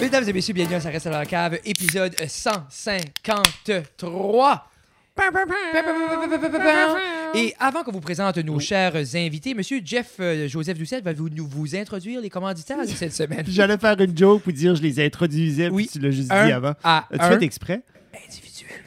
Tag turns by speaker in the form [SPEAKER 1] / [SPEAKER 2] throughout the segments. [SPEAKER 1] Mesdames et messieurs, bienvenue à Ça reste à la cave, épisode 153. Et avant qu'on vous présente nos chers invités, Monsieur Jeff euh, Joseph Doucette va vous, nous vous introduire les commanditaires de cette semaine.
[SPEAKER 2] J'allais faire une joke pour dire je les introduisais,
[SPEAKER 1] Oui.
[SPEAKER 2] puis tu l'as juste
[SPEAKER 1] Un
[SPEAKER 2] dit avant. Euh,
[SPEAKER 1] à
[SPEAKER 2] As-tu
[SPEAKER 1] un,
[SPEAKER 2] fait exprès?
[SPEAKER 1] individuellement.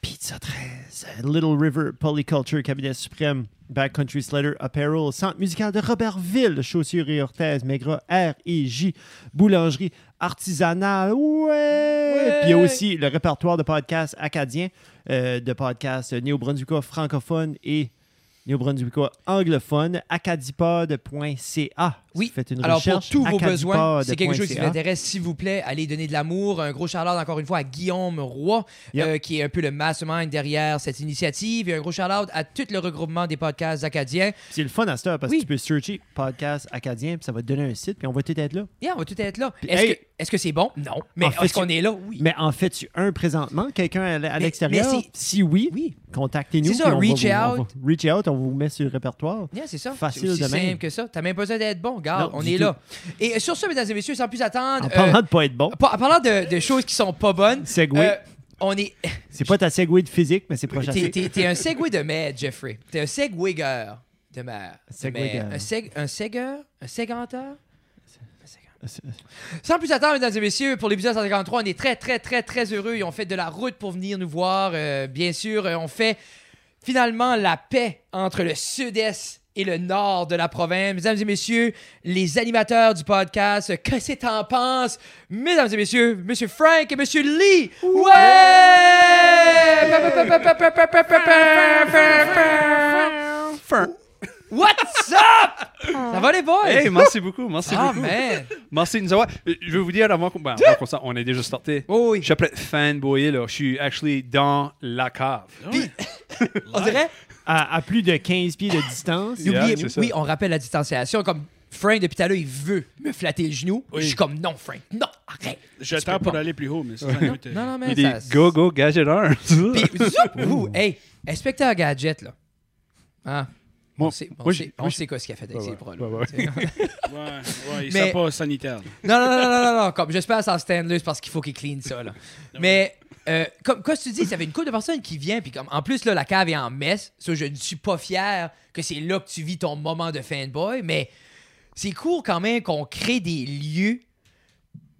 [SPEAKER 2] Pizza 13, Little River, Polyculture, Cabinet Suprême, Backcountry Slater, Apparel, Centre musical de Robertville, Chaussures et Orthèse, Maigrat, R et J, Boulangerie, Artisanale, ouais!
[SPEAKER 1] Ouais!
[SPEAKER 2] Puis il y a aussi le répertoire de podcasts acadiens, euh, de podcasts néo-brunswickois francophones et néo-brunswickois anglophones, acadipod.ca.
[SPEAKER 1] Oui.
[SPEAKER 2] Faites une
[SPEAKER 1] Alors, pour
[SPEAKER 2] recherche,
[SPEAKER 1] tous vos besoins, c'est quelque chose qui vous
[SPEAKER 2] acadipod.ca.
[SPEAKER 1] intéresse, s'il vous plaît, allez donner de l'amour. Un gros chaleur encore une fois à Guillaume Roy,
[SPEAKER 2] Yep.
[SPEAKER 1] euh, qui est un peu le mastermind derrière cette initiative. Et un gros shout-out à tout le regroupement des podcasts acadiens.
[SPEAKER 2] Puis C'est le fun à cette heure parce
[SPEAKER 1] Oui.
[SPEAKER 2] que tu peux searcher podcast acadien, puis ça va te donner un site, puis on va tout être là.
[SPEAKER 1] Yeah, on va tout être là.
[SPEAKER 2] Puis,
[SPEAKER 1] Est-ce
[SPEAKER 2] hey.
[SPEAKER 1] que- est-ce que c'est bon? Non. Mais
[SPEAKER 2] En fait,
[SPEAKER 1] est-ce qu'on est là? Oui.
[SPEAKER 2] Mais en fais-tu un présentement, quelqu'un à l- à
[SPEAKER 1] Mais-
[SPEAKER 2] l'extérieur?
[SPEAKER 1] mais c'est-
[SPEAKER 2] Si oui,
[SPEAKER 1] Oui.
[SPEAKER 2] contactez-nous.
[SPEAKER 1] C'est ça,
[SPEAKER 2] puis on va
[SPEAKER 1] reach
[SPEAKER 2] vous- on
[SPEAKER 1] out.
[SPEAKER 2] va- reach out, Euh, on vous met sur le répertoire.
[SPEAKER 1] Yeah, c'est ça.
[SPEAKER 2] Facile
[SPEAKER 1] c'est aussi
[SPEAKER 2] de même.
[SPEAKER 1] simple que ça. T'as même pas besoin d'être bon. Regarde,
[SPEAKER 2] Non,
[SPEAKER 1] on
[SPEAKER 2] du
[SPEAKER 1] est
[SPEAKER 2] tout.
[SPEAKER 1] là. Et euh, sur ce, mesdames et messieurs, sans plus attendre,
[SPEAKER 2] En
[SPEAKER 1] euh,
[SPEAKER 2] parlant de pas être bon,
[SPEAKER 1] pa- en parlant de, de choses qui sont pas bonnes,
[SPEAKER 2] Segway.
[SPEAKER 1] euh, on est.
[SPEAKER 2] c'est pas ta segway de physique, mais c'est proche à
[SPEAKER 1] T'es,
[SPEAKER 2] ça.
[SPEAKER 1] t'es- t'es un segway de mer, Jeffrey. T'es un segwaygueur de mer.
[SPEAKER 2] Segwaygueur.
[SPEAKER 1] Un, seg, un segueur? Un seganteur?
[SPEAKER 2] C'est-
[SPEAKER 1] Sans plus attendre, mesdames et messieurs, pour l'épisode 153, on est très, très, très, très heureux. Ils ont fait de la route pour venir nous voir. Euh, bien sûr, euh, on fait finalement la paix entre le sud-est et le nord de la province. Mesdames et messieurs, les animateurs du podcast, euh, que c'est en pense, mesdames et messieurs, Monsieur Frank et Monsieur Lee. Ouais! What's up? Ça va les boys?
[SPEAKER 3] Hey, merci beaucoup, merci
[SPEAKER 1] ah
[SPEAKER 3] beaucoup.
[SPEAKER 1] man!
[SPEAKER 3] Merci de nous avoir. Euh, Je veux vous dire avant qu'on. ben, avant qu'on sorte, on est déjà sorti.
[SPEAKER 1] Oh,
[SPEAKER 3] Je
[SPEAKER 1] oui.
[SPEAKER 3] suis prêt fanboyer, là. Je suis actually dans la cave.
[SPEAKER 1] On dirait
[SPEAKER 2] À, à plus de 15 pieds de distance.
[SPEAKER 3] Yeah,
[SPEAKER 1] N'oubliez-
[SPEAKER 3] c'est ça.
[SPEAKER 1] oui, on rappelle la distanciation. Comme Frank, depuis tout à l'heure, il veut me flatter le genou. Je suis comme non, Frank. Non, arrête.
[SPEAKER 4] J'attends pour aller plus haut, mais c'est euh,
[SPEAKER 1] Non, non, non, mais
[SPEAKER 3] Il
[SPEAKER 1] ça-
[SPEAKER 3] est go, go, gadget 1.
[SPEAKER 1] Puis, zoup, ouh, hey, inspecteur Gadget, là. Hein?
[SPEAKER 3] Moi-
[SPEAKER 1] on sait, on
[SPEAKER 3] moi,
[SPEAKER 1] sait-
[SPEAKER 3] j'ai-
[SPEAKER 1] on sait quoi ce qu'il a fait avec ses bras. là.
[SPEAKER 4] Ouais, ouais,
[SPEAKER 1] Mais-
[SPEAKER 4] il sent pas sanitaire. là.
[SPEAKER 1] Non, non, non, non, non, non, Comme j'espère sans Stanley, c'est parce qu'il faut qu'il clean ça, là. Mais, euh, comme, comme tu dis, ça fait une couple de personnes qui vient, puis comme, en plus, là, la cave est en messe. Ça, je ne suis pas fier que c'est là que tu vis ton moment de fanboy, mais c'est cool quand même qu'on crée des lieux,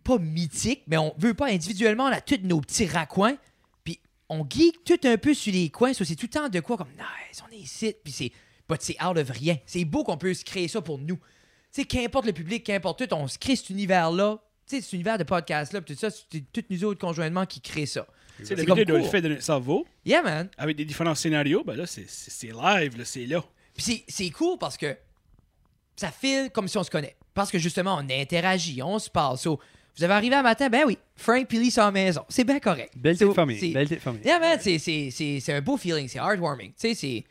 [SPEAKER 1] pas mythiques, mais on veut pas individuellement, on a tous nos petits raccoins, puis on geek tout un peu sur les coins. Ça, c'est tout le temps de quoi, comme, nice, on est ici, puis c'est, but c'est out of rien. C'est beau qu'on puisse créer ça pour nous tu sais, qu'importe le public, qu'importe tout, on se crée cet univers-là. Tu sais, cet univers de podcast-là, puis tout ça, c'est toutes nous autres conjointement qui créent ça.
[SPEAKER 4] Tu sais,
[SPEAKER 1] C'est
[SPEAKER 4] la
[SPEAKER 1] comme
[SPEAKER 4] vidéo doit le
[SPEAKER 1] court.
[SPEAKER 4] faire de notre cerveau,
[SPEAKER 1] Yeah, man.
[SPEAKER 4] avec des différents scénarios, ben là, c'est c'est- c'est live, là, c'est là.
[SPEAKER 1] Puis c'est- c'est cool parce que ça file comme si on se connaît. Parce que justement, on interagit, on se parle. So, vous avez arrivé un matin, ben oui, Frank puis Lee sont à la maison. C'est bien correct.
[SPEAKER 3] Belle
[SPEAKER 1] So,
[SPEAKER 3] petite famille.
[SPEAKER 1] c'est-
[SPEAKER 3] Belle petite famille.
[SPEAKER 1] Yeah, man, c'est- c'est c'est- c'est un beau feeling, c'est heartwarming. Tu sais, c'est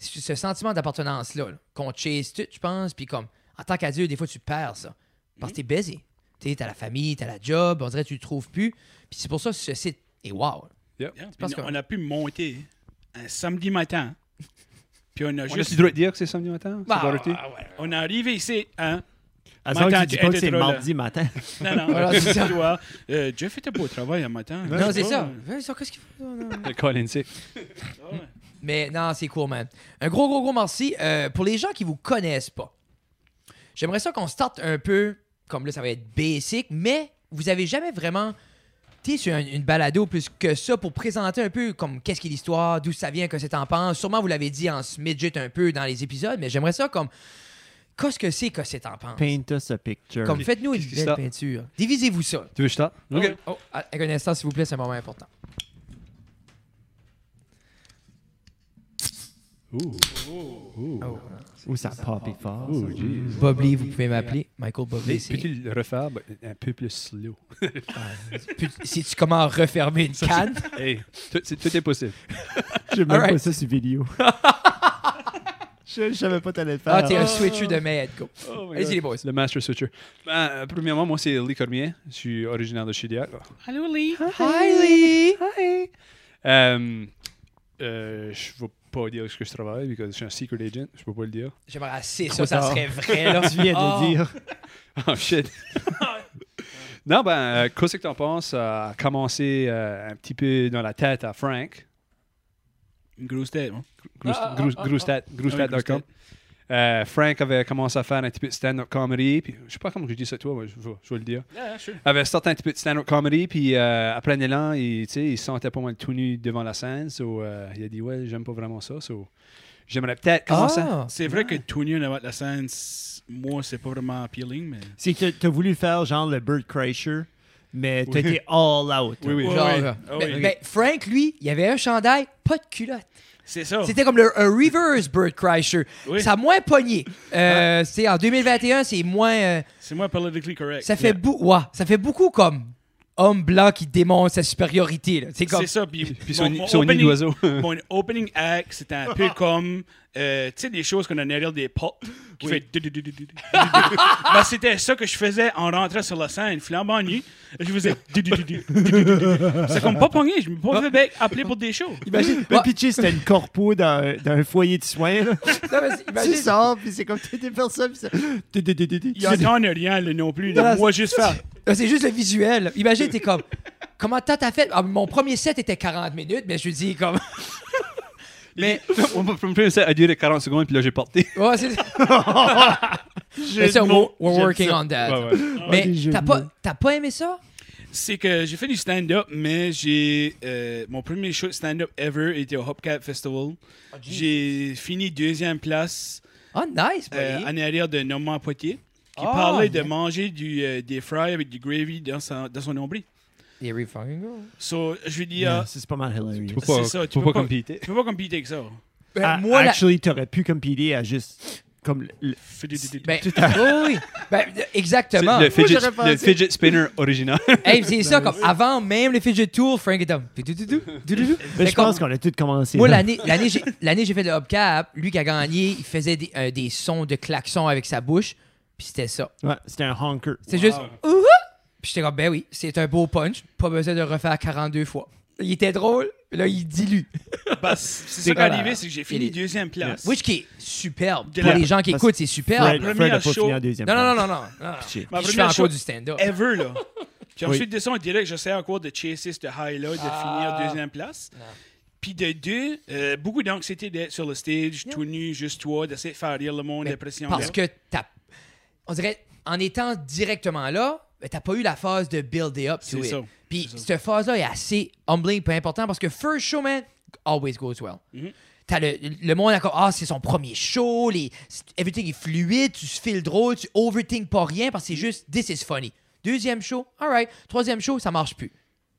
[SPEAKER 1] c'est ce sentiment d'appartenance-là, là, qu'on chase tout, je pense, puis comme, en tant qu'adulte, des fois, tu perds ça. Parce que t'es busy. Tu sais, t'as la famille, t'as la job, on dirait que tu le trouves plus. Puis c'est pour ça que ce site est wow.
[SPEAKER 3] Yeah.
[SPEAKER 4] Yeah.
[SPEAKER 1] parce
[SPEAKER 4] Hein? Puis
[SPEAKER 1] que-
[SPEAKER 4] On a pu monter un samedi matin, puis on a
[SPEAKER 3] On a-tu
[SPEAKER 4] juste...
[SPEAKER 3] le droit de dire que c'est samedi matin?
[SPEAKER 1] Bah,
[SPEAKER 3] C'est Dorothy?
[SPEAKER 1] ah, ouais.
[SPEAKER 4] On est arrivé ici, hein?
[SPEAKER 2] À savoir que
[SPEAKER 4] Matin,
[SPEAKER 2] tu dis
[SPEAKER 4] tu
[SPEAKER 2] pas
[SPEAKER 4] es
[SPEAKER 2] que c'est
[SPEAKER 4] trop là.
[SPEAKER 2] mardi matin.
[SPEAKER 4] Non, non,
[SPEAKER 1] Voilà, c'est ça.
[SPEAKER 4] tu vois, euh, Jeff était pas au travail un matin.
[SPEAKER 1] Non, c'est ça. Ouais, ça, qu'est-ce qu'il faut?
[SPEAKER 3] Le Colin, c'est.
[SPEAKER 4] Ah
[SPEAKER 1] Mais non, c'est cool, man. Un gros, gros, gros merci. Euh, pour les gens qui vous connaissent pas, j'aimerais ça qu'on starte un peu, comme là, ça va être basic, mais vous avez jamais vraiment été sur un- une balado plus que ça pour présenter un peu comme qu'est-ce qu'est l'histoire, d'où ça vient, que c'est en pense. Sûrement, vous l'avez dit en smidget un peu dans les épisodes, mais j'aimerais ça comme qu'est-ce que c'est que c'est en pense.
[SPEAKER 2] Paint us a picture.
[SPEAKER 1] Comme faites-nous une
[SPEAKER 3] Qu'est-ce qui
[SPEAKER 1] belle
[SPEAKER 3] se tape?
[SPEAKER 1] peinture. Divisez-vous ça.
[SPEAKER 3] Tu veux que je tape? OK.
[SPEAKER 1] Oh, à- avec un instant, s'il vous plaît, c'est un moment important.
[SPEAKER 2] Où ça pop est fort. ça.
[SPEAKER 1] Bob Lee, vous pouvez m'appeler. Michael Bob Lee.
[SPEAKER 3] Hey,
[SPEAKER 1] c'est-
[SPEAKER 3] Peux-tu le refaire ben, un peu plus slow?
[SPEAKER 1] Puis, Sais-tu comment refermer une canne?
[SPEAKER 3] Hey, tout c'est- tout est possible.
[SPEAKER 2] J'ai même
[SPEAKER 1] Alright.
[SPEAKER 2] pas ça sur vidéo. je, je savais pas t'allais le faire.
[SPEAKER 1] Ah, t'es un switcher de maître, go. Allez-y, les boys.
[SPEAKER 3] Le Master Switcher. Ben, euh, premièrement, moi, c'est Lee Cormier. Je suis originaire de Chidiac.
[SPEAKER 4] Allô, Lee?
[SPEAKER 1] Hi, Lee!
[SPEAKER 3] Euh, euh, je ne vais pas dire ce que je travaille, parce que je suis un secret agent. Je peux pas le dire.
[SPEAKER 1] J'aimerais assez ça,
[SPEAKER 2] Trop
[SPEAKER 1] ça
[SPEAKER 2] tard.
[SPEAKER 1] Ah! serait vrai, là.
[SPEAKER 2] Tu viens de
[SPEAKER 1] Oh.
[SPEAKER 2] dire.
[SPEAKER 3] Oh shit. Non, ben, euh, qu'est-ce que t'en penses? Ça a commencé euh, un petit peu dans la tête à Frank.
[SPEAKER 4] Une grosse tête, hein. moi.
[SPEAKER 1] Ah, ah, ah, ah,
[SPEAKER 3] Groustat.com. Euh, Frank avait commencé à faire un petit peu de stand-up comedy. Puis, je sais pas comment je dis ça, toi, mais je, vais- je vais le dire. avait sorti un petit peu de stand-up comedy, puis euh, après un élan, il, tu sais, il se sentait pas mal tout nu devant la scène. so, euh, il a dit Ouais, j'aime pas vraiment ça. so, J'aimerais peut-être commencer.
[SPEAKER 1] Ah!
[SPEAKER 4] C'est vrai que tout nu en avant de la scène, c- moi, c'est pas vraiment appealing, mais.
[SPEAKER 2] C'est que t'as voulu faire genre le Bird Crasher, mais t'as
[SPEAKER 3] Oui.
[SPEAKER 2] été all out.
[SPEAKER 3] Oui, oui.
[SPEAKER 4] Ouais,
[SPEAKER 1] Genre,
[SPEAKER 4] ouais.
[SPEAKER 1] là.
[SPEAKER 4] Ah,
[SPEAKER 1] Mais-
[SPEAKER 4] ouais.
[SPEAKER 1] mais Frank, lui, il avait un chandail, pas de culotte.
[SPEAKER 4] C'est ça.
[SPEAKER 1] C'était comme le, un reverse Bird Crasher.
[SPEAKER 4] Oh. Oui.
[SPEAKER 1] Ça a moins pogné. Euh, c'est- En 2021, c'est moins. euh,
[SPEAKER 4] C'est moi politically correct.
[SPEAKER 1] ça, fait beau- ouais, ça fait beaucoup comme homme blanc qui démontre sa supériorité. là. C'est comme.
[SPEAKER 4] C'est ça. Puis,
[SPEAKER 3] Puis
[SPEAKER 4] mon-
[SPEAKER 3] son,
[SPEAKER 4] mon
[SPEAKER 3] son nid
[SPEAKER 4] opening-
[SPEAKER 3] d'oiseau.
[SPEAKER 4] Mon opening act, c'était un peu comme, euh, tu sais, des choses qu'on a derrière des portes qui
[SPEAKER 2] Oui.
[SPEAKER 4] fait du- du- du- du- du- du- du- Ben, c'était ça que je faisais en rentrant sur la scène, flambant nu. Je faisais. du- du- du- du- du- du- du- du. C'est comme pas pogné. Je me pas fait bec- appeler pour des shows.
[SPEAKER 1] Imagine.
[SPEAKER 2] Le
[SPEAKER 1] Ouais,
[SPEAKER 2] pitcher, c'était une corpo dans, dans un foyer de soins. Là.
[SPEAKER 1] non, mais c'est-
[SPEAKER 2] tu
[SPEAKER 1] imagine-
[SPEAKER 2] sors, puis c'est comme t'étais personne, puis ça... Tu- tu- tu- tu- tu-
[SPEAKER 4] Ils entendent rien là, non plus. là.
[SPEAKER 1] Non, non,
[SPEAKER 4] Moi, juste faire.
[SPEAKER 1] Non, Ah, C'est juste le visuel. Imagine, t'es comme. Comment t'as t'as fait? Ah, mon premier set était 40 minutes, mais je dis comme. mais.
[SPEAKER 3] On peut me ça a duré 40 secondes, puis là, j'ai porté.
[SPEAKER 1] Ouais, c'est-
[SPEAKER 2] Jeu
[SPEAKER 1] mais ça,
[SPEAKER 2] de
[SPEAKER 1] we're,
[SPEAKER 2] mots.
[SPEAKER 1] we're
[SPEAKER 2] J'aime
[SPEAKER 1] working
[SPEAKER 2] ça.
[SPEAKER 1] on that.
[SPEAKER 3] Ouais, ouais.
[SPEAKER 2] des
[SPEAKER 1] Mais
[SPEAKER 2] jeux
[SPEAKER 1] t'as
[SPEAKER 2] de
[SPEAKER 1] pas,
[SPEAKER 2] mots.
[SPEAKER 1] t'as pas aimé ça?
[SPEAKER 4] C'est que j'ai fait du stand-up, mais j'ai. euh, mon premier show de stand-up ever était au Hopcat Festival.
[SPEAKER 1] Ah,
[SPEAKER 4] j'ai fini deuxième place
[SPEAKER 1] Oh, nice, buddy.
[SPEAKER 4] euh, en arrière de Normand Poitier, qui
[SPEAKER 1] Ah,
[SPEAKER 4] parlait de
[SPEAKER 1] mais-
[SPEAKER 4] manger du, euh, des fries avec du gravy dans son, dans son nombril.
[SPEAKER 1] Here we fucking go.
[SPEAKER 4] So, je lui dis,
[SPEAKER 2] Yeah,
[SPEAKER 4] euh,
[SPEAKER 2] ça, C'est pas mal hilarious.
[SPEAKER 3] Faut pas,
[SPEAKER 4] C'est ça, tu
[SPEAKER 3] faut
[SPEAKER 4] peux
[SPEAKER 3] pas
[SPEAKER 4] pas-
[SPEAKER 3] compiter.
[SPEAKER 4] tu peux pas compiter avec ça.
[SPEAKER 1] Ben,
[SPEAKER 2] Ah,
[SPEAKER 1] moi, la-
[SPEAKER 2] actually, t'aurais pu compiler à juste... Comme le- le-
[SPEAKER 1] Ben, oui, oui. Ben,
[SPEAKER 3] C'est
[SPEAKER 1] exactement.
[SPEAKER 3] Le, fidget,
[SPEAKER 2] j'aurais pensé-
[SPEAKER 3] le fidget spinner original.
[SPEAKER 1] Hey, c'est ça,
[SPEAKER 2] Ben,
[SPEAKER 1] comme avant même le fidget tour, Frank est homme.
[SPEAKER 2] Mais je
[SPEAKER 1] comme-
[SPEAKER 2] pense qu'on a tout commencé.
[SPEAKER 1] Moi,
[SPEAKER 2] là.
[SPEAKER 1] l'année, l'année, j'ai, l'année, j'ai fait le hubcap. Lui qui a gagné, il faisait des, euh, des sons de klaxon avec sa bouche. Puis c'était ça.
[SPEAKER 2] Ouais, c'était un honker.
[SPEAKER 1] C'est juste. Ouhou! Puis j'étais comme, ben oui, c'est un beau punch. Pas besoin de le refaire 42 fois. Il était drôle, puis là, il dilue. c'est
[SPEAKER 4] c'est ça qui est
[SPEAKER 1] quoi,
[SPEAKER 4] arrivé,
[SPEAKER 1] la-
[SPEAKER 4] c'est que j'ai fini
[SPEAKER 1] il-
[SPEAKER 4] deuxième place.
[SPEAKER 1] Which qui est superbe.
[SPEAKER 4] De
[SPEAKER 1] Pour
[SPEAKER 4] la-
[SPEAKER 1] les gens qui
[SPEAKER 2] parce-
[SPEAKER 1] écoutent, c'est superbe.
[SPEAKER 2] Fred,
[SPEAKER 4] première
[SPEAKER 2] Fred a pas
[SPEAKER 4] show-
[SPEAKER 2] fini en deuxième.
[SPEAKER 1] Non, non,
[SPEAKER 2] place.
[SPEAKER 1] non, non, non. non, non.
[SPEAKER 2] Pitché.
[SPEAKER 1] Puis je fais
[SPEAKER 4] première
[SPEAKER 1] encore
[SPEAKER 4] show
[SPEAKER 1] du stand-up.
[SPEAKER 4] Ever, là. Puis
[SPEAKER 2] Oui.
[SPEAKER 4] ensuite de ça, on dirait que j'essaie encore de chasser ce high-là, de
[SPEAKER 1] Ah.
[SPEAKER 4] finir deuxième place.
[SPEAKER 1] Non.
[SPEAKER 4] Puis de deux, euh, beaucoup d'anxiété d'être sur le stage,
[SPEAKER 1] Yeah.
[SPEAKER 4] tout nu, juste toi, d'essayer de faire rire le monde,
[SPEAKER 1] Mais
[SPEAKER 4] la pression.
[SPEAKER 1] Ben, Parce
[SPEAKER 4] là.
[SPEAKER 1] que t'as. On dirait, en étant directement là, ben, t'as pas eu la phase de build it up to
[SPEAKER 4] C'est
[SPEAKER 1] it.
[SPEAKER 4] ça.
[SPEAKER 1] Puis
[SPEAKER 4] C'est ça.
[SPEAKER 1] cette phase-là est assez humbling peu important parce que first show, man, always goes well.
[SPEAKER 4] Mhm.
[SPEAKER 1] T'as le, le monde a comme, ah, c'est son premier show, les, everything est fluide, tu se files drôle, tu overthink pas rien parce que c'est
[SPEAKER 4] Mhm.
[SPEAKER 1] juste, this is funny. Deuxième show, alright. Troisième show, ça marche plus.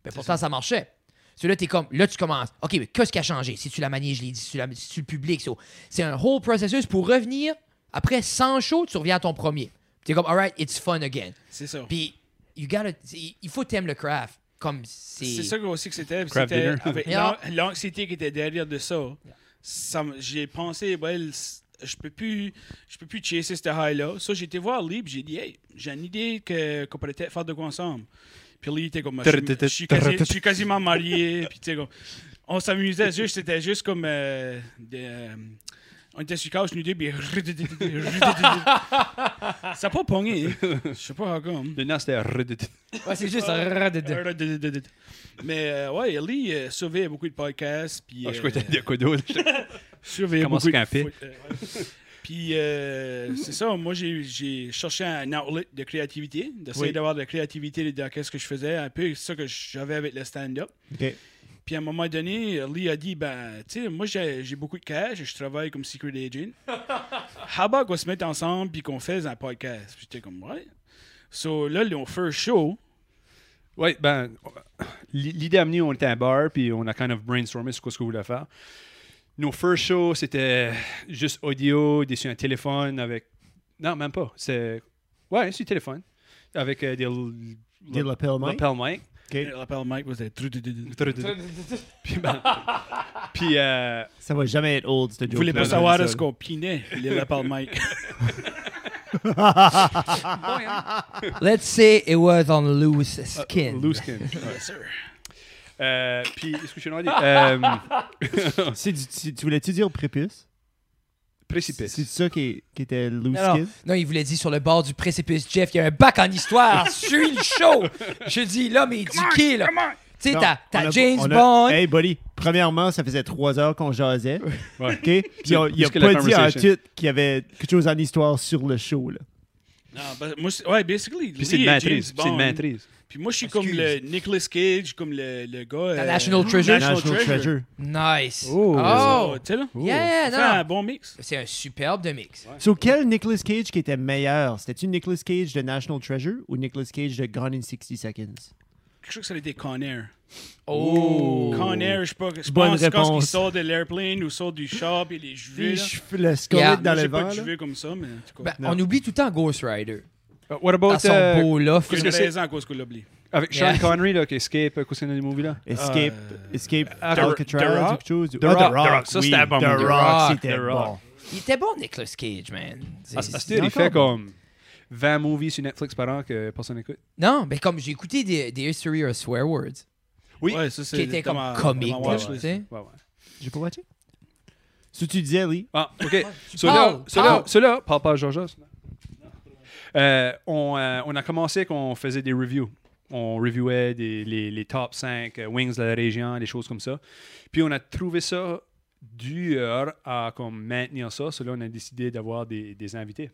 [SPEAKER 1] Mais Ben, pourtant, ça marchait. Celui-là, t'es comme, là, tu commences. OK, mais qu'est-ce qui a changé? Si tu la manies, je l'ai dit, si tu, la, si tu le public, so- c'est un whole processus pour revenir. Après 100 shows, tu reviens à ton premier. T'es comme, alright, it's fun again.
[SPEAKER 4] C'est ça.
[SPEAKER 1] Puis, you gotta, c'est- il faut t'aimer le craft. Comme c'est.
[SPEAKER 4] C'est ça que aussi que c'était.
[SPEAKER 3] Crab
[SPEAKER 4] C'était
[SPEAKER 3] dinner.
[SPEAKER 4] avec
[SPEAKER 1] Yeah.
[SPEAKER 4] l'an- l'anxiété qui était derrière de ça. ça m- j'ai pensé, well, s- je peux plus, je peux plus chasser ce high-là. Ça, j'ai été voir Lee, puis j'ai dit, hey, j'ai une idée que- qu'on pourrait peut-être faire de quoi ensemble. Puis Lee était comme, je suis- je suis quasi- je suis quasiment marié. Puis tu sais, comme, on s'amusait juste, c'était juste comme. euh, de, euh, on était sur le couch, nous deux, puis. Ça n'a pas pogné. hein. Je sais pas comment.
[SPEAKER 3] Le nom, c'était Reddit.
[SPEAKER 1] Ouais, c'est juste.
[SPEAKER 4] Mais euh, ouais, Lee euh, surveille beaucoup de podcasts. Puis,
[SPEAKER 3] Ah, Je
[SPEAKER 4] euh,
[SPEAKER 3] crois que t'as dit à quoi d'autre.
[SPEAKER 4] surveille
[SPEAKER 3] Comment
[SPEAKER 4] beaucoup
[SPEAKER 3] se camper.
[SPEAKER 4] de- euh, ouais. Puis euh, c'est ça, moi j'ai- j'ai cherché un outlet de créativité, d'essayer
[SPEAKER 2] Oui.
[SPEAKER 4] d'avoir de la créativité dans qu'est-ce que je faisais, un peu ça que j'avais avec le stand-up.
[SPEAKER 2] Ok.
[SPEAKER 4] Puis à un moment donné, Lee a dit ben, tu sais, moi j'ai j'ai beaucoup de cash, je travaille comme secret agent. How about qu'on se mette ensemble puis qu'on fasse un podcast. Puis j'étais comme ouais. So là, le first show,
[SPEAKER 3] Oui, ben, l- l'idée a mené, on était à un bar, puis on a kind of brainstormé sur quoi ce qu'on voulait faire. Nos first shows, c'était juste audio, des sur un téléphone avec. Non, même pas. C'est. Ouais, sur le téléphone. Avec euh, des. l-
[SPEAKER 2] Des lapel mic.
[SPEAKER 3] lapel mic.
[SPEAKER 2] Ok.
[SPEAKER 4] le rappel Mike was like,
[SPEAKER 3] puis, ben, puis, euh,
[SPEAKER 2] Ça va jamais être old, cette joke.
[SPEAKER 4] Vous voulez pas
[SPEAKER 3] Non, non,
[SPEAKER 4] savoir
[SPEAKER 3] c'est
[SPEAKER 4] ce
[SPEAKER 3] ça.
[SPEAKER 4] qu'on pinait, le rappel Mike.
[SPEAKER 1] Let's say it was on
[SPEAKER 4] Euh,
[SPEAKER 1] loose skin.
[SPEAKER 3] Loose skin. Ouais.
[SPEAKER 4] Yes, sir.
[SPEAKER 3] Euh, puis, est-ce que je suis en train de dire? Euh,
[SPEAKER 2] C'est du- tu, tu voulais-tu dire prépuce?
[SPEAKER 3] Précipice.
[SPEAKER 2] C'est ça qui, qui était loose
[SPEAKER 1] Non,
[SPEAKER 2] kid?
[SPEAKER 1] non, non, il voulait dit sur le bord du précipice, Jeff, il y a un bac en histoire, suis le show. Je dis, là, mais
[SPEAKER 4] Come on,
[SPEAKER 1] éduqué, là.
[SPEAKER 4] come on.
[SPEAKER 1] Tu sais,
[SPEAKER 2] Non,
[SPEAKER 1] t'as
[SPEAKER 2] on
[SPEAKER 1] t'as
[SPEAKER 2] a-
[SPEAKER 1] James
[SPEAKER 2] on a-
[SPEAKER 1] Bond.
[SPEAKER 2] Hey, buddy, premièrement, ça faisait trois heures qu'on jasait.
[SPEAKER 3] Ouais.
[SPEAKER 2] OK? Puis on- il a
[SPEAKER 3] plus que la
[SPEAKER 2] pas dit en
[SPEAKER 3] conversation.
[SPEAKER 2] titre qu'il y avait quelque chose en histoire sur le show. Là.
[SPEAKER 4] Non, bah, moi, c'est- ouais, basically.
[SPEAKER 3] Puis c'est
[SPEAKER 4] lui
[SPEAKER 3] une
[SPEAKER 4] et
[SPEAKER 3] maîtrise.
[SPEAKER 4] James
[SPEAKER 3] C'est une
[SPEAKER 4] Bond.
[SPEAKER 3] maîtrise.
[SPEAKER 4] Puis moi, je suis comme
[SPEAKER 1] Excuse.
[SPEAKER 4] le Nicolas Cage, comme le, le gars. euh,
[SPEAKER 1] National Treasure.
[SPEAKER 4] National, Treasure.
[SPEAKER 1] Nice.
[SPEAKER 3] Oh.
[SPEAKER 1] Oh.
[SPEAKER 4] Tu sais, là.
[SPEAKER 1] Yeah,
[SPEAKER 4] Ça fait
[SPEAKER 1] non,
[SPEAKER 4] un
[SPEAKER 1] non.
[SPEAKER 4] bon mix.
[SPEAKER 1] C'est un superbe de mix.
[SPEAKER 2] So, quel Nicolas Cage qui était meilleur? C'était-tu Nicolas Cage de National Treasure ou Nicolas Cage de Gone in 60 Seconds?
[SPEAKER 4] Je crois que ça a été Con Air.
[SPEAKER 1] Oh.
[SPEAKER 4] Con Air, je sais pas. Je
[SPEAKER 2] Bonne
[SPEAKER 4] pense que quand il
[SPEAKER 2] réponse.
[SPEAKER 4] sort de l'airplane ou sort du char, puis les
[SPEAKER 2] Puis
[SPEAKER 4] cheveux. là.
[SPEAKER 2] je fais le squelette
[SPEAKER 1] Yeah.
[SPEAKER 2] dans
[SPEAKER 4] Moi,
[SPEAKER 2] le
[SPEAKER 4] J'ai pas
[SPEAKER 2] vent.
[SPEAKER 4] de
[SPEAKER 2] là.
[SPEAKER 4] cheveux comme ça, mais en tout cas.
[SPEAKER 1] Ben, on oublie tout le temps Ghost Rider.
[SPEAKER 3] Uh, what about
[SPEAKER 1] Dans son
[SPEAKER 3] euh,
[SPEAKER 1] beau loft.
[SPEAKER 4] Qu'est-ce
[SPEAKER 1] là.
[SPEAKER 4] que c'est raison à cause qu'on l'oublie?
[SPEAKER 3] avec Sean
[SPEAKER 1] Yeah.
[SPEAKER 3] Connery là, qui escape euh, qu'est-ce qu'il y a dans le movie là
[SPEAKER 2] Escape,
[SPEAKER 4] Euh,
[SPEAKER 2] Escape
[SPEAKER 3] ah, The-
[SPEAKER 2] Alcatraz
[SPEAKER 3] The
[SPEAKER 2] ou
[SPEAKER 3] Rock?
[SPEAKER 2] quelque chose. Oh,
[SPEAKER 3] The Rock, The Rock, ça,
[SPEAKER 2] oui.
[SPEAKER 3] c'était un bon
[SPEAKER 2] The
[SPEAKER 3] movie.
[SPEAKER 1] The
[SPEAKER 2] Rock,
[SPEAKER 1] Rock,
[SPEAKER 2] c'était
[SPEAKER 3] The
[SPEAKER 2] bon.
[SPEAKER 3] Rock.
[SPEAKER 1] Il était bon, Nicolas Cage, man.
[SPEAKER 3] À
[SPEAKER 1] C'est-
[SPEAKER 3] ce
[SPEAKER 1] c'est-
[SPEAKER 3] style, il
[SPEAKER 2] encore
[SPEAKER 3] fait
[SPEAKER 2] bon.
[SPEAKER 3] comme 20 movies sur Netflix par an que personne n'écoute.
[SPEAKER 1] Non, mais comme j'ai écouté des, des History or Swear Words,
[SPEAKER 3] Oui.
[SPEAKER 4] Ouais, ça, c'est
[SPEAKER 1] qui étaient
[SPEAKER 4] dans
[SPEAKER 1] comme
[SPEAKER 4] ma- dans
[SPEAKER 1] comiques,
[SPEAKER 4] ma
[SPEAKER 1] là,
[SPEAKER 4] watchlist.
[SPEAKER 1] tu sais.
[SPEAKER 3] Ouais, ouais.
[SPEAKER 2] J'ai pas watché. Ce que tu disais, Lee.
[SPEAKER 3] Ah, OK.
[SPEAKER 1] Tu
[SPEAKER 3] Ceux-là,
[SPEAKER 1] parles, Ah.
[SPEAKER 3] ceux-là,
[SPEAKER 1] parle.
[SPEAKER 3] ceux-là, parle pas à Georges. Euh, on, euh, on a commencé qu'on faisait des reviews. On reviewait des, les, les top 5 euh, wings de la région, des choses comme ça. Puis on a trouvé ça dur à comme, maintenir ça. Cela, on a décidé d'avoir des, des invités.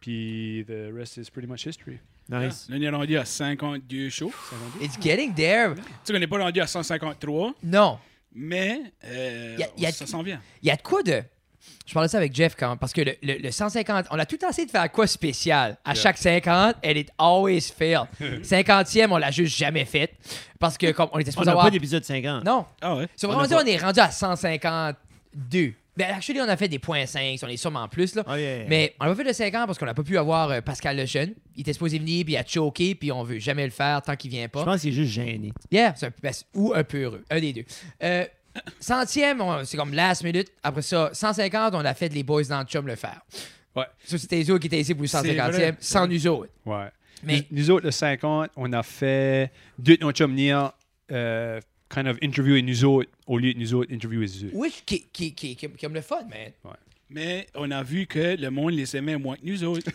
[SPEAKER 3] Puis the rest is pretty much history.
[SPEAKER 2] Nice.
[SPEAKER 4] Là, on est rendu à 52 shows.
[SPEAKER 3] Ça va bien?
[SPEAKER 1] It's getting there.
[SPEAKER 4] Tu sais qu'on n'est pas rendu à 153,
[SPEAKER 1] Non.
[SPEAKER 4] mais euh,
[SPEAKER 1] Y a- y a-
[SPEAKER 4] ça s'en vient.
[SPEAKER 1] Il y a de quoi de. Je parlais de ça avec Jeff quand. Parce que le, le- le 150, on a tout essayé de faire quoi spécial. À chaque 50, elle est always failed. 50e, on l'a juste jamais faite. Parce que comme on était
[SPEAKER 2] On
[SPEAKER 1] supposé
[SPEAKER 2] n'a
[SPEAKER 1] avoir.
[SPEAKER 2] pas d'épisode 50.
[SPEAKER 1] Non.
[SPEAKER 4] Ah ouais?
[SPEAKER 1] Sur
[SPEAKER 2] On
[SPEAKER 1] vraiment
[SPEAKER 2] a
[SPEAKER 1] dit,
[SPEAKER 2] pas-
[SPEAKER 1] on est rendu à 152. Ben, actually, on a fait des points 5, on est sûrement plus, là.
[SPEAKER 2] Oh, yeah, yeah.
[SPEAKER 1] Mais on a pas fait de 5 ans parce qu'on n'a pas pu avoir euh, Pascal Lejeune. Il était supposé venir, puis il a choqué, puis on veut jamais le faire tant qu'il vient
[SPEAKER 2] Je
[SPEAKER 1] pas.
[SPEAKER 2] pense qu'il est juste gêné.
[SPEAKER 1] Yeah, c'est un- ben, c'est- ou un peu heureux, un des deux. Euh, centième, on- c'est comme last minute. Après ça, 150, on a fait les boys dans le chum le faire.
[SPEAKER 3] Ouais.
[SPEAKER 1] Ça, c'était les autres qui étaient ici pour le
[SPEAKER 4] C'est
[SPEAKER 1] 150e,
[SPEAKER 4] vrai.
[SPEAKER 1] sans nous autres.
[SPEAKER 3] Ouais.
[SPEAKER 1] Mais-
[SPEAKER 3] Nous, nous autres, le 50, on a fait deux de nos chums venir, euh, kind of interviewer nous autres au lieu de nous autres interviewer eux.
[SPEAKER 1] Oui, qui, qui, qui, qui- comme le fun, man.
[SPEAKER 4] Mais on a vu que le monde les aimait moins que nous autres.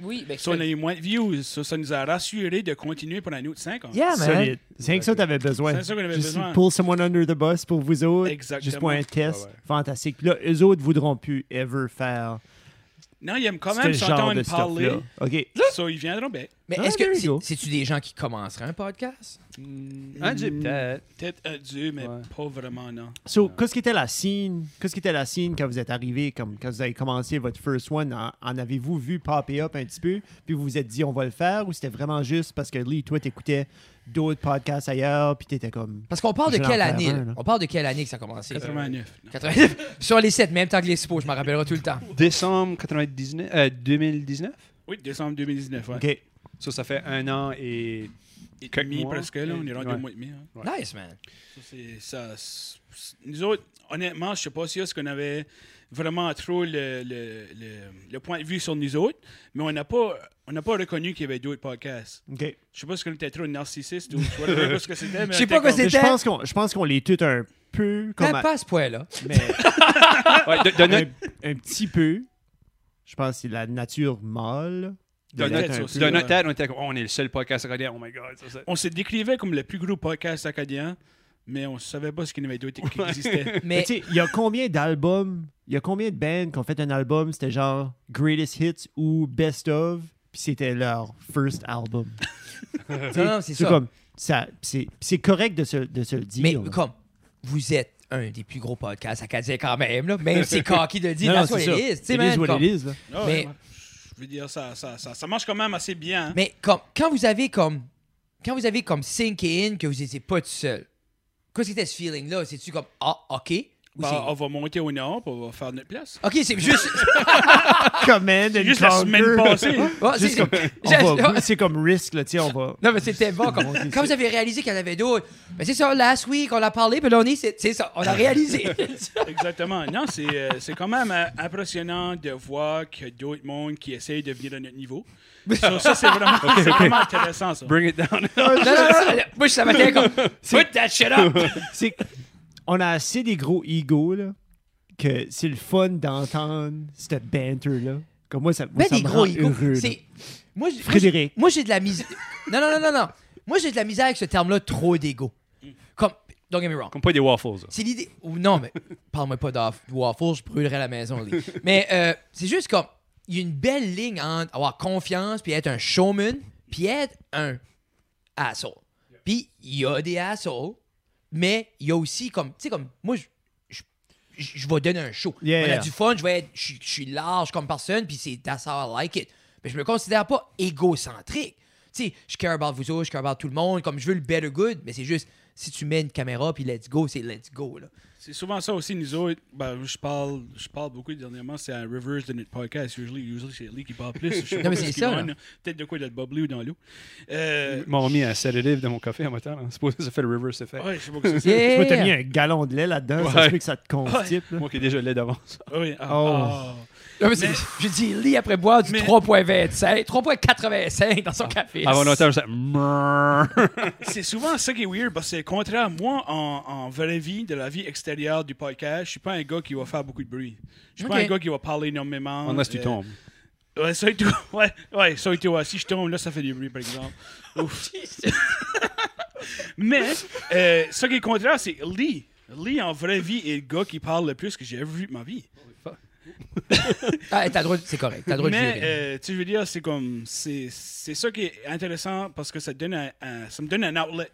[SPEAKER 1] Oui, ben,
[SPEAKER 4] ça, on a eu moins de views. Ça, ça nous a rassurés de continuer pendant nos 5 ans.
[SPEAKER 1] Yeah, man.
[SPEAKER 2] Solide. C'est rien que ça que t'avais besoin.
[SPEAKER 4] C'est ça qu'on avait
[SPEAKER 2] Juste
[SPEAKER 4] besoin.
[SPEAKER 2] Pull someone under the bus pour vous autres.
[SPEAKER 4] Exactement.
[SPEAKER 2] Juste pour un test.
[SPEAKER 3] Ah ouais.
[SPEAKER 2] Fantastique. Puis là, eux autres voudront plus ever faire
[SPEAKER 4] Non, ils aiment quand
[SPEAKER 2] ce
[SPEAKER 4] même
[SPEAKER 2] genre de
[SPEAKER 4] s'entendre
[SPEAKER 2] stuff-là.
[SPEAKER 1] Hein?
[SPEAKER 4] parler.
[SPEAKER 2] OK.
[SPEAKER 4] So, ils viendront bien.
[SPEAKER 1] Mais
[SPEAKER 2] Ah,
[SPEAKER 1] est-ce
[SPEAKER 2] there
[SPEAKER 1] que
[SPEAKER 2] you go.
[SPEAKER 1] c'est- c'est-tu des gens qui commenceraient un podcast?
[SPEAKER 3] Un
[SPEAKER 4] Hmm.
[SPEAKER 3] jeep, peut-être.
[SPEAKER 4] Peut-être à Dieu, mais
[SPEAKER 3] Ouais.
[SPEAKER 4] pas vraiment, non.
[SPEAKER 2] So, qu'est-ce qui était la scene? Qu'est-ce qui était la scene quand vous êtes arrivé, comme quand vous avez commencé votre first one? En, en avez-vous vu popper up un petit peu? Puis vous vous êtes dit, on va le faire? Ou c'était vraiment juste parce que Lee, toi, t'écoutais d'autres podcasts ailleurs, puis t'étais comme.
[SPEAKER 1] Parce qu'on parle de
[SPEAKER 2] J'en
[SPEAKER 1] quelle
[SPEAKER 2] fais
[SPEAKER 1] année?
[SPEAKER 2] avant,
[SPEAKER 1] là?
[SPEAKER 2] là.
[SPEAKER 1] On parle de quelle année que ça a commencé?
[SPEAKER 4] 89.
[SPEAKER 1] 89. Sur les 7, même temps que les suppos, je m'en rappellerai tout le temps.
[SPEAKER 3] Décembre 99, euh, 2019.
[SPEAKER 4] Oui, décembre 2019. Ouais.
[SPEAKER 2] OK.
[SPEAKER 3] Ça, ça fait un an et.
[SPEAKER 4] Et
[SPEAKER 3] Quelques
[SPEAKER 4] mi
[SPEAKER 3] mois.
[SPEAKER 4] presque, là. On est rendu
[SPEAKER 3] Ouais.
[SPEAKER 4] au mois de mi. hein.
[SPEAKER 3] Ouais.
[SPEAKER 1] Nice, man.
[SPEAKER 4] Ça, c'est- ça, c'est- nous autres, honnêtement, je sais pas si est-ce qu'on avait vraiment trop le, le, le, le point de vue sur nous autres, mais on n'a pas, on n'a pas reconnu qu'il y avait d'autres podcasts.
[SPEAKER 2] OK.
[SPEAKER 4] Je sais pas si on était trop narcissiste ou je sais pas ce que c'était. mais
[SPEAKER 1] Je sais
[SPEAKER 4] on
[SPEAKER 1] pas
[SPEAKER 4] était
[SPEAKER 1] quoi
[SPEAKER 4] comme-
[SPEAKER 2] Mais Je
[SPEAKER 1] C'était-
[SPEAKER 2] pense qu'on je pense qu'on les tute un peu comme.
[SPEAKER 1] T'as
[SPEAKER 2] à-
[SPEAKER 1] pas à ce point-là.
[SPEAKER 2] mais-
[SPEAKER 3] Ouais, de, de
[SPEAKER 2] un,
[SPEAKER 3] notre,
[SPEAKER 2] un petit peu. Je pense que c'est la nature molle.
[SPEAKER 3] de
[SPEAKER 4] Peut-être
[SPEAKER 3] notre-
[SPEAKER 4] ça aussi,
[SPEAKER 3] de
[SPEAKER 4] ouais.
[SPEAKER 3] notre tête, on était comme, oh, on est le seul podcast canadien. Oh my god. Ça, ça.
[SPEAKER 4] On se décrivait comme le plus gros podcast acadien, mais on savait pas ce qu'il y en avait d'autres qui existaient.
[SPEAKER 2] Mais
[SPEAKER 1] Mais
[SPEAKER 2] tu sais, il y a combien d'albums, il y a combien de bands qui ont fait un album, c'était genre Greatest Hits ou Best of, puis c'était leur first album.
[SPEAKER 1] non, non, c'est
[SPEAKER 2] C'est
[SPEAKER 1] ça.
[SPEAKER 2] comme, ça, pis c'est pis c'est correct de se, de se le dire.
[SPEAKER 1] Mais
[SPEAKER 2] là.
[SPEAKER 1] comme, vous êtes un des plus gros podcasts acadiens quand même, là. Même si c'est cocky de dire,
[SPEAKER 2] Non, non,
[SPEAKER 1] that's what
[SPEAKER 2] c'est
[SPEAKER 1] it is.
[SPEAKER 2] ça.
[SPEAKER 1] Tu sais,
[SPEAKER 2] It
[SPEAKER 1] man,
[SPEAKER 2] is what
[SPEAKER 1] comme-
[SPEAKER 2] it is, là.
[SPEAKER 4] Ah ouais,
[SPEAKER 1] Mais-
[SPEAKER 4] moi, je veux dire, ça, ça, ça, ça marche quand même assez bien. hein.
[SPEAKER 1] Mais comme, quand vous avez comme, quand vous avez comme sink in que vous étiez pas tout seul, qu'est-ce que c'était ce feeling-là? C'est-tu comme, ah, OK? Ou
[SPEAKER 4] Bah, oh.
[SPEAKER 1] c'est-
[SPEAKER 4] on va monter au nord, puis on va faire notre place.
[SPEAKER 1] OK, c'est juste...
[SPEAKER 2] Command and
[SPEAKER 4] Juste la
[SPEAKER 2] Conquer.
[SPEAKER 4] semaine passée.
[SPEAKER 1] Ah, c'est-
[SPEAKER 2] Juste comme, on
[SPEAKER 1] j'ai-
[SPEAKER 2] va- c'est comme Risk, là, tu sais, on va...
[SPEAKER 1] Non, mais c'était bon. Comme, quand vous avez réalisé qu'il y en avait d'autres, ben c'est ça, last week, on a parlé, puis là, on est, c'est c'est ça, on a réalisé.
[SPEAKER 4] Exactement. Non, c'est euh, c'est quand même euh, impressionnant de voir qu'il y a d'autres mondes qui essayent de venir à notre niveau. Ça, ça, c'est vraiment, c'est vraiment intéressant, ça.
[SPEAKER 3] Bring it down.
[SPEAKER 1] non, non, non, non, moi, je ça m'attendais comme, put that shit up.
[SPEAKER 2] C'est- On a assez des gros egos, là, que c'est le fun d'entendre cette banter-là. Comme moi, ça, moi,
[SPEAKER 1] Ben
[SPEAKER 2] ça
[SPEAKER 1] des
[SPEAKER 2] me
[SPEAKER 1] gros
[SPEAKER 2] rend
[SPEAKER 1] icônes.
[SPEAKER 2] heureux. là.
[SPEAKER 1] C'est- Moi, j'ai- moi, j'ai-
[SPEAKER 2] Frédéric.
[SPEAKER 1] moi, j'ai de la misère. non, non, non, non, non. Moi, j'ai de la misère avec ce terme-là, trop d'ego. Comme, don't get me wrong.
[SPEAKER 3] Comme pas des waffles.
[SPEAKER 1] C'est l'idée. ou non, mais parle-moi pas d'off- de waffle, je brûlerai la maison. Lee. mais euh, c'est juste comme, il y a une belle ligne entre avoir confiance, puis être un showman, puis être un asshole. Puis il y a des assholes, mais il y a aussi comme, tu sais, comme, moi, je. je- Je je vais donner un show.
[SPEAKER 2] Yeah,
[SPEAKER 1] On a
[SPEAKER 2] yeah.
[SPEAKER 1] du fun, je vais être- je suis- je suis large comme personne, puis c'est that's how I like it. Mais je me considère pas égocentrique. Tu sais, je care about vous autres, je care about tout le monde, comme je veux le better good, mais c'est juste, si tu mets une caméra, puis let's go, c'est let's go, là.
[SPEAKER 4] C'est souvent ça aussi, nous autres. Ben, je parle, je parle beaucoup dernièrement, c'est à Reverse de notre podcast. Usually, usually c'est lui qui parle plus. Je sais
[SPEAKER 1] Non,
[SPEAKER 4] pas
[SPEAKER 1] mais
[SPEAKER 4] ce
[SPEAKER 1] c'est
[SPEAKER 4] qu'il
[SPEAKER 1] ça,
[SPEAKER 4] gagne,
[SPEAKER 1] là.
[SPEAKER 4] là. Peut-être de quoi d'être boblé ou dans l'eau. Euh,
[SPEAKER 3] Ils m'ont mis un sedative dans mon café en même temps. là. C'est pour ça que ça fait le reverse effect.
[SPEAKER 4] ouais, je sais pas que c'est.
[SPEAKER 2] Tu vois,
[SPEAKER 1] Yeah!
[SPEAKER 2] t'as mis un gallon de lait là-dedans, ça se
[SPEAKER 3] Ouais.
[SPEAKER 2] peut que ça te constipe. là.
[SPEAKER 3] Moi qui ai déjà l'aide d'avance.
[SPEAKER 4] Oui, ah,
[SPEAKER 2] Oh.
[SPEAKER 4] ah.
[SPEAKER 1] Non, mais c'est- Je dis, lit après boire du
[SPEAKER 4] Mais-
[SPEAKER 1] 3.25, 3.85 dans son café.
[SPEAKER 3] Avant longtemps, je disais.
[SPEAKER 4] C'est souvent ça qui est weird parce que contraire à moi en, en vraie vie, de la vie extérieure du podcast, je suis pas un gars qui va faire beaucoup de bruit. Je suis pas
[SPEAKER 1] Ok.
[SPEAKER 4] un gars qui va parler énormément.
[SPEAKER 3] On a si tu
[SPEAKER 4] Euh,
[SPEAKER 3] tombes.
[SPEAKER 4] Ouais, ça et tout. Ouais, ouais, ça et tout. ouais. Si je tombe, là, ça fait du bruit, par exemple. Ouf. Mais, euh, ce qui est contraire, c'est Lee. Lee, en vraie vie, est le gars qui parle le plus que j'ai jamais vu de ma vie.
[SPEAKER 1] Ah, t'as le droit, de- c'est correct, t'as le droit de
[SPEAKER 4] Mais,
[SPEAKER 1] jurer.
[SPEAKER 4] euh, tu sais, je veux dire, c'est comme. C'est c'est ça qui est intéressant parce que ça, donne un, un- ça me donne un outlet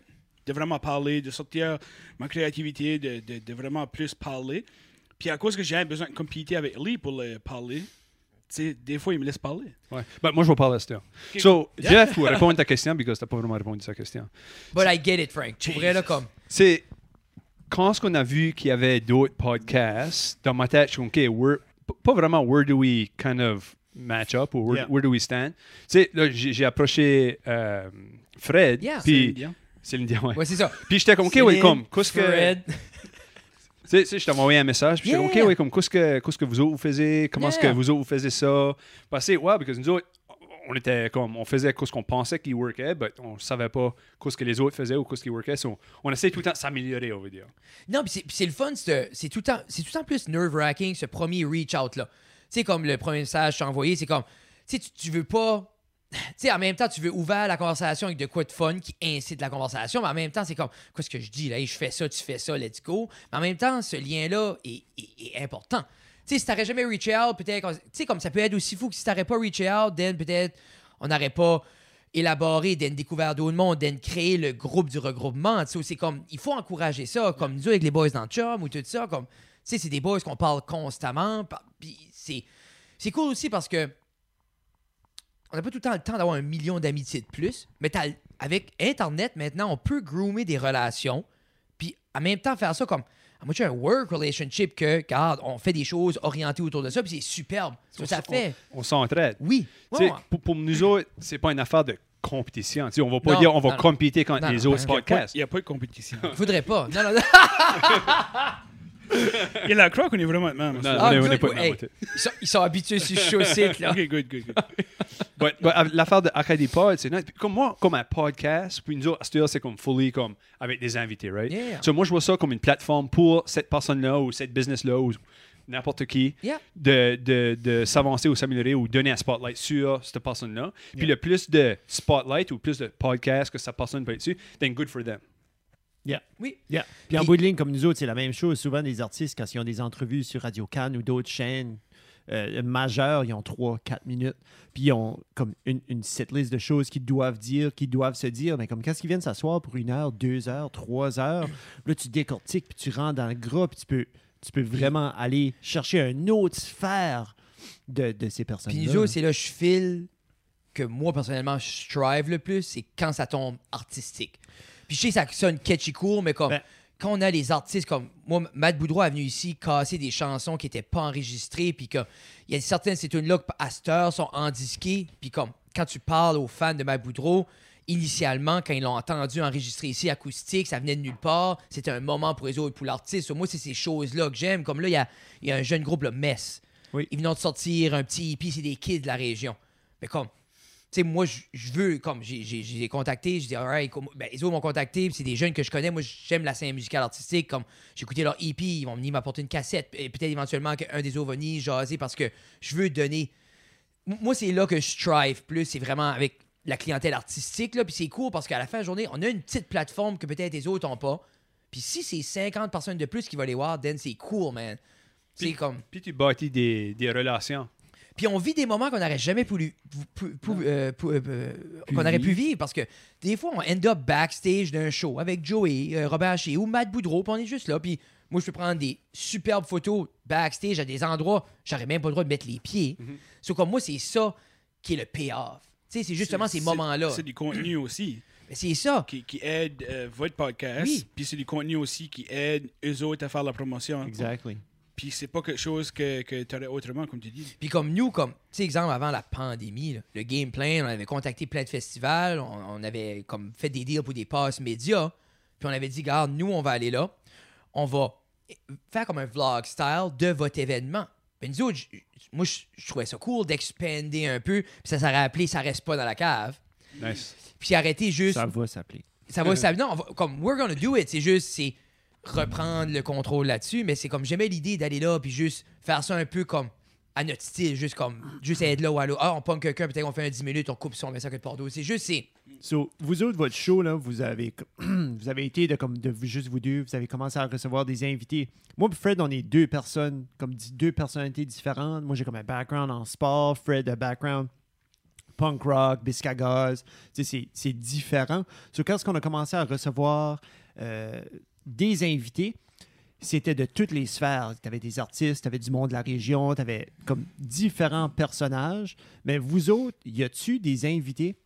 [SPEAKER 4] de vraiment parler, de sortir ma créativité, de, de, de vraiment plus parler. Puis, à cause que j'ai besoin de compéter avec Lee pour le parler, tu sais, des fois, il me laisse parler.
[SPEAKER 3] Ouais. Ben, moi, je vais parler à cette heure. So, Jeff, pour répondre à ta question, parce que t'as pas vraiment répondu à sa question.
[SPEAKER 1] But I get it, Frank. Pour vrai, là, comme.
[SPEAKER 3] C'est quand ce qu'on a vu qu'il y avait d'autres podcasts, dans ma tête, je suis comme, OK, where- p- pas vraiment where do we kind of match up ou where,
[SPEAKER 2] Yeah.
[SPEAKER 3] where do we stand. Tu sais, là, j'ai j'ai approché euh, Fred,
[SPEAKER 1] Yeah.
[SPEAKER 3] puis
[SPEAKER 4] Dion.
[SPEAKER 3] Céline Dion, ouais.
[SPEAKER 1] Ouais, c'est ça.
[SPEAKER 3] Puis j'étais comme, OK,
[SPEAKER 1] Céline,
[SPEAKER 3] welcome. Qu'est-ce que.
[SPEAKER 1] Fred.
[SPEAKER 3] Tu sais, tu sais, je t'avais envoyé un message. Puis j'étais
[SPEAKER 1] Yeah.
[SPEAKER 3] comme, OK, welcome. Qu'est-ce que, qu'est-ce que vous autres vous faisiez? Comment est-ce que
[SPEAKER 1] Yeah.
[SPEAKER 3] vous autres vous faisiez ça? Parce que, ouais, parce que nous autres, on était comme, on faisait ce qu'on pensait qu'ils workaient, mais on savait pas ce que les autres faisaient ou ce qu'ils workaient. So, on essayait tout le temps de s'améliorer, on va dire.
[SPEAKER 1] Non, puis c'est- puis c'est le fun, c'est c'est tout, le temps- c'est tout le temps plus nerve-wracking, ce premier reach-out-là. Tu sais, comme le premier message que t'as envoyé, c'est comme, tu sais, tu- tu veux pas... Tu sais, en même temps, tu veux ouvrir la conversation avec de quoi de fun qui incite la conversation, mais en même temps, c'est comme, qu'est-ce que je dis là? Hey, je fais ça, tu fais ça, let's go. Mais en même temps, ce lien-là est, est- est important. Tu sais, si t'aurais jamais reaché out, peut-être, qu'on- tu sais, comme ça peut être aussi fou que si t'aurais pas reaché out, then peut-être on n'aurait pas élaboré, d'en découvert d'autres mondes, d'en créer le groupe du regroupement. Tu sais, c'est comme, il faut encourager ça, comme nous autres avec les boys dans le chum ou tout ça. Comme, tu sais, c'est des boys qu'on parle constamment. pa- Puis c'est, c'est cool aussi parce que on n'a pas tout le temps le temps d'avoir un million d'amitiés de plus, mais t'as- avec Internet, maintenant, on peut groomer des relations, puis en même temps faire ça comme, ah, moi, j'ai un work relationship que, regarde, on fait des choses orientées autour de ça, puis c'est superbe. Ça, ça fait,
[SPEAKER 3] On, on s'entraide.
[SPEAKER 1] oui.
[SPEAKER 3] Tu sais,
[SPEAKER 1] Ouais, ouais.
[SPEAKER 3] Pour, pour nous autres, c'est pas une affaire de compétition. Tu sais, on va pas
[SPEAKER 1] Non,
[SPEAKER 3] dire on va
[SPEAKER 1] non, non.
[SPEAKER 3] compéter contre
[SPEAKER 1] Non,
[SPEAKER 3] les
[SPEAKER 1] non,
[SPEAKER 3] autres
[SPEAKER 1] parce
[SPEAKER 4] Il y a pas-
[SPEAKER 3] podcasts.
[SPEAKER 4] Il n'y a pas de compétition.
[SPEAKER 1] Faudrait pas. Non, non, non.
[SPEAKER 4] Il y a la croix qu'on est vraiment de même.
[SPEAKER 3] Non,
[SPEAKER 1] Ah,
[SPEAKER 3] on est-
[SPEAKER 1] nous
[SPEAKER 3] on est
[SPEAKER 1] autres,
[SPEAKER 3] pas-
[SPEAKER 1] ouais, hey,
[SPEAKER 3] on est-
[SPEAKER 1] ils, sont, ils sont habitués sur Chaussette, là.
[SPEAKER 4] Ok, good, good, good.
[SPEAKER 3] But- but avec L'affaire de Acadie Pod, c'est nice. Puis Comme moi, comme un podcast, puis nous autres, à cette heure, c'est comme fully comme avec des invités, right?
[SPEAKER 1] Yeah.
[SPEAKER 3] So, moi, je vois ça comme une plateforme pour cette personne-là ou cette business-là ou n'importe qui
[SPEAKER 1] Yeah.
[SPEAKER 3] de, de, de s'avancer ou s'améliorer ou donner un spotlight sur cette personne-là. Puis le plus de spotlight ou plus de podcasts que cette personne peut être dessus, then good for them.
[SPEAKER 2] Yeah.
[SPEAKER 1] Oui.
[SPEAKER 2] Yeah. Puis en
[SPEAKER 1] Et-
[SPEAKER 2] bout de ligne, comme nous autres, c'est la même chose. Souvent, des artistes, quand ils ont des entrevues sur Radio Cannes ou d'autres chaînes euh, majeures, ils ont 3-4 minutes. Puis ils ont comme une, une setlist de choses qu'ils doivent dire, qu'ils doivent se dire. Mais comme quand ils viennent s'asseoir pour une heure, deux heures, trois heures, là, tu décortiques, puis tu rentres dans le gras, puis tu peux, tu peux vraiment aller chercher un autre sphère de, de ces personnes-là.
[SPEAKER 1] Puis nous autres, c'est là, je file que moi, personnellement, je strive le plus, c'est quand ça tombe artistique. Puis je sais que ça sonne catchy court, mais comme
[SPEAKER 2] Ben.
[SPEAKER 1] quand on a les artistes comme moi, Matt Boudreau est venu ici casser des chansons qui n'étaient pas enregistrées, puis que il y a certaines, c'est une look à cette heure, sont endisquées, puis comme quand tu parles aux fans de Matt Boudreau, initialement, quand ils l'ont entendu enregistrer ici acoustique, ça venait de nulle part, c'était un moment pour les autres, pour l'artiste. Moi, c'est ces choses-là que j'aime. Comme là, il y a, il y a un jeune groupe, le Mess.
[SPEAKER 2] Oui.
[SPEAKER 1] Ils venaient de sortir un petit hippie, c'est des kids de la région. Mais comme, tu sais, moi, je- je veux, comme, j'ai- j'ai j'ai les contacté, je dis, alright, comme- ben, les autres m'ont contacté, puis c'est des jeunes que je connais. Moi, j'aime la scène musicale artistique, comme, j'ai écouté leur EP, ils vont venir m'apporter une cassette, et peut-être éventuellement qu'un des autres va venir jaser parce que je veux donner. M- Moi, c'est là que je strive plus, c'est vraiment avec la clientèle artistique, là, puis c'est cool parce qu'à la fin de la journée, on a une petite plateforme que peut-être les autres n'ont pas. Puis si c'est 50 personnes de plus qui vont les voir, then c'est cool, man. C'est comme.
[SPEAKER 3] Puis tu bâtis des, des relations.
[SPEAKER 1] Puis on vit des moments qu'on n'aurait jamais voulu, pou- pou- euh, pou- euh, euh, qu'on aurait pu vivre parce que des fois on end up backstage d'un show avec Joey, euh, Robert Haché ou Matt Boudreau, puis on est juste là. Puis moi je peux prendre des superbes photos backstage à des endroits j'aurais même pas le droit de mettre les pieds.
[SPEAKER 4] Mhm.
[SPEAKER 1] C'est comme moi c'est ça qui est le payoff. Tu sais c'est justement ces
[SPEAKER 4] C'est-
[SPEAKER 1] moments-là.
[SPEAKER 4] C'est du contenu aussi
[SPEAKER 1] Mais C'est ça.
[SPEAKER 4] qui, qui aide euh, votre podcast.
[SPEAKER 1] Oui.
[SPEAKER 4] Puis c'est du contenu aussi qui aide eux autres à faire la promotion.
[SPEAKER 2] Exactly.
[SPEAKER 4] Puis c'est pas quelque chose que, que tu aurais autrement, comme tu dis.
[SPEAKER 1] Puis comme nous, comme, tu sais, exemple, avant la pandémie, là, le Game Plan, on avait contacté plein de festivals, on, on avait comme fait des deals pour des passes médias, puis on avait dit, garde, nous, on va aller là, on va faire comme un vlog style de votre événement. Ben, nous autres, j- moi, je je trouvais ça cool d'expander un peu, puis ça s'est rappelé, ça reste pas dans la cave.
[SPEAKER 3] Nice.
[SPEAKER 1] Puis arrêter juste
[SPEAKER 2] Ça va s'appeler.
[SPEAKER 1] ça va ça non, on va- comme we're gonna do it c'est juste c'est reprendre le contrôle là-dessus mais c'est comme j'aimais l'idée d'aller là puis juste faire ça un peu comme à notre style juste comme juste être là ou à l'autre ah on pomme quelqu'un peut-être qu'on fait un 10 minutes on coupe ça on met ça que de porte d'eau c'est juste c'est
[SPEAKER 2] So, vous autres, votre show, là, vous avez, vous avez été de, comme, de vous- juste vous deux, vous avez commencé à recevoir des invités. Moi et Fred, on est deux personnes, comme dit, deux personnalités différentes. Moi, j'ai comme un background en sport, Fred a background punk rock, biscuit à gaz. Tu sais, c'est- c'est différent. So, quand on a commencé à recevoir euh, des invités, c'était de toutes les sphères. Tu avais des artistes, tu avais du monde de la région, tu avais comme différents personnages. Mais vous autres, y a-tu des invités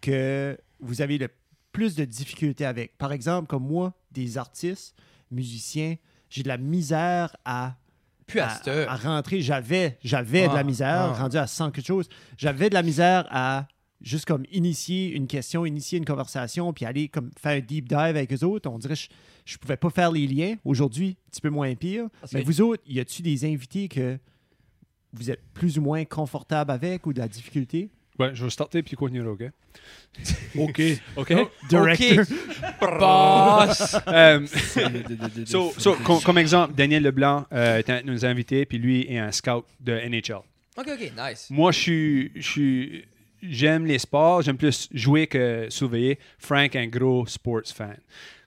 [SPEAKER 2] que vous avez le plus de difficultés avec? Par exemple, comme moi, des artistes, musiciens, j'ai de la misère à
[SPEAKER 1] plus à,
[SPEAKER 2] à-
[SPEAKER 1] cette heure.
[SPEAKER 2] à rentrer. J'avais, j'avais de
[SPEAKER 1] Ah,
[SPEAKER 2] la
[SPEAKER 1] ah.
[SPEAKER 2] misère, rendu à 100 quelque chose. J'avais de la misère à juste comme initier une question, initier une conversation, puis aller comme faire un deep dive avec eux autres. On dirait que je, je pouvais pas faire les liens. Aujourd'hui, un petit peu moins pire.
[SPEAKER 1] Parce
[SPEAKER 2] Mais
[SPEAKER 1] que-
[SPEAKER 2] vous autres, y a-tu des invités que vous êtes plus ou moins confortable avec ou de la difficulté?
[SPEAKER 3] Ouais, je vais starter puis continuer, là, OK?
[SPEAKER 2] OK.
[SPEAKER 3] OK?
[SPEAKER 2] Director.
[SPEAKER 1] boss
[SPEAKER 3] Euh, so,
[SPEAKER 4] so,
[SPEAKER 3] so, com- comme exemple, Daniel Leblanc euh, était un de nos invités, puis lui est un scout de NHL.
[SPEAKER 1] ok ok nice
[SPEAKER 3] Moi, je suis- je suis. J'aime les sports, j'aime plus jouer que surveiller. Frank est un gros sports fan.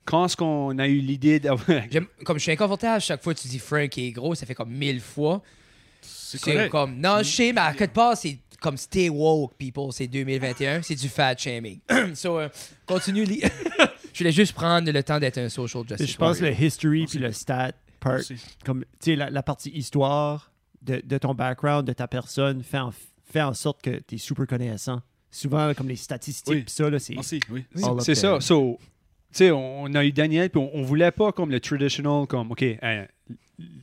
[SPEAKER 3] Quand est-ce qu'on a eu l'idée d'avoir.
[SPEAKER 1] J'aime- comme je suis inconfortable chaque fois que tu dis Frank est gros ça fait comme mille fois
[SPEAKER 4] c'est
[SPEAKER 1] c'est
[SPEAKER 4] correct.
[SPEAKER 1] comme non je sais mais à quelque part c'est comme stay woke people c'est 2021 c'est du fat shaming so euh, continue li- je voulais juste prendre le temps d'être un social justice
[SPEAKER 2] Je pense
[SPEAKER 1] warrior.
[SPEAKER 2] le history puis le stat part,
[SPEAKER 4] Merci.
[SPEAKER 2] comme tu sais, la, la partie histoire de, de ton background, de ta personne, fait en, fait en sorte que tu es super connaissant. Souvent, comme les statistiques,
[SPEAKER 4] Oui.
[SPEAKER 2] pis ça, là, c'est.
[SPEAKER 4] Merci, oui.
[SPEAKER 2] all up
[SPEAKER 3] C'est
[SPEAKER 2] there.
[SPEAKER 3] ça. So, tu sais, on on a eu Daniel, puis on, on voulait pas comme le traditional, comme, OK, hein,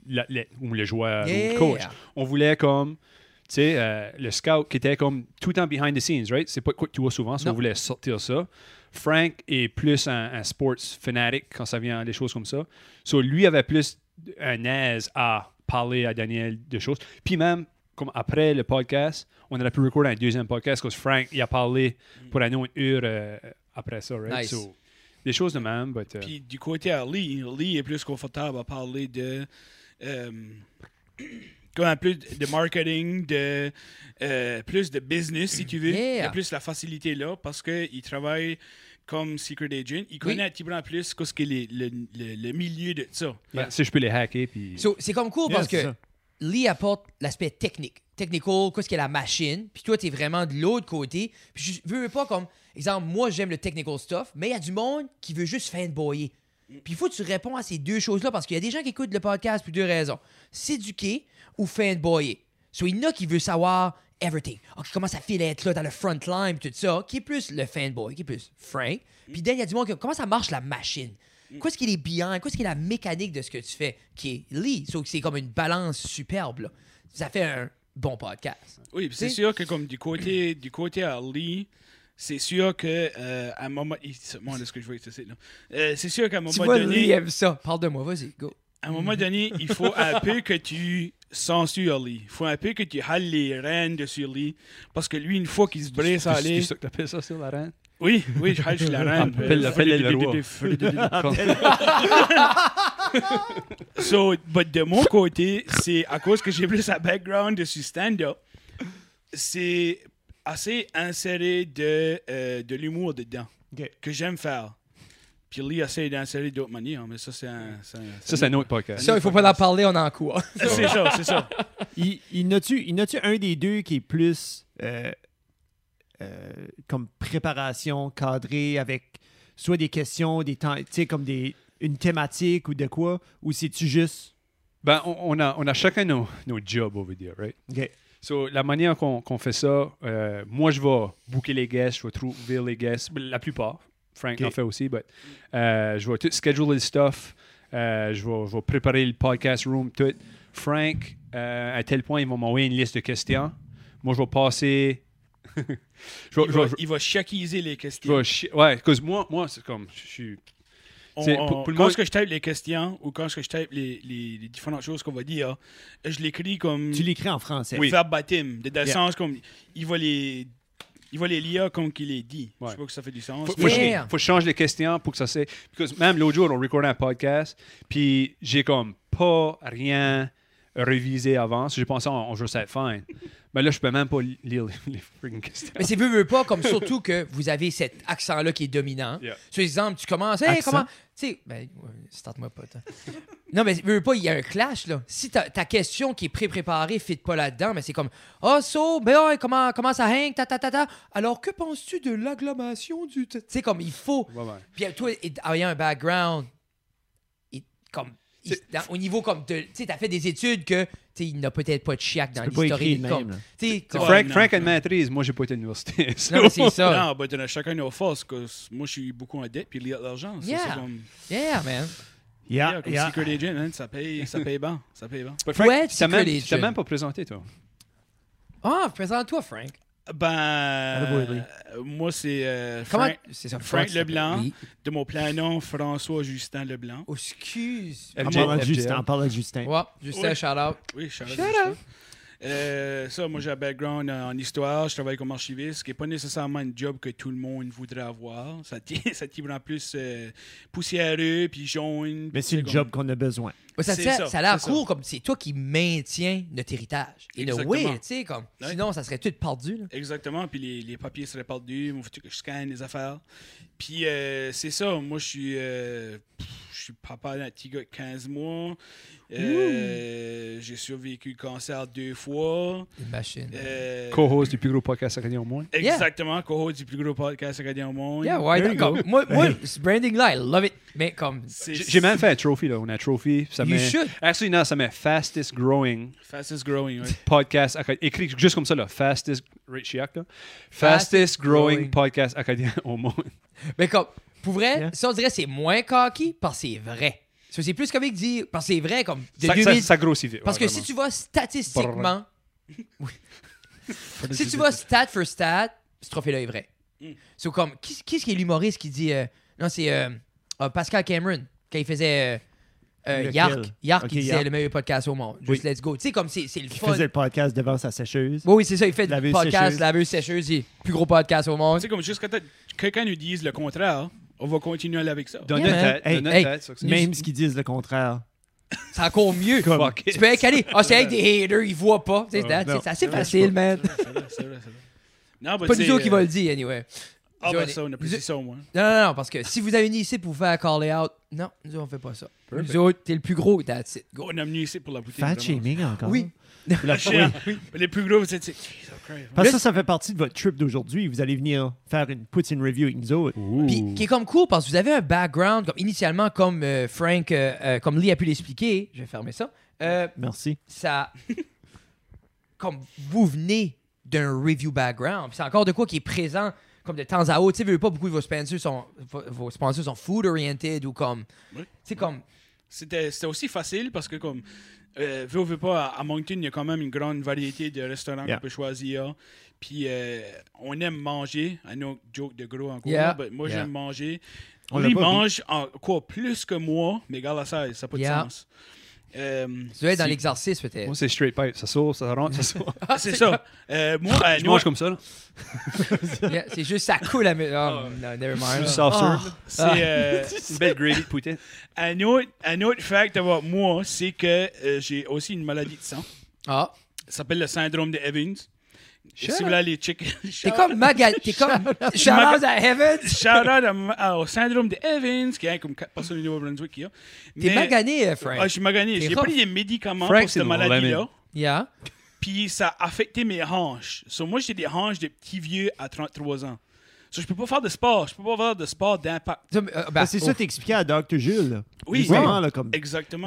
[SPEAKER 3] l'athlète ou le joueur ou
[SPEAKER 1] Yeah.
[SPEAKER 3] le coach. On voulait comme, tu sais, euh, le scout qui était comme tout le temps behind the scenes, right? C'est pas quoi que tu vois souvent, so
[SPEAKER 1] Non.
[SPEAKER 3] on voulait sortir ça. Frank est plus un, un sports fanatic quand ça vient à des choses comme ça. So, lui avait plus un aise à parler à Daniel de choses. Puis même, comme après le podcast, on aurait pu recorder un deuxième podcast parce que Frank, il a parlé pour un autre une heure euh, après ça, right?
[SPEAKER 1] Nice.
[SPEAKER 3] So, des choses de même, but, euh,
[SPEAKER 4] Puis du côté à Lee, Lee est plus confortable à parler de. euh, comment, plus de marketing, de, euh, plus de business, si tu veux. Il y
[SPEAKER 1] Yeah.
[SPEAKER 4] a plus la facilité là parce qu'il travaille comme Secret Agent. Il connaît un petit peu en plus qu'est-ce que les- le, le- le milieu de ça.
[SPEAKER 3] ben, si je peux les hacker, puis...
[SPEAKER 1] So, c'est comme cool
[SPEAKER 2] Yeah,
[SPEAKER 1] parce
[SPEAKER 2] c'est
[SPEAKER 1] que
[SPEAKER 2] ça.
[SPEAKER 1] Lee apporte l'aspect technique. Technical, qu'est-ce qu'il y a la machine, puis toi, t'es vraiment de l'autre côté. Puis je veux veux pas comme, exemple, moi, j'aime le technical stuff, mais il y a du monde qui veut juste fanboyer. Puis il faut que tu réponds à ces deux choses-là parce qu'il y a des gens qui écoutent le podcast pour deux raisons s'éduquer ou fanboyer. So, il y en a qui veut savoir everything. Ok, comment ça file à être là dans le front line, puis tout ça, qui est plus le fanboy, qui est plus Frank. Puis Dan, il y a du monde qui comment ça marche la machine. Mm. Qu'est-ce qu'il est bien, qu'est-ce qu'il est la mécanique de ce que tu fais, qui est Lee. So, c'est comme une balance superbe. là. Ça fait un bon podcast.
[SPEAKER 4] Oui, puis c'est
[SPEAKER 1] T'sais-
[SPEAKER 4] sûr que comme du côté du côté à Lee, c'est sûr que euh, à un moment, il se demande ce que je vois avec ce site, là. Euh, c'est sûr qu'à un moment donné,
[SPEAKER 1] aime ça. Parle de moi, vas-y, go.
[SPEAKER 4] à un moment donné, il faut un peu que tu sans sur lui. Faut un peu que tu hales les rênes de sur lui. Parce que lui, une fois qu'il se brise à
[SPEAKER 3] C'est
[SPEAKER 4] aller.
[SPEAKER 3] ça que t'appelles ça sur la reine?
[SPEAKER 4] Oui, oui, je hale sur la reine.
[SPEAKER 3] Appelle- appelle les Leroy.
[SPEAKER 4] So, but de mon côté, c'est à cause que j'ai plus un background de ce stand-up, c'est assez inséré de, euh, de l'humour dedans,
[SPEAKER 2] Ok.
[SPEAKER 4] que j'aime faire. Puis lui essaie d'insérer d'autres manières, mais ça, c'est un... c'est un-
[SPEAKER 3] Ça, c'est un autre podcast.
[SPEAKER 1] Ça, il faut pas en parler, on en cours.
[SPEAKER 4] Ça, c'est ça, c'est ça.
[SPEAKER 2] Il, il n'a-tu il n'a-tu un des deux qui est plus euh, euh, comme préparation cadrée avec soit des questions, des temps, tu sais, comme des, une thématique ou de quoi, ou c'est-tu juste.
[SPEAKER 3] Ben, on, on a, on a chacun nos, nos jobs over there, right?
[SPEAKER 2] Ok.
[SPEAKER 3] So, la manière qu'on qu'on fait ça, euh, moi, je vais booker les guests, je vais trouver les guests, ben, la plupart. Frank
[SPEAKER 2] Ok.
[SPEAKER 3] en fait aussi, but euh, je vais tout schedule le stuff, euh, je, vais, je vais préparer le podcast room, tout. Frank, euh, à tel point, ils vont m'envoyer une liste de questions. Moi, je vais passer... je vais-
[SPEAKER 4] Il
[SPEAKER 3] je vais-
[SPEAKER 4] va, il va shakiser les
[SPEAKER 3] je vais
[SPEAKER 4] questions.
[SPEAKER 3] chier- Ouais, parce que moi, moi c'est comme... Je suis...
[SPEAKER 4] On-
[SPEAKER 3] c'est-
[SPEAKER 4] on-
[SPEAKER 3] pour- pour le
[SPEAKER 4] quand
[SPEAKER 3] monde-
[SPEAKER 4] ce que je type les questions ou quand ce que je type les, les, les différentes choses qu'on va dire, je l'écris comme...
[SPEAKER 2] Tu l'écris en français.
[SPEAKER 4] Mm. oui. verbatim, de- dans le
[SPEAKER 2] Yeah.
[SPEAKER 4] sens comme il va les il va les lire comme qu'il les dit.
[SPEAKER 3] Ouais.
[SPEAKER 4] Je sais pas que ça fait du sens.
[SPEAKER 3] Faut, faut, que
[SPEAKER 4] mais-
[SPEAKER 3] je-
[SPEAKER 1] Yeah.
[SPEAKER 3] faut que je change les questions pour que ça c'est. Parce que même l'autre jour, on recordait un podcast, puis j'ai comme pas rien révisé avant. So, J'ai pensé, on, on va ça fine. Mais là, je peux même pas li- lire les, les freaking questions.
[SPEAKER 1] Mais c'est veut, veut pas, comme surtout que vous avez cet accent-là qui est dominant.
[SPEAKER 3] Yeah.
[SPEAKER 1] Sur exemple, tu commences, hey,
[SPEAKER 2] Accent.
[SPEAKER 1] comment. Tu sais, ben, ouais, starte-moi pas, toi. Non, mais veut, veut pas, il y a un clash, là. Si ta, ta question qui est pré-préparée ne fit pas là-dedans, mais c'est comme, oh, so, ben, ouais, comment, comment ça hang, ta, ta, ta, ta. Alors, que penses-tu de l'agglomération du. Tu sais, comme, il faut.
[SPEAKER 3] Ouais, ouais.
[SPEAKER 1] Puis, euh, toi, et- ah, ayant un background, et comme. il-
[SPEAKER 3] C'est-
[SPEAKER 1] dans- au niveau comme de. Tu sais, t'as fait des études que. Tu sais, il n'a peut-être pas de chiac dans
[SPEAKER 2] peux pas
[SPEAKER 1] l'historique.
[SPEAKER 2] écrire de
[SPEAKER 1] comme-
[SPEAKER 2] même, là.
[SPEAKER 1] Tu sais, comme-
[SPEAKER 3] Frank,
[SPEAKER 4] non.
[SPEAKER 3] Frank a une maîtrise. Moi, j'ai pas été à l'université. so-
[SPEAKER 1] Non, mais c'est ça.
[SPEAKER 4] Non, ben, on a chacun nos forces. que s- moi, je suis beaucoup en dette, puis il y a de l'argent. Ça,
[SPEAKER 1] Yeah.
[SPEAKER 4] C'est comme,
[SPEAKER 1] Yeah, man.
[SPEAKER 2] Yeah,
[SPEAKER 4] yeah, comme
[SPEAKER 2] yeah.
[SPEAKER 4] Secret Agent, hein, ça paye, ça paye bon, ça paye bon.
[SPEAKER 3] But Frank,
[SPEAKER 1] Ouais,
[SPEAKER 3] tu t'as
[SPEAKER 1] tu
[SPEAKER 3] même,
[SPEAKER 1] connais les
[SPEAKER 3] tu t'as
[SPEAKER 1] jeunes.
[SPEAKER 3] même pas présenté, toi.
[SPEAKER 1] Ah, présente-toi, Frank.
[SPEAKER 4] Ben,
[SPEAKER 2] Attaboy, Lee.
[SPEAKER 4] euh, moi c'est euh,
[SPEAKER 1] Comment.
[SPEAKER 4] Frank-
[SPEAKER 1] C'est ça,
[SPEAKER 4] Frank
[SPEAKER 1] Frank s'appelle.
[SPEAKER 4] Leblanc.
[SPEAKER 1] Oui.
[SPEAKER 4] de mon plein nom François Justin Leblanc.
[SPEAKER 1] Oh, excuse.
[SPEAKER 2] En
[SPEAKER 3] FJ.
[SPEAKER 2] parlant de
[SPEAKER 3] FJ.
[SPEAKER 2] Justin, en parlant de Justin.
[SPEAKER 1] Ouais, Justin,
[SPEAKER 4] Ouais.
[SPEAKER 1] shout out.
[SPEAKER 4] Oui, Charles.
[SPEAKER 1] Shout
[SPEAKER 4] Justin. Euh, ça, moi j'ai un background en en histoire, je travaille comme archiviste, ce qui n'est pas nécessairement un job que tout le monde voudrait avoir. Ça t'y ça t'y rend plus euh, poussiéreux, puis jaune.
[SPEAKER 2] Mais c'est le
[SPEAKER 4] comme-
[SPEAKER 2] job qu'on a besoin.
[SPEAKER 1] Ouais, ça,
[SPEAKER 4] C'est
[SPEAKER 1] ça,
[SPEAKER 4] ça,
[SPEAKER 1] ça a l'air
[SPEAKER 4] c'est ça.
[SPEAKER 1] cool, comme c'est toi qui maintiens notre héritage. Et le
[SPEAKER 4] Exactement.
[SPEAKER 1] way, tu sais, comme.
[SPEAKER 4] Ouais.
[SPEAKER 1] Sinon, ça serait tout perdu, là.
[SPEAKER 4] Exactement, puis les, les papiers seraient perdus, il faut que je scanne les affaires. Puis euh, c'est ça, moi je suis euh, pff, je suis papa d'un petit gars de 15 mois. Euh, j'ai survécu le cancer deux fois.
[SPEAKER 1] Une machine.
[SPEAKER 4] Euh,
[SPEAKER 3] Co-host du plus gros podcast canadien au monde.
[SPEAKER 4] Exactement, co-host du plus gros podcast canadien au monde.
[SPEAKER 1] Yeah, ouais,
[SPEAKER 2] There you
[SPEAKER 1] d'accord.
[SPEAKER 2] go.
[SPEAKER 1] Moi, moi ce branding-là, I love it. Mais comme.
[SPEAKER 4] C'est-
[SPEAKER 3] J'ai j'ai même fait un trophy, là. On a un trophy. puis Ça
[SPEAKER 1] You
[SPEAKER 3] met...
[SPEAKER 1] should.
[SPEAKER 3] Actually, non, ça met fastest growing
[SPEAKER 4] Fastest growing, ouais.
[SPEAKER 3] podcast acadien. Écrit juste comme ça, là. Fastest. Rich Chiac, là.
[SPEAKER 1] Fastest
[SPEAKER 3] Fastest, growing,
[SPEAKER 1] growing.
[SPEAKER 3] podcast acadien au monde.
[SPEAKER 1] Mais comme, pour vrai,
[SPEAKER 2] Yeah.
[SPEAKER 1] ça, on dirait que c'est moins cocky parce que c'est vrai. Ça, C'est plus comique de dire parce que c'est vrai, comme. de
[SPEAKER 3] Ça,
[SPEAKER 1] 2000
[SPEAKER 3] ça, ça grossit vite.
[SPEAKER 1] Parce
[SPEAKER 3] ouais,
[SPEAKER 1] que si
[SPEAKER 3] vraiment.
[SPEAKER 1] tu vas statistiquement. Oui. si tu vas stat for stat, ce trophée-là est vrai.
[SPEAKER 2] Hmm.
[SPEAKER 4] Mm.
[SPEAKER 1] C'est comme. Qui, qui est-ce qui est l'humoriste qui dit. euh, non, c'est euh, ah, Pascal Cameron, quand il faisait. euh, euh,
[SPEAKER 2] Lequel?
[SPEAKER 1] Yark. Yark,
[SPEAKER 2] Ok,
[SPEAKER 1] il disait
[SPEAKER 2] Yark.
[SPEAKER 1] le meilleur podcast au monde. Juste let's go. Tu sais, comme c'est c'est le
[SPEAKER 2] Qui
[SPEAKER 1] fun.
[SPEAKER 2] faisait le podcast devant sa sécheuse.
[SPEAKER 1] Oui, oui, c'est ça. Il fait le
[SPEAKER 2] Laveuse
[SPEAKER 1] podcast,
[SPEAKER 2] sécheuse.
[SPEAKER 1] laveuse sécheuse. Il est le plus gros podcast au monde.
[SPEAKER 4] C'est comme jusqu'à temps que quelqu'un nous dise le contraire, on va continuer aller avec ça.
[SPEAKER 3] Dans
[SPEAKER 1] Yeah,
[SPEAKER 3] notre
[SPEAKER 1] man.
[SPEAKER 3] tête,
[SPEAKER 2] Hey,
[SPEAKER 3] dans notre
[SPEAKER 1] hey,
[SPEAKER 3] tête, ça, c'est-
[SPEAKER 2] Même ce qu'ils disent le contraire.
[SPEAKER 1] C'est encore mieux.
[SPEAKER 2] Comme-
[SPEAKER 3] Fuck
[SPEAKER 1] Tu
[SPEAKER 3] it.
[SPEAKER 1] peux être calé. Ah, c'est avec des haters, ils voient pas. Tu sais,
[SPEAKER 2] Euh,
[SPEAKER 1] that's it.
[SPEAKER 2] non.
[SPEAKER 1] C'est assez
[SPEAKER 4] Ouais, je
[SPEAKER 1] facile, man.
[SPEAKER 4] C'est vrai, c'est vrai, c'est vrai. Non, bah,
[SPEAKER 1] Pas
[SPEAKER 4] tu
[SPEAKER 1] du
[SPEAKER 4] sais,
[SPEAKER 1] tout qui
[SPEAKER 4] euh,
[SPEAKER 1] va le dire, anyway.
[SPEAKER 4] Ah,
[SPEAKER 1] Johnny.
[SPEAKER 4] ben ça, on a
[SPEAKER 1] Dis-
[SPEAKER 4] plus ça au moins.
[SPEAKER 1] Non, non, non, parce que si vous avez venu ici pour vous faire call out, non, nous on fait pas ça. Nous autres, t'es le plus gros, that's it. Go.
[SPEAKER 4] On a venu ici pour la boutique.
[SPEAKER 2] Fat
[SPEAKER 4] vraiment.
[SPEAKER 2] shaming encore.
[SPEAKER 1] Oui.
[SPEAKER 2] La-
[SPEAKER 4] Chien. Les plus gros, vous êtes. c'est- Jesus Christ.
[SPEAKER 2] Parce que ça, ça fait partie de votre trip d'aujourd'hui. Vous allez venir faire une poutine review avec nous autres.
[SPEAKER 1] Puis qui est comme cool parce que vous avez un background, comme initialement, comme euh, Frank, euh, euh, comme Lee a pu l'expliquer, je vais fermer ça. euh,
[SPEAKER 2] Merci.
[SPEAKER 1] ça. comme vous venez d'un review background, puis c'est encore de quoi qui est présent comme de temps à autre. Tu sais, veux pas beaucoup de vos sponsors sont, vos- vos sponsors sont food oriented ou comme.
[SPEAKER 4] Oui.
[SPEAKER 1] C'est comme.
[SPEAKER 4] C'était c'était aussi facile parce que, comme, euh, veux ou veux pas, à à Moncton, il y a quand même une grande variété de restaurants
[SPEAKER 2] Yeah.
[SPEAKER 4] qu'on peut choisir. Puis, euh, on aime manger. Un autre joke de gros encore.
[SPEAKER 1] Yeah.
[SPEAKER 4] mais moi,
[SPEAKER 1] Yeah.
[SPEAKER 4] j'aime manger.
[SPEAKER 2] On
[SPEAKER 4] On
[SPEAKER 2] l'a
[SPEAKER 4] Lui
[SPEAKER 2] pas vu.
[SPEAKER 4] mange encore plus que moi, mais gars, la ça n'a pas
[SPEAKER 1] Yeah.
[SPEAKER 4] de sens. Euh,
[SPEAKER 1] Tu dois être dans
[SPEAKER 4] si-
[SPEAKER 1] l'exorcisme, peut-être.
[SPEAKER 3] Moi, c'est straight pipe. Ça sort, ça rentre, ça sort.
[SPEAKER 4] Ah, c'est ça. Euh, moi, à
[SPEAKER 3] je
[SPEAKER 4] New-
[SPEAKER 3] mange comme ça. là.
[SPEAKER 1] Yeah, c'est juste ça coule à mes. Oh, non, never
[SPEAKER 3] Du
[SPEAKER 1] mind.
[SPEAKER 3] soft serve.
[SPEAKER 2] Ah.
[SPEAKER 4] c'est,
[SPEAKER 1] Ah.
[SPEAKER 4] euh,
[SPEAKER 3] Une belle gravy de poutine.
[SPEAKER 4] un, autre, un autre fact about moi, c'est que euh, j'ai aussi une maladie de sang.
[SPEAKER 1] Ah.
[SPEAKER 4] Ça s'appelle le syndrome de Evans.
[SPEAKER 3] Shut
[SPEAKER 4] si vous
[SPEAKER 3] up.
[SPEAKER 4] voulez aller checker.
[SPEAKER 1] T'es comme Maga. T'es comme. Shout out à Evans.
[SPEAKER 4] Shout out à ma- au syndrome de Evans, qui est comme 4 personnes du Nouveau-Brunswick qui a.
[SPEAKER 1] T'es
[SPEAKER 4] Mais-
[SPEAKER 1] magané, euh,
[SPEAKER 4] Ah, je
[SPEAKER 1] Frank.
[SPEAKER 4] suis magané.
[SPEAKER 1] T'es
[SPEAKER 4] J'ai
[SPEAKER 1] rough.
[SPEAKER 4] pris des médicaments
[SPEAKER 3] Frank,
[SPEAKER 4] pour
[SPEAKER 3] c'est
[SPEAKER 4] cette
[SPEAKER 3] le
[SPEAKER 4] maladie-là.
[SPEAKER 3] lemon.
[SPEAKER 1] Yeah.
[SPEAKER 4] Puis ça a affecté mes hanches. So, moi, j'ai des hanches de petit vieux à 33 ans. So, je peux pas faire de sport. Je peux pas faire de sport d'impact.
[SPEAKER 1] Ça, euh, bah,
[SPEAKER 2] Ben, c'est ça
[SPEAKER 1] oh.
[SPEAKER 2] que t'expliquais à Dr. Jules. là.
[SPEAKER 4] Oui.
[SPEAKER 2] Justement,
[SPEAKER 4] Oui.
[SPEAKER 2] là, comme...
[SPEAKER 4] Exactement.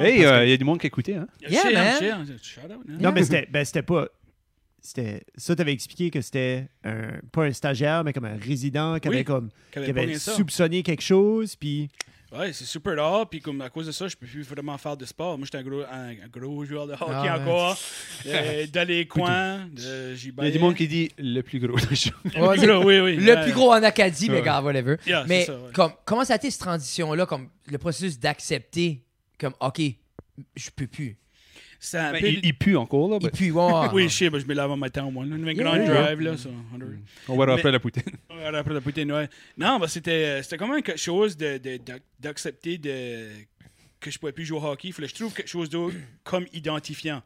[SPEAKER 3] Hey, euh, il
[SPEAKER 4] Parce
[SPEAKER 3] y a du monde qui écoutait. Hein?
[SPEAKER 4] que-
[SPEAKER 1] Yeah,
[SPEAKER 4] Shit,
[SPEAKER 1] man.
[SPEAKER 4] shit, shit, shout out, man.
[SPEAKER 2] Non, mais c'était ben, c'était pas... C'était... Ça, t'avais expliqué que c'était un... pas un stagiaire, mais comme un résident qui
[SPEAKER 4] Oui.
[SPEAKER 2] avait, comme...
[SPEAKER 4] Qui
[SPEAKER 2] Qui
[SPEAKER 4] avait
[SPEAKER 2] avait
[SPEAKER 4] pogné ça.
[SPEAKER 2] soupçonné quelque chose, puis...
[SPEAKER 4] Ouais, c'est super rare. Puis comme à cause de ça, je peux plus vraiment faire de sport. Moi, j'étais un gros, un, un gros joueur de hockey
[SPEAKER 1] Ah,
[SPEAKER 4] encore. Euh, dans les coins. de-
[SPEAKER 3] Il
[SPEAKER 4] j'y
[SPEAKER 3] y a
[SPEAKER 4] baillais.
[SPEAKER 3] du monde qui dit le plus gros.
[SPEAKER 4] Le plus gros, oui, oui.
[SPEAKER 1] Le
[SPEAKER 4] Ouais.
[SPEAKER 1] plus gros en Acadie, mais
[SPEAKER 3] Ouais.
[SPEAKER 1] gars, whatever.
[SPEAKER 4] Yeah, c'est
[SPEAKER 1] mais
[SPEAKER 4] ça, ouais.
[SPEAKER 1] comme, comment ça a été cette transition-là, comme le processus d'accepter, comme, OK, je peux plus.
[SPEAKER 4] C'est un
[SPEAKER 3] Ben,
[SPEAKER 4] peu-
[SPEAKER 3] il, il pue encore. Là,
[SPEAKER 1] Et
[SPEAKER 3] ben,
[SPEAKER 1] puis, ouais, ouais,
[SPEAKER 4] Oui,
[SPEAKER 1] ouais.
[SPEAKER 4] je sais, ben, je me lave en matin au moins. là. Un
[SPEAKER 1] Yeah,
[SPEAKER 4] grand
[SPEAKER 1] yeah.
[SPEAKER 4] drive, là, ça. 100.
[SPEAKER 3] On va rappeler
[SPEAKER 4] Mais-
[SPEAKER 3] la poutine.
[SPEAKER 4] Ouais, Après la poutine, ouais. Non, bah, c'était c'était quand même quelque chose de- de- d'ac- d'accepter de, que je pouvais plus jouer au hockey. Il fallait que je trouve quelque chose d'autre comme identifiant.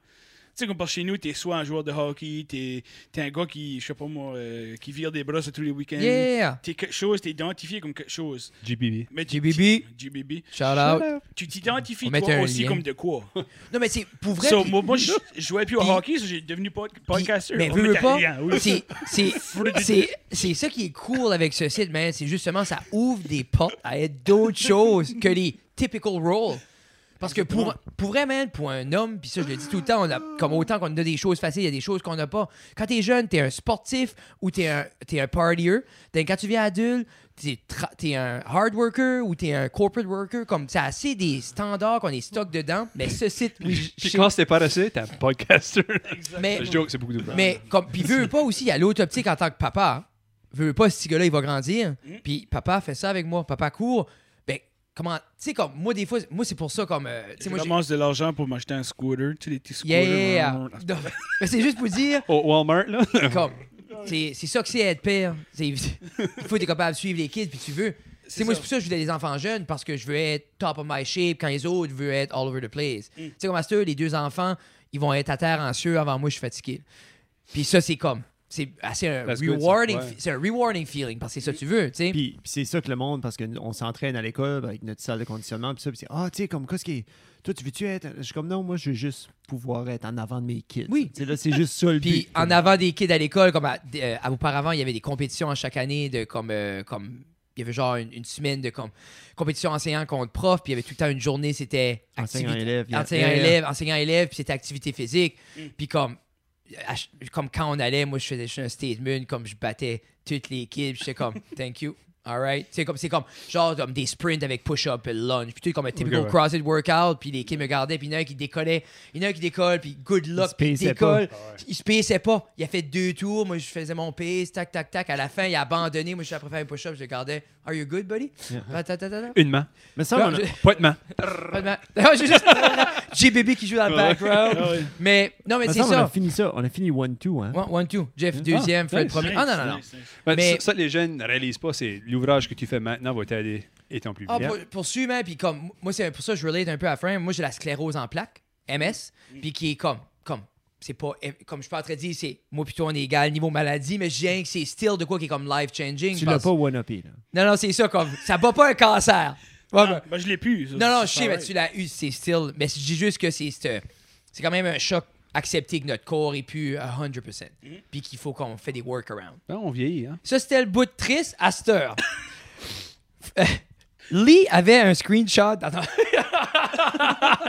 [SPEAKER 4] Tu sais, comme par chez nous, t'es soit un joueur de hockey, t'es es un gars qui, je sais pas moi, euh, qui vire des brosses tous les week-ends.
[SPEAKER 1] Yeah.
[SPEAKER 4] T'es quelque chose, t'es identifié comme quelque chose.
[SPEAKER 3] GBB.
[SPEAKER 4] Mais tu-
[SPEAKER 1] GBB.
[SPEAKER 4] tu- GBB.
[SPEAKER 1] Shout out.
[SPEAKER 4] Tu t'identifies
[SPEAKER 1] On mettait
[SPEAKER 4] toi
[SPEAKER 1] un
[SPEAKER 4] aussi
[SPEAKER 1] lien.
[SPEAKER 4] comme de quoi.
[SPEAKER 1] Non, mais c'est pour vrai.
[SPEAKER 4] so,
[SPEAKER 1] puis-
[SPEAKER 4] moi, moi, je je jouais plus au
[SPEAKER 1] Puis-
[SPEAKER 4] hockey, so j'ai devenu pod-
[SPEAKER 1] Puis-
[SPEAKER 4] podcaster.
[SPEAKER 1] Mais
[SPEAKER 4] On
[SPEAKER 1] veux, veux
[SPEAKER 4] mettait
[SPEAKER 1] pas,
[SPEAKER 4] rien, oui.
[SPEAKER 1] c'est- c'est- c'est- c'est ça qui est cool avec ce site, man. C'est justement, ça ouvre des portes à être d'autres choses que les typical roles. Parce que pour, pour vrai, man, pour un homme, puis ça, je le dis tout le temps, on a, comme autant qu'on a des choses faciles, il y a des choses qu'on n'a pas. Quand t'es jeune, t'es un sportif ou t'es un, t'es un partier. Then quand tu viens adulte, t'es, tra- t'es un hard worker ou t'es un corporate worker. Comme, c'est assez des standards qu'on est stock dedans. Mais ce site, oui,
[SPEAKER 3] Puis
[SPEAKER 1] je-
[SPEAKER 3] quand c'était pas assez, t'es un podcaster.
[SPEAKER 1] mais,
[SPEAKER 3] Je joke, c'est beaucoup de
[SPEAKER 1] mais comme puis veut pas aussi à l'autre optique en tant que papa. hein. Veut pas ce petit gars-là, il va grandir. Puis papa fait ça avec moi, papa court. Ben comment tu sais comme moi des fois moi c'est pour ça comme euh, tu sais
[SPEAKER 4] Je
[SPEAKER 1] moi j'ai-
[SPEAKER 4] ramasse de l'argent pour m'acheter un scooter, tu sais, les petits
[SPEAKER 1] Yeah,
[SPEAKER 4] scooters.
[SPEAKER 1] yeah, yeah.
[SPEAKER 4] hein.
[SPEAKER 1] Non, mais c'est juste pour dire
[SPEAKER 3] Au Walmart, là.
[SPEAKER 1] comme c'est c'est ça que c'est être père. C'est- Il faut être capable de suivre les kids puis tu veux. C'est moi c'est
[SPEAKER 4] ça.
[SPEAKER 1] pour ça que je voulais des enfants jeunes parce que je veux être top of my shape quand les autres veulent être all over the place. Tu sais comme à ce les deux enfants, ils vont être à terre en cieux avant moi je suis fatigué. Puis ça c'est comme c'est assez un
[SPEAKER 3] That's good, ça.
[SPEAKER 1] rewarding,
[SPEAKER 3] Ouais.
[SPEAKER 1] c'est un rewarding feeling parce que c'est ça que tu veux, tu sais.
[SPEAKER 2] Puis, puis c'est ça que le monde, parce qu'on s'entraîne à l'école avec notre salle de conditionnement, puis ça, puis c'est Ah, tu sais, comme, qu'est-ce qui est. Toi, tu veux-tu être. Je suis comme, non, moi, je veux juste pouvoir être en avant de mes kids.
[SPEAKER 1] Oui.
[SPEAKER 2] Tu sais, là, c'est juste ça le
[SPEAKER 1] Puis
[SPEAKER 2] but.
[SPEAKER 1] en avant des kids à l'école, comme à- d- euh, auparavant, il y avait des compétitions à chaque année de comme euh, comme il y avait genre une, une semaine de comme compétition enseignant contre prof, puis il y avait tout le temps une journée c'était activité
[SPEAKER 2] Enseignant-élève, yeah.
[SPEAKER 1] enseignant-élève, enseignant-élève, puis c'était activité physique, puis comme à ch- comme quand on allait, moi je faisais je faisais un statement comme je battais toutes les kids, puis j'étais comme thank you. All right. C'est comme, c'est comme genre comme des sprints avec push-up et lunge. Puis tout comme un typical
[SPEAKER 3] Ok, ouais.
[SPEAKER 1] CrossFit workout. Puis les kids me gardaient. Puis il y en a un qui décollait. Il y en a un qui décolle. Puis good luck.
[SPEAKER 2] se
[SPEAKER 1] Puis il
[SPEAKER 2] paissait
[SPEAKER 1] décolle. Il se paissait pas. Il a fait deux tours. Moi, je faisais mon pace. Tac, tac, tac. À la fin, il a abandonné. Moi, je suis après faire un push-up. Je le gardais. Are you good, buddy? Ta, ta, ta, ta, ta.
[SPEAKER 3] Une main.
[SPEAKER 2] Mais ça, on
[SPEAKER 1] Non,
[SPEAKER 2] a-
[SPEAKER 1] je-
[SPEAKER 3] Pas de main.
[SPEAKER 1] pas de mal. Non, j'ai juste JBB qui joue dans le
[SPEAKER 4] Ah
[SPEAKER 1] background.
[SPEAKER 4] ouais.
[SPEAKER 1] Mais non, mais
[SPEAKER 2] me
[SPEAKER 1] c'est
[SPEAKER 2] semble, on a
[SPEAKER 1] ça.
[SPEAKER 2] fini ça. On a fini 1-2, hein.
[SPEAKER 1] One, one, two. Jeff, deuxième. Fred,
[SPEAKER 3] nice.
[SPEAKER 1] premier. Ah, non, non, non.
[SPEAKER 4] Nice, nice, nice.
[SPEAKER 3] Ben,
[SPEAKER 1] Mais-
[SPEAKER 3] ça, ça, les jeunes ne réalisent pas. C'est l'ouvrage que tu fais maintenant va t'aider étant plus
[SPEAKER 1] Ah,
[SPEAKER 3] vieux.
[SPEAKER 1] pour, poursuivre, hein, puis comme, moi, c'est pour ça que je relate un peu à Frank. Moi, j'ai la sclérose en plaques, MS,
[SPEAKER 4] Mm.
[SPEAKER 1] puis qui est comme, comme, c'est pas, eh, comme je peux en train de dire, c'est, moi, plutôt, on est égal niveau maladie, mais je dis que c'est still de quoi qui est comme life-changing.
[SPEAKER 2] Tu
[SPEAKER 1] je
[SPEAKER 2] l'as
[SPEAKER 1] pense.
[SPEAKER 2] pas one-upé, là.
[SPEAKER 1] Non, non, c'est ça, comme, ça bat pas un cancer. Ouais,
[SPEAKER 4] Ah,
[SPEAKER 1] ben,
[SPEAKER 4] ben, je l'ai plus. ça,
[SPEAKER 1] non, non,
[SPEAKER 4] c'est
[SPEAKER 1] je sais, mais
[SPEAKER 4] pareil.
[SPEAKER 1] tu l'as eu, c'est still, mais je dis juste que c'est, c'est, euh, c'est quand même un choc accepté que notre corps est plus à 100%,
[SPEAKER 2] Mm-hmm.
[SPEAKER 1] puis qu'il faut qu'on fait des workarounds.
[SPEAKER 3] Non, on vieillit. Hein?
[SPEAKER 1] Ça, c'était le bout de triste à cette heure. Euh, Lee avait un screenshot. Attends.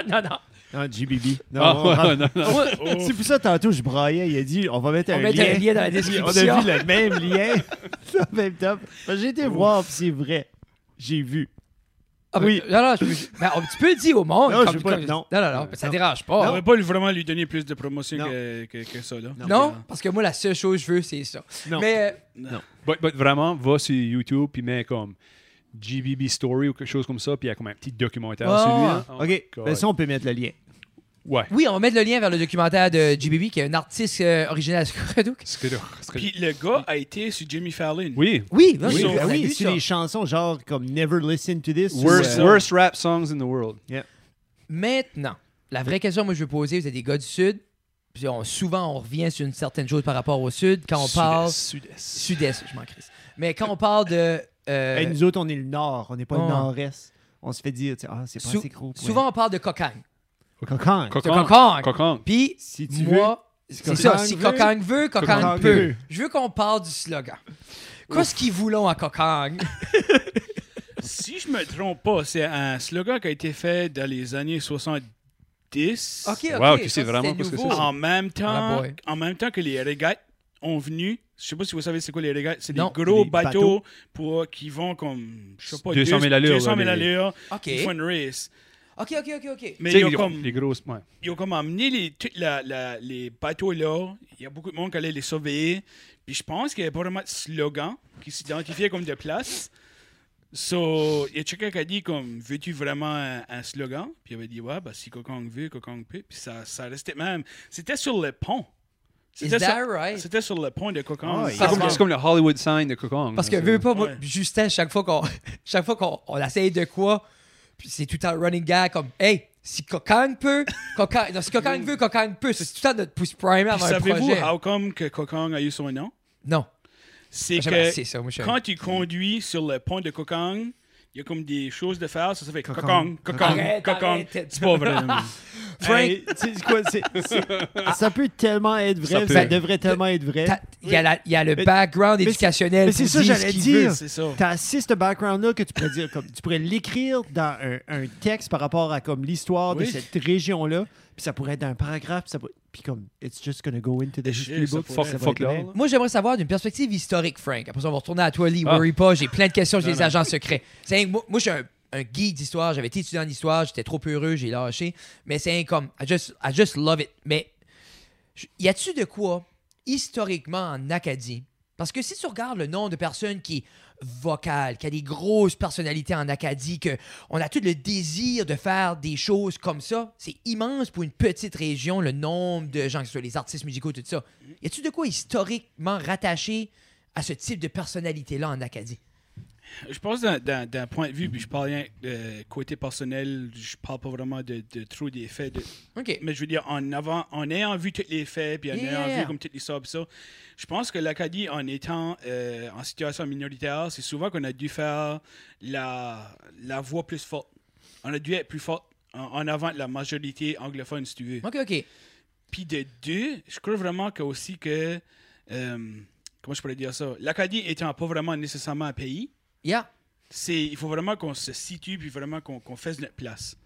[SPEAKER 1] non, non.
[SPEAKER 2] Non, GBB. Non,
[SPEAKER 3] Ah,
[SPEAKER 2] on-
[SPEAKER 3] ouais, non, non.
[SPEAKER 2] C'est pour ça, tantôt, je braillais. Il a dit, on va mettre,
[SPEAKER 1] On
[SPEAKER 2] un,
[SPEAKER 1] met
[SPEAKER 2] lien.
[SPEAKER 1] un lien dans la
[SPEAKER 2] Puis
[SPEAKER 1] description.
[SPEAKER 2] On a vu le même lien. C'est le même top. Ben, J'ai été voir, puis c'est vrai. J'ai vu.
[SPEAKER 1] Ah, ben,
[SPEAKER 2] Oui.
[SPEAKER 1] Non, non, je peux- ben, on- tu peux le dire au monde.
[SPEAKER 2] Non, je
[SPEAKER 1] comme-
[SPEAKER 2] veux pas-
[SPEAKER 1] comme-
[SPEAKER 2] non.
[SPEAKER 1] non, non, non, ça
[SPEAKER 2] Non.
[SPEAKER 1] dérange
[SPEAKER 4] On
[SPEAKER 1] pas.
[SPEAKER 4] va pas vraiment lui donner plus de promotion
[SPEAKER 2] Non.
[SPEAKER 4] que, que, que ça, là.
[SPEAKER 1] Non, parce que moi, la seule chose que je veux, c'est ça.
[SPEAKER 2] Non.
[SPEAKER 1] Mais euh,
[SPEAKER 3] But- but vraiment, va sur YouTube puis mets comme GBB Story ou quelque chose comme ça. Puis il y a comme un petit documentaire
[SPEAKER 1] Ouais,
[SPEAKER 3] sur lui.
[SPEAKER 1] ouais.
[SPEAKER 3] hein. Oh my
[SPEAKER 2] OK.
[SPEAKER 3] God.
[SPEAKER 2] Ben, ça, on peut mettre le lien.
[SPEAKER 3] Ouais.
[SPEAKER 1] Oui, on va mettre le lien vers le documentaire de GBB, qui est un artiste euh, originaire de Scottsdale.
[SPEAKER 3] Ce que- ce que-
[SPEAKER 4] Puis le gars a été sur Jimmy Fallon.
[SPEAKER 3] Oui.
[SPEAKER 1] Oui, non,
[SPEAKER 2] Oui,
[SPEAKER 1] j'ai-
[SPEAKER 2] ben
[SPEAKER 1] on a
[SPEAKER 2] oui,
[SPEAKER 1] vu
[SPEAKER 2] c'est
[SPEAKER 1] ça.
[SPEAKER 2] des chansons genre comme Never Listen to This. ou,
[SPEAKER 3] Worst,
[SPEAKER 2] euh,
[SPEAKER 3] worst rap songs in the world.
[SPEAKER 1] Maintenant, la vraie question que je veux poser, vous êtes des gars du Sud. Puis on- souvent, on revient sur une certaine chose par rapport au Sud. Quand on parle.
[SPEAKER 3] Sud-Est.
[SPEAKER 1] Sud-Est, je m'en crisse. Mais quand on parle de. euh,
[SPEAKER 2] hey, nous autres, on est le Nord, on n'est pas
[SPEAKER 1] Ouais.
[SPEAKER 2] le Nord-Est. On se fait dire, tu sais, ah, c'est pas
[SPEAKER 1] sou-
[SPEAKER 2] assez gros. pour-
[SPEAKER 1] souvent, on parle de cocagne.
[SPEAKER 2] Cocagne.
[SPEAKER 1] De
[SPEAKER 3] Cocagne.
[SPEAKER 1] cocagne.
[SPEAKER 3] Cocagne.
[SPEAKER 1] Puis,
[SPEAKER 2] Si tu
[SPEAKER 1] moi,
[SPEAKER 2] Si
[SPEAKER 1] c'est ça.
[SPEAKER 2] cocagne
[SPEAKER 1] Si
[SPEAKER 2] veut,
[SPEAKER 1] cocagne veut, cocagne
[SPEAKER 2] cocagne
[SPEAKER 1] peut.
[SPEAKER 2] peut.
[SPEAKER 1] Je veux qu'on parle du slogan. Qu'est-ce qu'ils voulons à cocagne?
[SPEAKER 4] Si je me trompe pas, c'est un slogan qui a été fait dans les années 70.
[SPEAKER 1] OK, OK.
[SPEAKER 3] Wow, tu
[SPEAKER 1] ça,
[SPEAKER 3] sais vraiment
[SPEAKER 1] c'était
[SPEAKER 3] pas ce que
[SPEAKER 1] nouveau.
[SPEAKER 3] c'est, ça.
[SPEAKER 4] En même
[SPEAKER 1] Ah,
[SPEAKER 4] temps,
[SPEAKER 1] boy.
[SPEAKER 4] en même temps que les régates ont venu, je sais pas si vous savez c'est quoi les régates, c'est des
[SPEAKER 1] Non.
[SPEAKER 4] gros
[SPEAKER 2] Des
[SPEAKER 4] bateaux,
[SPEAKER 2] bateaux.
[SPEAKER 4] pour euh, qui vont comme je sais pas
[SPEAKER 3] 200 000 allures,
[SPEAKER 4] 200 000
[SPEAKER 3] là, les-
[SPEAKER 4] allures,
[SPEAKER 1] OK.
[SPEAKER 4] ils font une race.
[SPEAKER 1] OK, OK, OK, OK.
[SPEAKER 4] Mais
[SPEAKER 3] Tu
[SPEAKER 4] ils
[SPEAKER 3] sais,
[SPEAKER 4] ont
[SPEAKER 3] les-
[SPEAKER 4] comme
[SPEAKER 3] les grosses. Ouais.
[SPEAKER 4] ils ont comme amené les, tout la- la- les bateaux là. Il y a beaucoup de monde qui allait les surveiller. Puis je pense qu'il y avait pas vraiment de slogan qui s'identifiait comme de place. So, il y a quelqu'un qui a dit comme veux-tu vraiment un, un slogan Puis il avait dit ouais, bah si Kokong veut, Kokong peut. Puis ça, ça restait même. C'était sur le pont.
[SPEAKER 1] Is
[SPEAKER 4] C'était
[SPEAKER 1] that
[SPEAKER 4] sur,
[SPEAKER 1] right?
[SPEAKER 4] c'était sur le pont de Kokong.
[SPEAKER 2] Ah,
[SPEAKER 4] Ça,
[SPEAKER 3] C'est
[SPEAKER 1] Parce
[SPEAKER 3] comme,
[SPEAKER 1] que-
[SPEAKER 3] c'est comme le Hollywood sign de Cocagne.
[SPEAKER 1] Parce que,
[SPEAKER 3] là,
[SPEAKER 1] veux
[SPEAKER 3] c'est-
[SPEAKER 1] pas, moi,
[SPEAKER 4] Ouais.
[SPEAKER 1] Justin, chaque fois qu'on chaque fois qu'on on essaye de quoi, puis c'est tout le temps le running gag comme Hey, si Cocagne peut, Cocagne, non, si Cocagne veut, Cocagne peut. C'est tout le temps notre pouce primer
[SPEAKER 4] Puis
[SPEAKER 1] avant un
[SPEAKER 4] savez-vous
[SPEAKER 1] projet.
[SPEAKER 4] how come que Kokong a eu son nom
[SPEAKER 1] Non,
[SPEAKER 4] C'est
[SPEAKER 1] j'aime
[SPEAKER 4] que
[SPEAKER 1] assez ça. Moi, je suis
[SPEAKER 4] quand tu conduis sur le pont de Kokong, il y a comme des choses de faire, ça, ça fait Kokong,
[SPEAKER 2] Kokong,
[SPEAKER 4] Kokong,
[SPEAKER 1] Arrête,
[SPEAKER 4] Kokong.
[SPEAKER 1] arrête.
[SPEAKER 4] C'est pas vrai. non.
[SPEAKER 1] Frank-
[SPEAKER 2] Hey, tu sais quoi, c'est- c'est- ça peut tellement être
[SPEAKER 3] Ça
[SPEAKER 2] vrai,
[SPEAKER 3] peut.
[SPEAKER 2] ça, devrait tellement être vrai.
[SPEAKER 1] T'as- Il y, a la- il y a le
[SPEAKER 2] Mais-
[SPEAKER 1] background
[SPEAKER 2] mais
[SPEAKER 1] éducationnel.
[SPEAKER 2] mais c'est
[SPEAKER 1] pour
[SPEAKER 2] ça,
[SPEAKER 1] dire
[SPEAKER 2] j'allais
[SPEAKER 1] ce qu'il
[SPEAKER 2] dire.
[SPEAKER 1] veut.
[SPEAKER 4] C'est ça.
[SPEAKER 2] T'as assez ce background-là que tu pourrais dire comme tu pourrais l'écrire dans un, un texte par rapport à comme l'histoire
[SPEAKER 4] Oui.
[SPEAKER 2] de cette région-là, puis ça pourrait être un paragraphe, puis ça pourrait- puis comme it's just gonna go into the
[SPEAKER 4] Shit,
[SPEAKER 2] history
[SPEAKER 4] ça
[SPEAKER 2] book.
[SPEAKER 4] pourrait-
[SPEAKER 2] ça
[SPEAKER 3] Fuck,
[SPEAKER 2] va
[SPEAKER 3] fuck
[SPEAKER 2] être
[SPEAKER 3] l'or,
[SPEAKER 2] même.
[SPEAKER 3] là.
[SPEAKER 1] Moi, j'aimerais savoir d'une perspective historique, Frank. Après ça, on va retourner à toi, Lee.
[SPEAKER 3] Ah.
[SPEAKER 1] Worry pas, j'ai plein de questions j'ai
[SPEAKER 4] Non,
[SPEAKER 1] les
[SPEAKER 4] non.
[SPEAKER 1] agents secrets. C'est un- moi, moi, je suis un, un geek d'histoire. J'avais été étudiant en histoire. J'étais trop heureux. J'ai lâché. Mais c'est un comme, I just, I just love it. Mais je- y a-tu de quoi, historiquement, en Acadie? Parce que si tu regardes le nombre de personnes qui vocales, qui a des grosses personnalités en Acadie, que on a tout le désir de faire des choses comme ça, c'est immense pour une petite région, le nombre de gens, que ce soit les artistes musicaux, tout ça. Y a-tu de quoi historiquement rattaché à ce type de personnalité-là en Acadie?
[SPEAKER 4] Je pense d'un- d'un d'un point de vue, puis je parle rien de côté personnel, je parle pas vraiment de, de trop des faits. de-
[SPEAKER 1] OK.
[SPEAKER 4] mais je veux dire, en, avant, en ayant vu tous les faits, puis en
[SPEAKER 1] Yeah,
[SPEAKER 4] ayant
[SPEAKER 1] yeah.
[SPEAKER 4] vu comme toutes les ça, puis ça, je pense que l'Acadie, en étant euh, en situation minoritaire, c'est souvent qu'on a dû faire la, la voix plus forte. On a dû être plus forte en, en avant de la majorité anglophone, si tu veux.
[SPEAKER 1] OK, OK.
[SPEAKER 4] Puis de deux, je crois vraiment que aussi que. euh, comment je pourrais dire ça? L'Acadie étant pas vraiment nécessairement un pays,
[SPEAKER 1] Yeah.
[SPEAKER 4] c'est il faut vraiment qu'on se situe puis vraiment qu'on qu'on fasse notre place.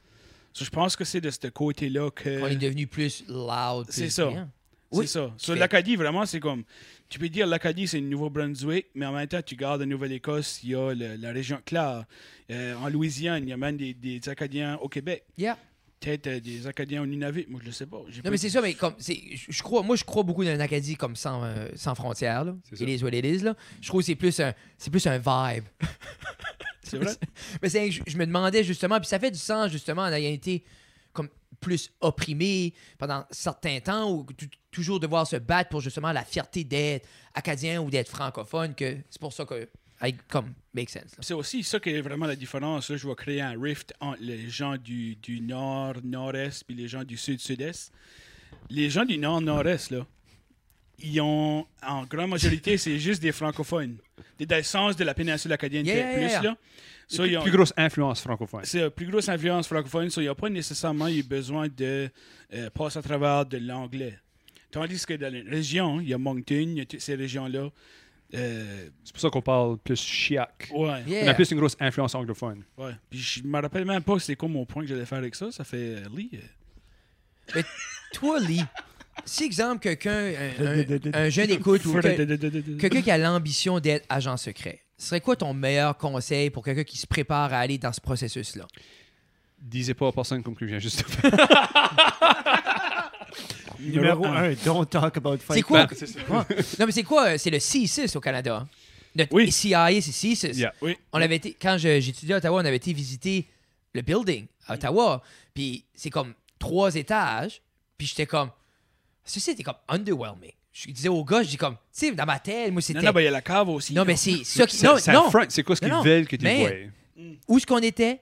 [SPEAKER 4] So, je pense que c'est de ce côté-là
[SPEAKER 1] On est
[SPEAKER 4] que.
[SPEAKER 1] devenu plus loud. plus
[SPEAKER 4] Euh, C'est ça.
[SPEAKER 1] brillant.
[SPEAKER 4] C'est
[SPEAKER 1] Oui.
[SPEAKER 4] ça. So,
[SPEAKER 1] Fait-
[SPEAKER 4] L'Acadie, vraiment, c'est comme. Tu peux dire l'Acadie, c'est le Nouveau-Brunswick, mais en même temps, tu gardes la Nouvelle-Écosse, il y a le- la région Claire. Euh, en Louisiane, il y a même des, des Acadiens au Québec.
[SPEAKER 1] Yeah.
[SPEAKER 4] Peut-être euh, des Acadiens au Nunavut, moi, je le sais pas. J'ai
[SPEAKER 1] Non,
[SPEAKER 4] pas
[SPEAKER 1] mais
[SPEAKER 4] dit-
[SPEAKER 1] c'est ça, mais comme, c'est, je je crois, moi, je crois beaucoup d'un Acadie comme sans, euh, sans frontières, là.
[SPEAKER 3] C'est ça.
[SPEAKER 1] It is what it is, là. Je trouve que c'est plus un, c'est plus un vibe.
[SPEAKER 4] C'est vrai?
[SPEAKER 1] mais c'est, je, je me demandais justement, puis ça fait du sens, justement, en ayant été comme plus opprimé pendant certains temps ou tu- toujours devoir se battre pour justement la fierté d'être acadien ou d'être francophone, que c'est pour ça que, I- comme, make sense. là.
[SPEAKER 4] C'est aussi ça qui est vraiment la différence. Là, je vais créer un rift entre les gens du, du nord, nord-est, puis les gens du sud, sud-est. Les gens du nord, nord-est, là, ils ont, en grande majorité, c'est juste des francophones. Des dans le sens de la péninsule acadienne,
[SPEAKER 1] Yeah,
[SPEAKER 4] peut-être
[SPEAKER 1] yeah,
[SPEAKER 4] plus,
[SPEAKER 1] yeah.
[SPEAKER 4] là. So, ils
[SPEAKER 3] Plus,
[SPEAKER 4] ont-
[SPEAKER 3] plus grosse influence francophone.
[SPEAKER 4] c'est la plus grosse influence francophone, so il n'y a pas nécessairement eu besoin de euh, passer à travers de l'anglais. Tandis que dans les régions, il y a Moncton, il y a toutes ces régions-là. euh,
[SPEAKER 3] C'est pour ça qu'on parle plus chiac.
[SPEAKER 4] ouais.
[SPEAKER 1] Yeah.
[SPEAKER 3] On a plus une grosse influence anglophone.
[SPEAKER 4] Ouais. Puis je me rappelle même pas c'est quoi mon point que j'allais faire avec ça. Ça fait euh, Lee. euh,
[SPEAKER 1] Mais toi, Lee, si exemple quelqu'un, un, un-
[SPEAKER 2] De- de- de- de-
[SPEAKER 1] un jeune écoute ou que-
[SPEAKER 4] Que-
[SPEAKER 1] quelqu'un qui a l'ambition d'être agent secret, ce serait quoi ton meilleur conseil pour quelqu'un qui se prépare à aller dans ce processus-là?
[SPEAKER 3] Disais pas à personne comme que je viens juste de faire.
[SPEAKER 2] Numéro
[SPEAKER 4] un.
[SPEAKER 2] 1, don't talk about fight.
[SPEAKER 1] C'est quoi?
[SPEAKER 3] Ben, c'est ça.
[SPEAKER 1] Ouais. Non, mais c'est quoi? euh, C'est le CISIS au Canada. hein? Notre
[SPEAKER 4] Oui.
[SPEAKER 1] CIA, c'est CISIS.
[SPEAKER 3] Yeah.
[SPEAKER 4] Oui.
[SPEAKER 1] On avait été, quand je- j'étudiais à Ottawa, on avait été visiter le building à Ottawa. Puis c'est comme trois étages, puis j'étais comme. Ceci était comme underwhelming. Je disais au gars, je dis comme, tu sais, dans ma tête, moi, c'était.
[SPEAKER 4] Non, non, ben, il y a la cave aussi.
[SPEAKER 1] Non, mais c'est ça qui.
[SPEAKER 3] C'est-
[SPEAKER 1] Non,
[SPEAKER 3] c'est
[SPEAKER 1] non.
[SPEAKER 3] affront, c'est quoi ce
[SPEAKER 1] Non,
[SPEAKER 3] qu'ils
[SPEAKER 1] non.
[SPEAKER 3] veulent que tu
[SPEAKER 1] Mais-
[SPEAKER 3] vois?
[SPEAKER 1] Où est-ce qu'on était?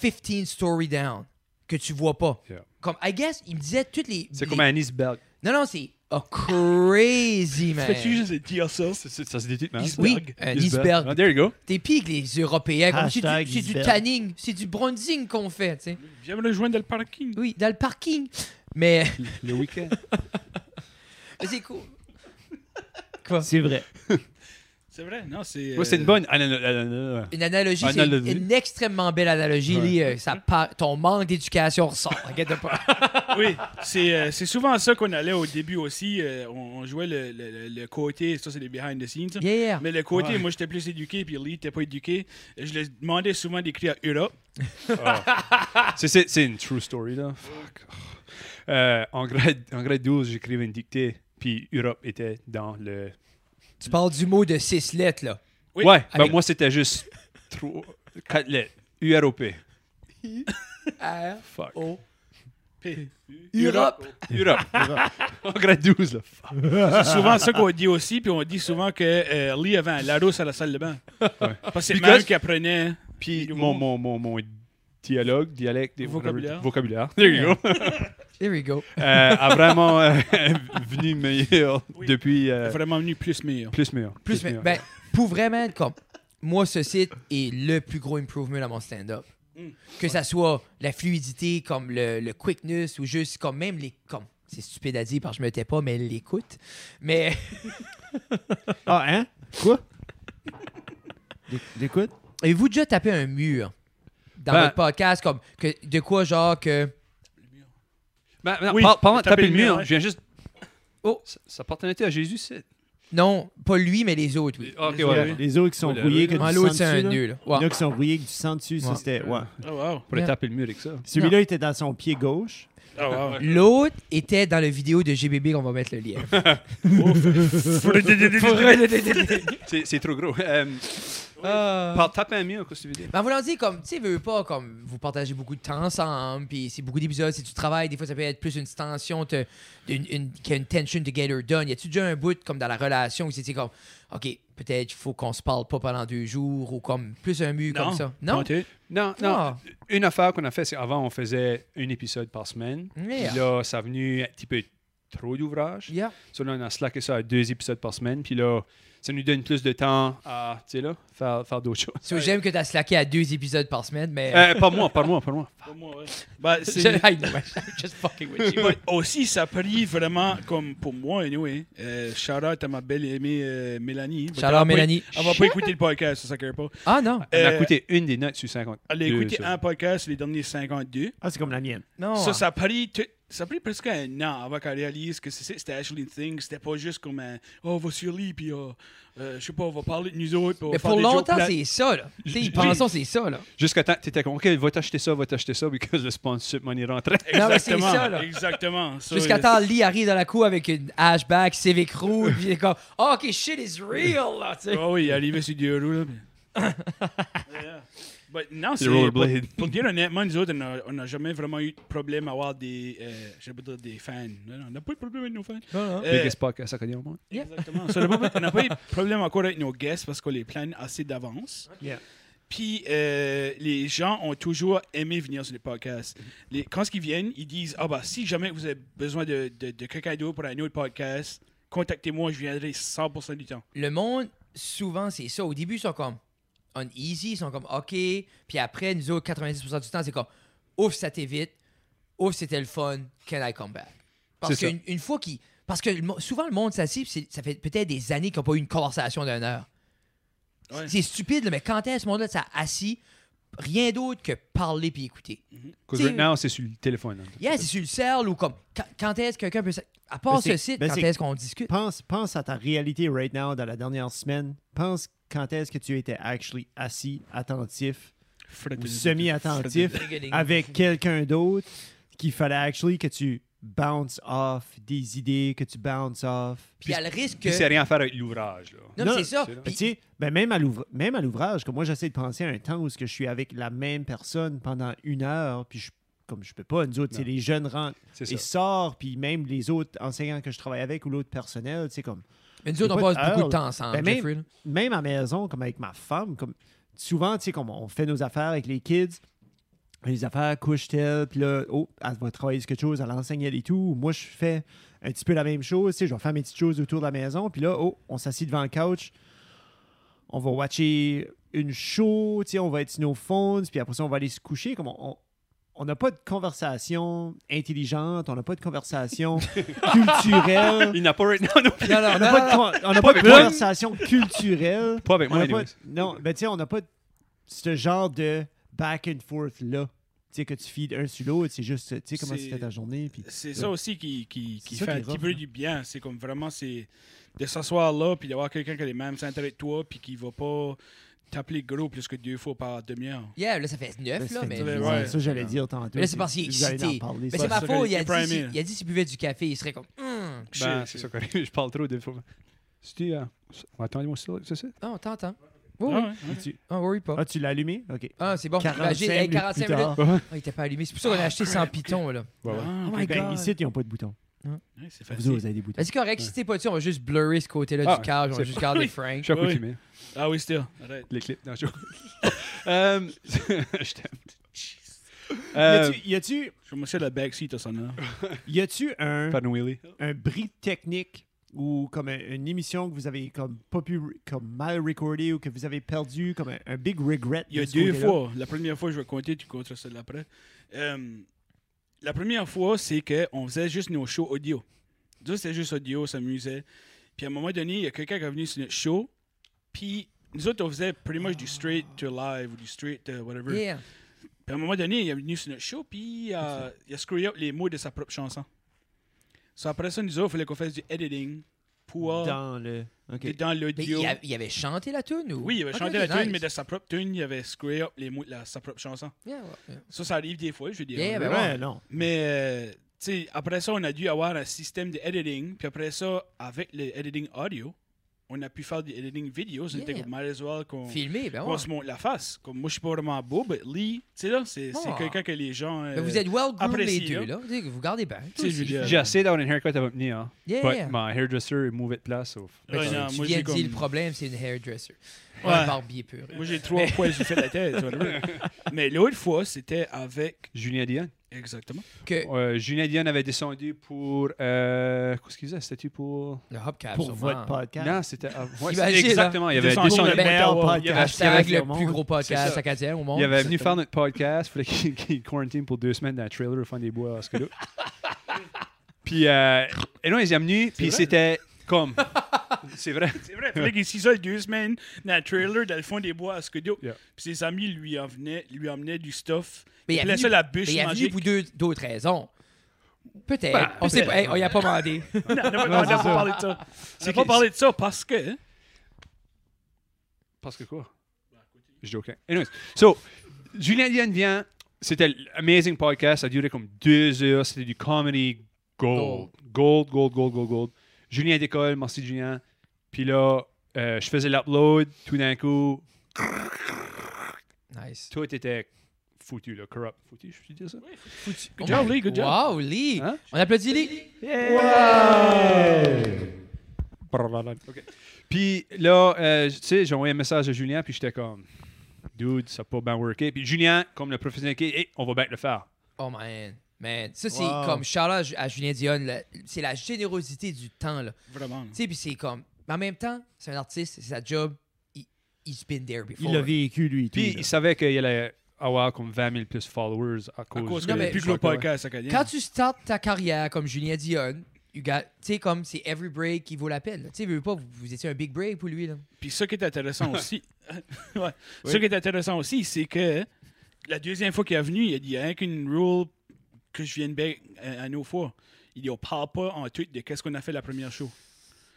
[SPEAKER 1] 15 story down. Que tu vois pas.
[SPEAKER 3] Yeah.
[SPEAKER 1] Comme, I guess, il me disait toutes les.
[SPEAKER 3] C'est
[SPEAKER 1] les-
[SPEAKER 3] comme Annie's Belt.
[SPEAKER 1] Non, non, c'est a crazy, man.
[SPEAKER 4] Fais-tu juste dire ça?
[SPEAKER 3] Ça se détruit, man.
[SPEAKER 1] Oui,
[SPEAKER 4] Iceberg.
[SPEAKER 1] un
[SPEAKER 3] Iceberg.
[SPEAKER 1] iceberg.
[SPEAKER 3] Hein? Ah, there you go.
[SPEAKER 1] T'es pire que les Européens. comme C'est
[SPEAKER 2] Hashtag
[SPEAKER 1] du, c'est du
[SPEAKER 2] iceberg.
[SPEAKER 1] tanning, c'est du bronzing qu'on fait, tu sais.
[SPEAKER 4] Viens me le joindre dans le parking.
[SPEAKER 1] Oui, dans le parking. Mais
[SPEAKER 3] Le week-end.
[SPEAKER 1] c'est cool.
[SPEAKER 2] C'est vrai.
[SPEAKER 4] C'est vrai, non, c'est.
[SPEAKER 3] Ouais, c'est une
[SPEAKER 4] euh,
[SPEAKER 3] bonne. Ah, non, non, non, non, non.
[SPEAKER 1] Une analogie, c'est une,
[SPEAKER 3] Analogie.
[SPEAKER 1] extrêmement belle analogie.
[SPEAKER 3] Ouais.
[SPEAKER 1] Lee, euh, ça par- ton manque d'éducation ressort. Inquiète pas.
[SPEAKER 4] Oui, c'est euh, c'est souvent ça qu'on allait au début aussi. euh, on, on jouait le, le- le- le côté, ça c'est des behind the scenes. ça.
[SPEAKER 1] Yeah.
[SPEAKER 4] Mais le côté,
[SPEAKER 3] Ouais.
[SPEAKER 4] moi j'étais plus éduqué, puis Lee n'était pas éduqué. Je lui demandais souvent d'écrire Europe.
[SPEAKER 3] C'est- C'est c'est une true story, là. Fuck. Euh, en, grade, en grade 12, j'écrivais une dictée, puis Europe était dans le.
[SPEAKER 1] Tu parles du mot de six lettres, là.
[SPEAKER 4] Oui.
[SPEAKER 3] Ouais, ben
[SPEAKER 1] Avec-
[SPEAKER 3] moi, c'était juste trois, quatre lettres. UROP. Fuck.
[SPEAKER 1] O.
[SPEAKER 4] Puis-
[SPEAKER 1] Euh, Europe.
[SPEAKER 3] Europe. en grade 12, là. Fuck.
[SPEAKER 4] C'est souvent ça qu'on dit aussi, puis on dit souvent que euh, Lee avait un Larousse à la salle de bain. Parce que c'est le
[SPEAKER 3] Because-
[SPEAKER 4] même qui apprenait.
[SPEAKER 3] Puis
[SPEAKER 4] Des
[SPEAKER 3] mon,
[SPEAKER 4] mots.
[SPEAKER 3] mon, mon, mon dialogue, dialecte, des-
[SPEAKER 4] Vocabulaire.
[SPEAKER 3] vocabulaire. There you go.
[SPEAKER 1] There we go.
[SPEAKER 3] Euh, a vraiment euh, venu meilleur
[SPEAKER 4] Oui.
[SPEAKER 3] depuis. euh,
[SPEAKER 4] Vraiment venu plus meilleur.
[SPEAKER 3] plus meilleur.
[SPEAKER 1] Plus, mais- ben, pour vraiment, comme, moi, ce site est le plus gros improvement dans mon stand-up.
[SPEAKER 4] Mm.
[SPEAKER 1] Que ça soit la fluidité, comme le, le quickness, ou juste comme même les. Comme, c'est stupide à dire parce que je me tais pas, mais l'écoute. Mais
[SPEAKER 2] Ah, hein? Quoi? D'écoute?
[SPEAKER 1] avez-vous déjà tapé un mur dans
[SPEAKER 3] Ben-
[SPEAKER 1] votre podcast, comme que, de quoi genre que.
[SPEAKER 3] Ben, non,
[SPEAKER 4] Oui,
[SPEAKER 3] parle- parle-
[SPEAKER 4] taper
[SPEAKER 3] tapez
[SPEAKER 4] le
[SPEAKER 3] le mur.
[SPEAKER 4] mur,
[SPEAKER 3] Je viens juste.
[SPEAKER 1] Oh.
[SPEAKER 3] Ça, ça appartenait à Jésus, c'est.
[SPEAKER 1] Non, pas lui, mais les autres, oui.
[SPEAKER 3] Ah, Ok, ouais.
[SPEAKER 4] Ouais.
[SPEAKER 3] ouais.
[SPEAKER 2] Les autres qui sont
[SPEAKER 3] Ouais,
[SPEAKER 2] rouillés,
[SPEAKER 3] le-
[SPEAKER 2] que du
[SPEAKER 1] Ah,
[SPEAKER 2] sang
[SPEAKER 1] L'autre,
[SPEAKER 2] dessus.
[SPEAKER 1] c'est un
[SPEAKER 2] là.
[SPEAKER 1] nul. là.
[SPEAKER 2] Il y en
[SPEAKER 1] Ouais.
[SPEAKER 2] a qui sont rouillés avec du sang dessus, ça
[SPEAKER 1] Ouais.
[SPEAKER 2] c'était. Ouais.
[SPEAKER 4] Oh, wow.
[SPEAKER 3] Pour
[SPEAKER 1] Merde.
[SPEAKER 3] taper le mur avec ça.
[SPEAKER 2] Celui-là était dans son pied gauche.
[SPEAKER 4] Oh, wow.
[SPEAKER 1] L'autre était dans la vidéo de GBB qu'on va mettre le lien.
[SPEAKER 3] C'est c'est trop gros. Euh,
[SPEAKER 1] Ah.
[SPEAKER 3] par- Tape un mur, qu'est-ce que tu veux dire?
[SPEAKER 1] Ben, voulant dire, comme, tu sais, veux veux pas, comme, vous partagez beaucoup de temps ensemble, puis c'est beaucoup d'épisodes, c'est du travail, des fois, ça peut être plus une tension, te- une, une, qu'une tension to get her done. Y a-tu déjà un bout, comme, dans la relation, où c'était comme, OK, peut-être, il faut qu'on se parle pas pendant deux jours, ou comme, plus un mur comme ça? Non?
[SPEAKER 4] Ok.
[SPEAKER 3] Non, non.
[SPEAKER 1] Ah.
[SPEAKER 3] Une affaire qu'on a fait, c'est avant, on faisait un épisode par semaine.
[SPEAKER 1] Yeah.
[SPEAKER 3] Puis là, ça a venu un petit peu trop d'ouvrage.
[SPEAKER 1] Yeah.
[SPEAKER 3] So, là, on a slacké ça à deux épisodes par semaine. Puis là, ça nous donne plus de temps à, tu sais, là, faire, faire d'autres choses.
[SPEAKER 1] So, j'aime que t'as slacké à deux épisodes par semaine, mais.
[SPEAKER 3] Euh, par moi, par moi, par moi.
[SPEAKER 4] Pour moi, ouais. Ben, c'est-
[SPEAKER 1] Je- I know, I'm just fucking with you.
[SPEAKER 4] Ouais, aussi, ça prie vraiment, comme pour moi, anyway. Euh, shout out à ma belle aimée euh, Mélanie.
[SPEAKER 1] Shout out, Mélanie.
[SPEAKER 4] Elle va pas écouter le podcast, ça, ça ne pas.
[SPEAKER 1] Ah non,
[SPEAKER 3] On a
[SPEAKER 4] Euh,
[SPEAKER 3] coûté une des notes sur 50.
[SPEAKER 4] Elle a écouté un podcast les derniers 52.
[SPEAKER 2] Ah, c'est comme la mienne.
[SPEAKER 1] non.
[SPEAKER 4] Ça, ça a pris tout- ça a pris presque un an avant qu'elle réalise que c'est- c'était actually une thing. C'était pas juste comme un « Oh, on va sur lui, puis oh, euh, je sais pas, on va parler de nous autres. puis on va
[SPEAKER 1] mais
[SPEAKER 4] faire
[SPEAKER 1] pour
[SPEAKER 4] des jokes
[SPEAKER 1] longtemps,
[SPEAKER 4] plates.
[SPEAKER 1] c'est ça, là. Tu sais,
[SPEAKER 3] J'ai-
[SPEAKER 1] pensons, c'est ça, là.
[SPEAKER 3] Jusqu'à temps que tu étais comme, OK, va t'acheter ça, va t'acheter ça, parce que le sponsorship money rentrait.
[SPEAKER 1] Non, mais c'est
[SPEAKER 4] Exactement.
[SPEAKER 1] ça, là.
[SPEAKER 4] Exactement. So,
[SPEAKER 1] Jusqu'à
[SPEAKER 4] euh,
[SPEAKER 1] temps, Lee arrive dans la cour avec une hashback Civic Roux, puis il est comme, oh, OK, shit is real, là, tu sais.
[SPEAKER 4] Ah oui, il est arrivé sur du roues, là. puis- Yeah. But non, c'est. Pour,
[SPEAKER 3] rollerblades.
[SPEAKER 4] pour dire honnêtement, nous autres, on a- on n'a jamais vraiment eu de problème à avoir des. euh, je vais pas dire des fans. Non, non, on n'a pas eu de problème avec nos fans. Euh,
[SPEAKER 3] Biggest podcast à Cody au monde.
[SPEAKER 1] Yeah.
[SPEAKER 4] Exactement. So, on n'a pas- on n'a pas eu de problème encore avec nos guests parce qu'on les plane assez d'avance.
[SPEAKER 2] Yeah.
[SPEAKER 4] Puis euh, les gens ont toujours aimé venir sur les podcasts. Les, quand ils viennent, ils disent Ah, bah, si jamais vous avez besoin de, de, de quelqu'un d'autre pour un autre podcast, contactez-moi, je viendrai 100% du temps.
[SPEAKER 1] Le monde, souvent, c'est ça. Au début, ils sont comme on easy, ils sont comme OK. Puis après, nous autres, 90% du temps, c'est comme ouf, ça t'est vite. Ouf, c'était le fun. Can I come back? Parce
[SPEAKER 3] C'est ça.
[SPEAKER 1] qu'une une fois qu'ils. Parce que le mo- souvent, le monde s'assied, puis c'est- ça fait peut-être des années qu'ils n'ont pas eu une conversation d'une heure.
[SPEAKER 4] Ouais.
[SPEAKER 1] C'est stupide, là, mais quand est-ce ce monde-là, ça assis, rien d'autre que parler puis écouter.
[SPEAKER 3] Parce
[SPEAKER 1] C'est-
[SPEAKER 3] right now, c'est sur le téléphone. hein.
[SPEAKER 1] Yeah, c'est sur le sel ou comme. Quand, quand est-ce que quelqu'un peut. s- À part
[SPEAKER 2] Ben, c'est-
[SPEAKER 1] ce site,
[SPEAKER 2] ben,
[SPEAKER 1] quand
[SPEAKER 2] c'est-
[SPEAKER 1] est-ce qu'on discute?
[SPEAKER 2] Pense, pense à ta réalité right now dans la dernière semaine. Pense quand est-ce que tu étais actually assis, attentif ou semi-attentif avec quelqu'un d'autre qu'il fallait actually que tu bounce off des idées, que tu bounce off.
[SPEAKER 1] Puis à le risque que.
[SPEAKER 3] Puis c'est rien à faire avec l'ouvrage. là.
[SPEAKER 1] Non, mais
[SPEAKER 2] Non,
[SPEAKER 1] c'est ça.
[SPEAKER 3] c'est là.
[SPEAKER 2] Ben,
[SPEAKER 1] Puis-
[SPEAKER 2] tu sais, ben, même à l'ouvr- même à l'ouvrage, comme moi j'essaie de penser à un temps où ce que je suis avec la même personne pendant une heure, puis je comme je peux pas. Nous autres, tu sais,
[SPEAKER 3] Non.
[SPEAKER 2] les jeunes rentrent
[SPEAKER 3] C'est
[SPEAKER 2] et
[SPEAKER 3] ça.
[SPEAKER 2] sortent, puis même les autres enseignants que je travaille avec ou l'autre personnel, tu sais, comme
[SPEAKER 1] Mais nous autres, on
[SPEAKER 2] Écoute,
[SPEAKER 1] passe beaucoup
[SPEAKER 2] Earl,
[SPEAKER 1] de temps ensemble,
[SPEAKER 2] ben même-
[SPEAKER 1] Jeffrey. là.
[SPEAKER 2] même à la maison, comme avec ma femme, comme souvent, tu sais, comme on fait nos affaires avec les kids, les affaires, couche-t-elle, puis là, oh, elle va travailler sur quelque chose, elle enseigne elle et tout. Moi, je fais un petit peu la même chose, tu sais, je vais faire mes petites choses autour de la maison, puis là, oh, on s'assit devant le couch, on va watcher une show, tu sais, on va être sur nos phones, puis après ça, on va aller se coucher, comme on- on. on n'a pas de conversation intelligente, on n'a pas de conversation culturelle.
[SPEAKER 3] Il n'a pas right now, non.
[SPEAKER 1] Non, non,
[SPEAKER 2] On
[SPEAKER 1] non, non,
[SPEAKER 2] n'a pas,
[SPEAKER 1] non.
[SPEAKER 2] de con- on n'a pas
[SPEAKER 3] Pas
[SPEAKER 2] de
[SPEAKER 3] avec moi.
[SPEAKER 2] conversation culturelle.
[SPEAKER 3] Pas avec
[SPEAKER 2] On
[SPEAKER 3] moi,
[SPEAKER 2] n'a pas-
[SPEAKER 3] anyways.
[SPEAKER 2] non, ben tu sais, on n'a pas de- ce genre de back and forth là. Tu sais, que tu feeds un sur l'autre, c'est juste, tu sais, comment
[SPEAKER 4] C'est-
[SPEAKER 2] c'était ta journée. Puis...
[SPEAKER 4] C'est
[SPEAKER 2] Ouais.
[SPEAKER 4] ça aussi qui, qui,
[SPEAKER 2] C'est
[SPEAKER 4] qui
[SPEAKER 2] ça
[SPEAKER 4] fait
[SPEAKER 2] qui
[SPEAKER 4] un
[SPEAKER 2] est
[SPEAKER 4] petit
[SPEAKER 2] rough,
[SPEAKER 4] peu
[SPEAKER 2] hein.
[SPEAKER 4] du bien. C'est comme vraiment, c'est de s'asseoir là, puis d'avoir quelqu'un qui a les mêmes intérêts que toi, puis qui va pas t'appeler gros plus que deux fois par demi-heure.
[SPEAKER 1] Yeah, là, ça fait
[SPEAKER 2] Ben,
[SPEAKER 1] neuf, là,
[SPEAKER 2] c'était-
[SPEAKER 1] mais.
[SPEAKER 4] Ouais,
[SPEAKER 2] ouais,
[SPEAKER 4] ouais.
[SPEAKER 2] ça, j'allais dire tantôt.
[SPEAKER 1] Mais là, c'est parce qu'il est
[SPEAKER 2] Vous allez en
[SPEAKER 1] excité.
[SPEAKER 2] parler,
[SPEAKER 1] Mais
[SPEAKER 2] ça.
[SPEAKER 1] c'est pas
[SPEAKER 4] ça
[SPEAKER 1] faux,
[SPEAKER 4] que
[SPEAKER 1] il a,
[SPEAKER 4] les
[SPEAKER 1] dit,
[SPEAKER 4] primés, là.
[SPEAKER 1] il a dit s'il buvait du café, il serait comme. Hum.
[SPEAKER 3] Ben,
[SPEAKER 4] Shit.
[SPEAKER 3] c'est ça, quoi. Je parle trop des fois. C'est-tu. euh, Attendez-moi, c'est ça?
[SPEAKER 1] Non, t'entends. Oui,
[SPEAKER 4] Ah
[SPEAKER 1] oui.
[SPEAKER 4] ouais, ouais.
[SPEAKER 1] Ah, worry pas.
[SPEAKER 2] Ah, tu l'as allumé? OK.
[SPEAKER 1] Ah, c'est bon.
[SPEAKER 2] 45
[SPEAKER 1] Ben, j'ai- hey,
[SPEAKER 2] minutes plus
[SPEAKER 1] 45 minutes.
[SPEAKER 2] tard.
[SPEAKER 1] Ah, il était pas allumé. C'est pour ça qu'on a acheté 100 pitons, là.
[SPEAKER 3] Ouais, ouais.
[SPEAKER 4] Ah,
[SPEAKER 1] Oh
[SPEAKER 4] ok.
[SPEAKER 1] my
[SPEAKER 2] Ben,
[SPEAKER 1] God.
[SPEAKER 2] ici, ils n'ont pas de bouton.
[SPEAKER 4] Ouais, c'est
[SPEAKER 2] Vous autres,
[SPEAKER 4] facile.
[SPEAKER 2] vous avez des boutons.
[SPEAKER 1] Ben, c'est correct, si t'es pas dessus, on va juste blurrer ce côté-là
[SPEAKER 3] Ah,
[SPEAKER 1] du cage, on va
[SPEAKER 3] c'est-
[SPEAKER 1] juste garder Frank.
[SPEAKER 3] Je suis à coup
[SPEAKER 4] Oui.
[SPEAKER 3] qui met.
[SPEAKER 4] Ah oui, still. Arrête.
[SPEAKER 3] Les clips. Non, je Euh, Je t'aime.
[SPEAKER 2] Y
[SPEAKER 3] Euh,
[SPEAKER 2] a-tu- Y a-tu-
[SPEAKER 4] Je vais me chercher la backseat à ça, non?
[SPEAKER 2] y a-tu un,
[SPEAKER 3] Pat Wheelie.
[SPEAKER 2] un bris technique ou comme un- une émission que vous avez comme pas pu, comme mal recordée ou que vous avez perdu, comme un, un big regret?
[SPEAKER 4] Il y a
[SPEAKER 2] de ce
[SPEAKER 4] deux
[SPEAKER 2] côté-là?
[SPEAKER 4] fois. La première fois, je vais compter, tu compteras celle d'après. Euh, la première fois, c'est qu'on faisait juste nos shows audio. Nous, c'était juste audio, on s'amusait. Puis à un moment donné, il y a quelqu'un qui est venu sur notre show. Puis nous autres, on faisait pretty much du straight to live ou du straight to whatever.
[SPEAKER 1] Yeah.
[SPEAKER 4] Puis à un moment donné, il est venu sur notre show, puis euh, il a screwé up les mots de sa propre chanson. So, après ça, nous autres, il fallait qu'on fasse du editing pour
[SPEAKER 2] Dans le. OK.
[SPEAKER 4] dans
[SPEAKER 1] Mais
[SPEAKER 4] l'audio.
[SPEAKER 1] il, a- il avait chanté la tune ou
[SPEAKER 4] Oui, il avait
[SPEAKER 1] Ok,
[SPEAKER 4] chanté
[SPEAKER 1] ok,
[SPEAKER 4] la tune,
[SPEAKER 1] nice.
[SPEAKER 4] mais de sa propre tune, il avait screwé up les mots de la- sa propre chanson.
[SPEAKER 1] Yeah, ouais.
[SPEAKER 4] Ça, ça arrive des fois, je veux dire.
[SPEAKER 1] Yeah, ben
[SPEAKER 2] ouais,
[SPEAKER 1] ouais.
[SPEAKER 2] non.
[SPEAKER 4] Mais, euh, tu sais, après ça, on a dû avoir un système d'editing. Puis après ça, avec le editing audio, on a pu faire du editing vidéo. C'était
[SPEAKER 1] Yeah.
[SPEAKER 4] comme, might as well qu'on
[SPEAKER 1] Filmé, ben
[SPEAKER 4] qu'on
[SPEAKER 1] ouais.
[SPEAKER 4] se montre la face. Comme moi, je suis pas vraiment beau, mais Lee, tu sais, là, c'est c'est
[SPEAKER 1] Oh.
[SPEAKER 4] quelqu'un que les gens. euh,
[SPEAKER 1] Ben, vous êtes well groomed les
[SPEAKER 4] apprécié,
[SPEAKER 1] deux,
[SPEAKER 4] hein.
[SPEAKER 1] là. Vous dites que Vous gardez bien.
[SPEAKER 4] sais, je veux dire-
[SPEAKER 3] Euh, J'ai assez d'avoir une haircut avant de venir. hein.
[SPEAKER 1] Yeah.
[SPEAKER 3] But my hairdresser est mauvais de place. so-
[SPEAKER 1] Ben,
[SPEAKER 4] Ouais,
[SPEAKER 1] tu-
[SPEAKER 4] non,
[SPEAKER 1] tu
[SPEAKER 4] moi,
[SPEAKER 1] viens
[SPEAKER 4] j'ai
[SPEAKER 1] de dire
[SPEAKER 4] comme-
[SPEAKER 1] le problème, c'est une hairdresser.
[SPEAKER 4] Ouais.
[SPEAKER 1] Un barbier pur.
[SPEAKER 4] Moi, j'ai trois poils, j'ai fait la tête. whatever. Mais l'autre fois, c'était avec.
[SPEAKER 3] Julien Dion.
[SPEAKER 4] Exactement.
[SPEAKER 1] Que
[SPEAKER 3] Euh, Julien Dion avait descendu pour. euh, Qu'est-ce qu'il disait C'était-tu pour.
[SPEAKER 1] le hubcap,
[SPEAKER 2] pour
[SPEAKER 1] Ah, sûrement.
[SPEAKER 2] votre podcast.
[SPEAKER 3] Non, c'était. ah, ouais,
[SPEAKER 1] Imagine,
[SPEAKER 3] c'était
[SPEAKER 1] là.
[SPEAKER 3] exactement. Il avait
[SPEAKER 4] Descendu
[SPEAKER 3] descendu.
[SPEAKER 4] pour le-
[SPEAKER 3] il y avait
[SPEAKER 1] Hashtag
[SPEAKER 2] au
[SPEAKER 1] le
[SPEAKER 2] monde.
[SPEAKER 1] plus gros
[SPEAKER 3] C'est
[SPEAKER 1] podcast
[SPEAKER 3] ça.
[SPEAKER 1] acadien au monde.
[SPEAKER 3] Il avait venu
[SPEAKER 2] Exactement.
[SPEAKER 3] faire notre podcast. Il fallait qu'il- qu'il quarantine pour deux semaines dans un trailer au fond des bois à Oscalo. Puis, euh, et là, ils sont venus. Puis
[SPEAKER 4] vrai.
[SPEAKER 3] c'était comme. C'est vrai.
[SPEAKER 4] C'est vrai, il fallait qu'il s'y soit deux semaines dans le trailer, dans le fond des bois à Scudio.
[SPEAKER 3] Yeah.
[SPEAKER 4] Puis ses amis lui emmenaient, lui emmenaient du stuff.
[SPEAKER 1] Mais
[SPEAKER 4] Il
[SPEAKER 1] il a
[SPEAKER 4] appelait
[SPEAKER 1] venu-
[SPEAKER 4] ça la
[SPEAKER 1] mais
[SPEAKER 4] bûche
[SPEAKER 1] il a venu
[SPEAKER 4] magique.
[SPEAKER 1] pour deux- d'autres raisons. Peut-être.
[SPEAKER 3] Ben,
[SPEAKER 1] on sait pas. Hey, on y a pas demandé.
[SPEAKER 4] Non, on n'a pas, on n'a pas parlé de ça. On n'a pas parlé de ça parce que. hein?
[SPEAKER 3] Parce que quoi? Je joke. hein. Anyways, so, Julien Dion vient. C'était l'amazing podcast. Ça a duré comme deux heures. C'était du comedy gold. Gold, gold, gold, gold, gold. Julien décolle. Merci, Julien. Puis là, euh, je faisais l'upload. Tout d'un coup,
[SPEAKER 1] Nice.
[SPEAKER 3] tout était foutu, là, corrupt. Foutu, je peux dire ça?
[SPEAKER 4] Good job, Lee, good job.
[SPEAKER 1] Wow, Lee.
[SPEAKER 3] Hein?
[SPEAKER 1] On applaudit Lee.
[SPEAKER 3] OK. Puis là, euh, tu sais, j'ai envoyé un message à Julien, puis j'étais comme, dude, ça n'a pas bien worké. Puis Julien, comme le professionnel qui est, Hey, on va bien le faire.
[SPEAKER 1] Oh man. Man, ça c'est
[SPEAKER 2] Wow.
[SPEAKER 1] comme Charlotte à Julien Dion, c'est la générosité du temps là.
[SPEAKER 4] Vraiment.
[SPEAKER 1] Tu sais, puis c'est comme. Mais en même temps, c'est un artiste, c'est sa job. Il, he's been there before.
[SPEAKER 2] Il l'a vécu, lui.
[SPEAKER 3] Puis
[SPEAKER 2] tout,
[SPEAKER 3] il
[SPEAKER 2] là.
[SPEAKER 3] savait qu'il allait avoir comme 20 000 plus followers à
[SPEAKER 4] À
[SPEAKER 3] cause,
[SPEAKER 4] cause
[SPEAKER 3] de-
[SPEAKER 4] que
[SPEAKER 1] Non, mais-
[SPEAKER 4] le plus gros podcast acadien.
[SPEAKER 1] Quand tu startes ta carrière comme Julien Dion, you got- tu sais, comme c'est every break qui vaut la peine. là. Tu sais, veux pas, vous, vous étiez un big break pour lui là.
[SPEAKER 4] Puis ce qui est intéressant aussi, ouais. ce qui est intéressant aussi, c'est que la deuxième fois qu'il est venu, il a dit il n'y a rien qu'une rule que je vienne bien à, à nos fois. Il dit on parle pas en tweet de qu'est-ce qu'on a fait la première show.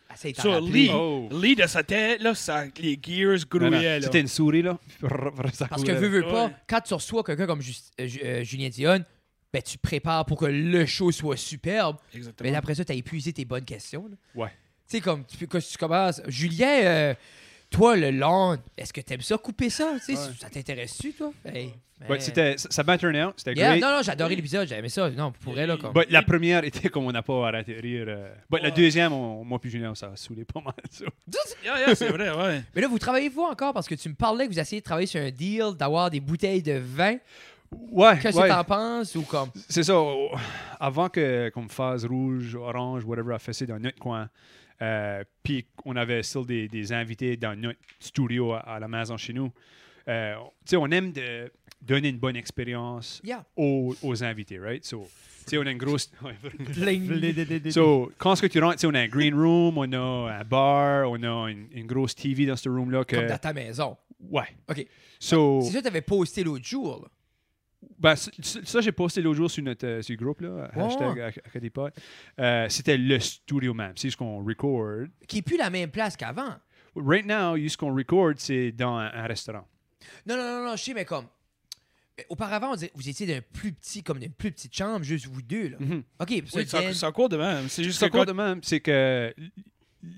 [SPEAKER 1] Ah, ça, il t'en
[SPEAKER 4] Sur
[SPEAKER 1] rappelait.
[SPEAKER 4] Lee,
[SPEAKER 3] Oh.
[SPEAKER 4] Lee de sa tête, là, ça, les
[SPEAKER 3] Non,
[SPEAKER 4] gears
[SPEAKER 3] non,
[SPEAKER 4] grouillaient. là.
[SPEAKER 3] C'était une souris, là.
[SPEAKER 1] Parce que veux, veux pas,
[SPEAKER 4] Ouais.
[SPEAKER 1] quand tu reçois quelqu'un comme Jus- euh, Ju- euh, Julien Dion, ben tu te prépares pour que le show soit superbe. Mais
[SPEAKER 4] Exactement.
[SPEAKER 1] après ça, t'as épuisé tes bonnes questions. là.
[SPEAKER 3] Ouais.
[SPEAKER 1] Tu sais, comme tu, quand tu commences. Julien, euh, Toi, le long, est-ce que t'aimes ça, couper ça? Tu sais,
[SPEAKER 3] Ouais.
[SPEAKER 1] Ça t'intéresse-tu, toi? Ben, Hey,
[SPEAKER 3] Ouais,
[SPEAKER 1] man.
[SPEAKER 3] c'était, ça ça a bien turné out. C'était
[SPEAKER 1] Yeah,
[SPEAKER 3] great.
[SPEAKER 1] non, non, j'ai adoré l'épisode, j'aimais ça. Non, pour vrai, là, comme.
[SPEAKER 3] But la première était comme on n'a pas arrêté de rire. euh. But la
[SPEAKER 4] Ouais.
[SPEAKER 3] deuxième, on- moi puis Julien, on s'est saoulé pas mal. ça.
[SPEAKER 4] Yeah, yeah, c'est vrai, ouais.
[SPEAKER 1] Mais là, vous travaillez vous encore parce que tu me parlais que vous essayez de travailler sur un deal, d'avoir des bouteilles de vin.
[SPEAKER 3] Ouais,
[SPEAKER 1] Qu'est-ce
[SPEAKER 3] ouais.
[SPEAKER 1] que t'en penses? Ou comme.
[SPEAKER 3] C'est ça. oh, Avant que comme phase rouge, orange, whatever, a fait ça dans notre coin, euh, puis on avait still des, des invités dans notre studio à, à la maison chez nous. euh, tu sais, on aime de donner une bonne expérience
[SPEAKER 1] Yeah.
[SPEAKER 3] aux, aux invités, right? So, tu sais, on a une grosse. Ouais,
[SPEAKER 1] Bling.
[SPEAKER 3] So, quand ce que tu rentres, tu sais, on a un green room, on a un bar, on a une, une grosse TV dans ce room-là. Que... Oh.
[SPEAKER 1] Comme dans ta maison.
[SPEAKER 3] Ouais.
[SPEAKER 1] OK.
[SPEAKER 3] So,
[SPEAKER 1] C'est ça que t'avais posté l'autre jour. là.
[SPEAKER 3] ben, c- c- ça, j'ai posté l'autre jour sur notre euh, sur le groupe, là,
[SPEAKER 1] Ouais,
[SPEAKER 3] hashtag
[SPEAKER 1] ouais.
[SPEAKER 3] Ac- Acadipod. Euh, C'était le studio même. C'est ce qu'on record.
[SPEAKER 1] Qui est plus la même place qu'avant.
[SPEAKER 3] Right now, ce qu'on record, c'est dans un, un restaurant.
[SPEAKER 1] Non, non, non, non, je sais, mais comme. mais Auparavant, on disait, vous étiez d'un plus petit, comme d'une plus petite chambre, juste vous deux, là.
[SPEAKER 3] Mhm.
[SPEAKER 1] OK, puis ça,
[SPEAKER 4] Oui,
[SPEAKER 1] Jen-
[SPEAKER 4] ça, ça court de même. C'est juste
[SPEAKER 3] Ce
[SPEAKER 4] que
[SPEAKER 3] qu'on
[SPEAKER 4] quand-
[SPEAKER 3] demande, c'est que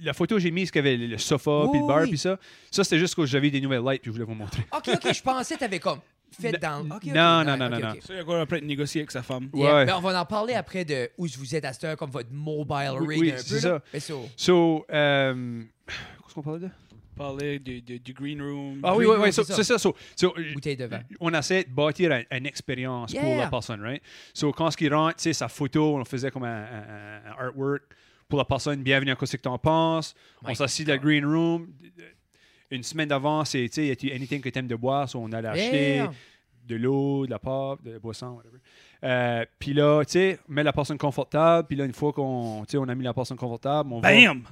[SPEAKER 3] la photo que j'ai mise, ce qu'il y avait le sofa,
[SPEAKER 1] Oui,
[SPEAKER 3] puis le bar,
[SPEAKER 1] oui.
[SPEAKER 3] puis ça, ça, c'était juste que j'avais des nouvelles lights, puis je voulais vous montrer.
[SPEAKER 1] OK, OK, je pensais que t'avais comme fait
[SPEAKER 3] Non,
[SPEAKER 1] dans... OK, OK,
[SPEAKER 3] non,
[SPEAKER 1] nice,
[SPEAKER 3] non,
[SPEAKER 1] OK,
[SPEAKER 3] non,
[SPEAKER 1] OK.
[SPEAKER 4] Ça, il y a quoi après de négocier avec sa femme.
[SPEAKER 1] Yeah,
[SPEAKER 3] Ouais.
[SPEAKER 1] mais on va en parler après de où vous êtes à cette heure, comme votre mobile
[SPEAKER 3] Oui,
[SPEAKER 1] rig
[SPEAKER 3] oui,
[SPEAKER 1] un peu,
[SPEAKER 3] c'est
[SPEAKER 1] là.
[SPEAKER 3] ça.
[SPEAKER 1] Mais so-
[SPEAKER 3] So, euh, qu'est-ce qu'on parlait de?
[SPEAKER 4] Parler du, du, du green room.
[SPEAKER 3] Ah oui,
[SPEAKER 1] Green
[SPEAKER 3] oui,
[SPEAKER 1] room,
[SPEAKER 3] oui,
[SPEAKER 1] c'est
[SPEAKER 3] so-
[SPEAKER 1] ça.
[SPEAKER 3] c'est ça. So, so, euh,
[SPEAKER 1] bouteille de vin.
[SPEAKER 3] on essaie de bâtir un- une expérience pour
[SPEAKER 1] Yeah.
[SPEAKER 3] la personne, right? So, quand ce qui rentre, tu sais, sa photo, on faisait comme un, un- un artwork pour la personne. Bienvenue à quoi c'est que t'en penses.
[SPEAKER 1] My
[SPEAKER 3] on s'assit dans le green room. Une semaine d'avant, c'est, tu sais, y a-tu anything que t'aimes de boire? So, on allait acheter
[SPEAKER 1] Yeah.
[SPEAKER 3] de l'eau, de la pop, de la boisson, whatever. Euh, puis là, tu sais, on met la personne confortable. Puis là, une fois qu'on, tu sais, on a mis la personne confortable, on va...
[SPEAKER 4] Bam!